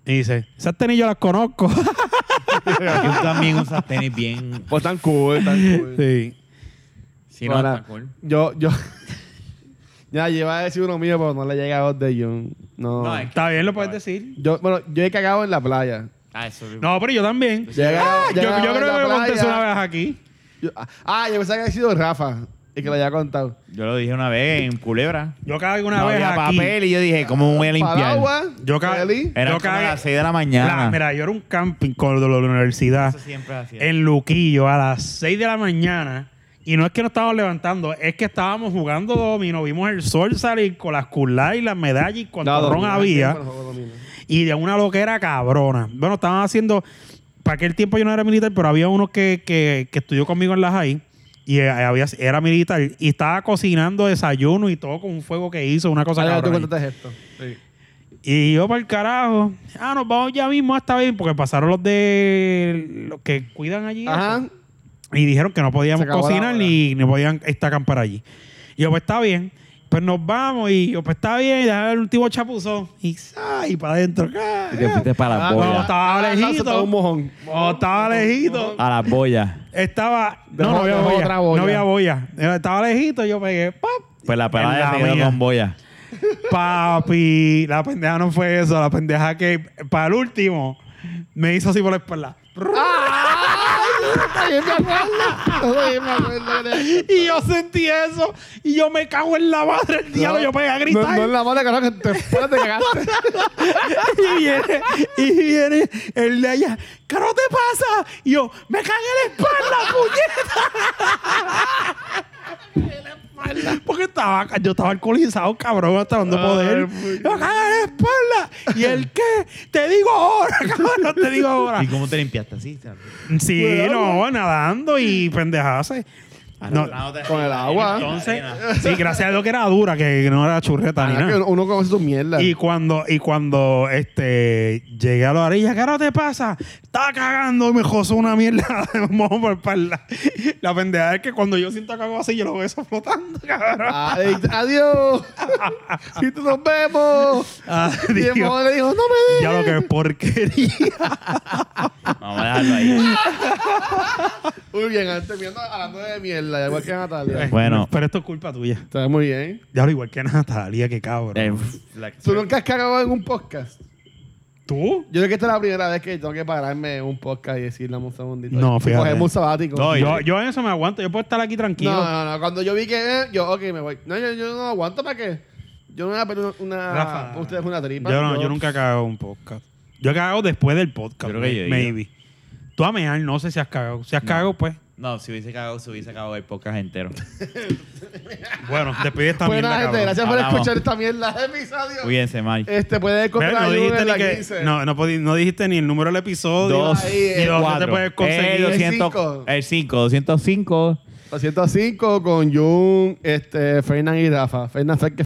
Speaker 2: y dice, esas tenis yo las conozco.
Speaker 1: Tú también usas tenis bien.
Speaker 3: Pues tan cool, tan cool.
Speaker 2: sí.
Speaker 1: Si no,
Speaker 3: Ahora,
Speaker 1: está cool.
Speaker 3: Yo, yo. ya, yo iba a decir uno mío, pero no le llega a dos de Jun. No.
Speaker 1: No, es-
Speaker 2: Está bien, lo puedes decir.
Speaker 3: Yo, bueno, yo he cagado en la playa.
Speaker 1: Ah, eso es-
Speaker 2: No, pero yo también.
Speaker 3: Yo he cagado-
Speaker 2: Ah,
Speaker 3: yo
Speaker 2: yo,
Speaker 3: he
Speaker 2: yo
Speaker 3: cagado en
Speaker 2: creo
Speaker 3: la
Speaker 2: que me
Speaker 3: playa.
Speaker 2: conté una vez aquí.
Speaker 3: Yo- ah, yo pensaba que había sido Rafa y que lo había contado.
Speaker 1: Yo lo dije una vez en Culebra.
Speaker 2: Yo cagué una
Speaker 1: no
Speaker 2: vez
Speaker 1: había
Speaker 2: aquí.
Speaker 1: papel y yo dije, ¿cómo voy a limpiar?
Speaker 3: Paraguas,
Speaker 2: Yo ca-
Speaker 3: Eli.
Speaker 1: Era
Speaker 2: Yo
Speaker 1: como a
Speaker 2: cagué-
Speaker 1: las 6 de la mañana.
Speaker 2: La- mira, yo era un camping con lo de la universidad
Speaker 1: Eso siempre es así.
Speaker 2: en Luquillo a las 6 de la mañana. Y no es que nos estábamos levantando, es que estábamos jugando domino. Vimos el sol salir con las curlas y las medallas y cuánto
Speaker 3: No,
Speaker 2: ron
Speaker 3: domina,
Speaker 2: había.
Speaker 3: siempre juego domina.
Speaker 2: y de una loquera cabrona. Bueno, estaban haciendo. Para aquel tiempo yo no era militar, pero había uno que, que, que estudió conmigo en la JAI y eh, había, era militar y estaba cocinando desayuno y todo con un fuego que hizo, una cosa
Speaker 3: Ah, ya, tú
Speaker 2: cabrona.
Speaker 3: contaste esto. Sí.
Speaker 2: Y yo para el carajo, ah, nos vamos ya mismo, está bien, porque pasaron los de los que cuidan allí. eso.
Speaker 3: Ajá.
Speaker 2: Y dijeron que no podíamos
Speaker 3: Se acabó la
Speaker 2: cocinar
Speaker 3: hora.
Speaker 2: ni, ni podían este, acampar allí. Y yo, pues está bien. Pues nos vamos y yo, pues está bien, y dejar el último chapuzón. Y, sa, y para adentro. ca,
Speaker 1: Y te
Speaker 2: ca.
Speaker 1: fuiste para
Speaker 3: Ah,
Speaker 1: las
Speaker 2: no,
Speaker 1: boyas.
Speaker 2: estaba
Speaker 3: Ah, no,
Speaker 2: lejito.
Speaker 3: se estaba un mojón.
Speaker 2: Oh, estaba lejito.
Speaker 1: A las boyas.
Speaker 2: Estaba. No,
Speaker 3: Dejó-
Speaker 2: no había
Speaker 3: dejó
Speaker 2: boya.
Speaker 3: otra boya.
Speaker 2: No había boya. Era- Estaba lejito. Yo pegué. ¡Pap!
Speaker 1: Pues la
Speaker 2: En la
Speaker 1: pelada se quedó
Speaker 2: mía.
Speaker 1: con boyas.
Speaker 2: Papi. La pendeja no fue eso. La pendeja que para el último me hizo así por la espalda.
Speaker 3: Ay, yo me acuerdo. Ay, yo me acuerdo.
Speaker 2: Y yo sentí eso. Y yo me cago en la madre del diablo. Yo pegué a gritar.
Speaker 3: No, no es la mala carajo, que te fuera te cagaste.
Speaker 2: y viene, y viene el de allá, ¿qué no te pasa? Y yo, me cagué en la espalda, puñeta. Me cagué en la espalda. Porque estaba, yo estaba alcoholizado, cabrón, hasta donde
Speaker 3: Ay,
Speaker 2: poder.
Speaker 3: puñeta.
Speaker 2: Yo me cagué en la espalda. ¿Y el qué? Te digo ahora, cabrón, te digo ahora.
Speaker 1: ¿Y cómo te limpiaste así? ¿sabes?
Speaker 2: mm, Sí, no, nadando y pendejase.
Speaker 1: Ah,
Speaker 2: No,
Speaker 1: te-
Speaker 3: Con el agua.
Speaker 2: entonces, sí, gracias a Dios que era dura, que no era churreta ni
Speaker 3: Ah,
Speaker 2: nada.
Speaker 3: que uno conoce su mierda.
Speaker 2: Y cuando, y cuando este, llegué a la orilla, ¿qué ahora te pasa? Estaba cagando y me josó una mierda de mojo por espalda. La pendeja es que cuando yo siento que hago así, yo lo veo eso flotando, cabrón.
Speaker 3: Ay, adiós. Si tú nos vemos.
Speaker 2: Ah,
Speaker 3: Y el
Speaker 2: digo,
Speaker 3: mojón le dijo, no me dejes.
Speaker 2: ya lo que porquería.
Speaker 1: Vamos a dejarlo ahí.
Speaker 3: Muy bien, antes mirando hablando de mierda, igual que
Speaker 2: Eh.
Speaker 3: Natalia.
Speaker 1: Bueno.
Speaker 2: Pero esto es culpa tuya.
Speaker 3: Está muy bien.
Speaker 2: Ya lo igual que Natalia, que cabrón.
Speaker 1: eh, la-
Speaker 3: ¿Tú nunca has cagado en un podcast?
Speaker 2: ¿Tú?
Speaker 3: Yo creo que esta es la primera vez que tengo que pararme en un podcast y decirle un segundito.
Speaker 2: No, fíjate.
Speaker 3: Cogemos un sabático.
Speaker 1: No, Oye.
Speaker 2: Yo, yo en eso me aguanto. Yo puedo estar aquí tranquilo.
Speaker 3: no, no, no. Cuando yo vi que... eh, yo, ok, me voy. No, yo, yo no aguanto para que... Yo no voy a perder una...
Speaker 2: Rafa.
Speaker 3: Ustedes ah, una tripa.
Speaker 2: Yo, no, yo nunca he cagado un podcast. Yo he cagado después del podcast.
Speaker 1: Yo creo que
Speaker 2: may-
Speaker 1: yo he ido.
Speaker 2: maybe. Tú a mear, no sé si has cagado. Si has cagado, pues.
Speaker 1: No, si hubiese cagado, se hubiese acabado el podcast entero.
Speaker 2: Bueno, despide esta
Speaker 3: Buena
Speaker 2: mierda,
Speaker 3: gente,
Speaker 2: cabrón.
Speaker 3: gracias por
Speaker 1: Hablamos.
Speaker 3: escuchar esta mierda de episodio.
Speaker 1: Cuídense, Mike.
Speaker 3: Este puede
Speaker 2: Pero
Speaker 3: encontrar
Speaker 2: no
Speaker 3: ayuda
Speaker 2: dijiste,
Speaker 3: en
Speaker 2: ni
Speaker 3: la
Speaker 2: que,
Speaker 3: 15.
Speaker 2: no, no podi- no dijiste ni el número del episodio.
Speaker 1: Dos,
Speaker 3: ahí, eh,
Speaker 1: y
Speaker 2: dónde
Speaker 1: cuatro.
Speaker 2: te puedes conseguir?
Speaker 1: Eh, 200,
Speaker 3: Cinco.
Speaker 1: el 5, 205.
Speaker 3: 205 con Jun, este, Fernan y Rafa. Fernan fue el que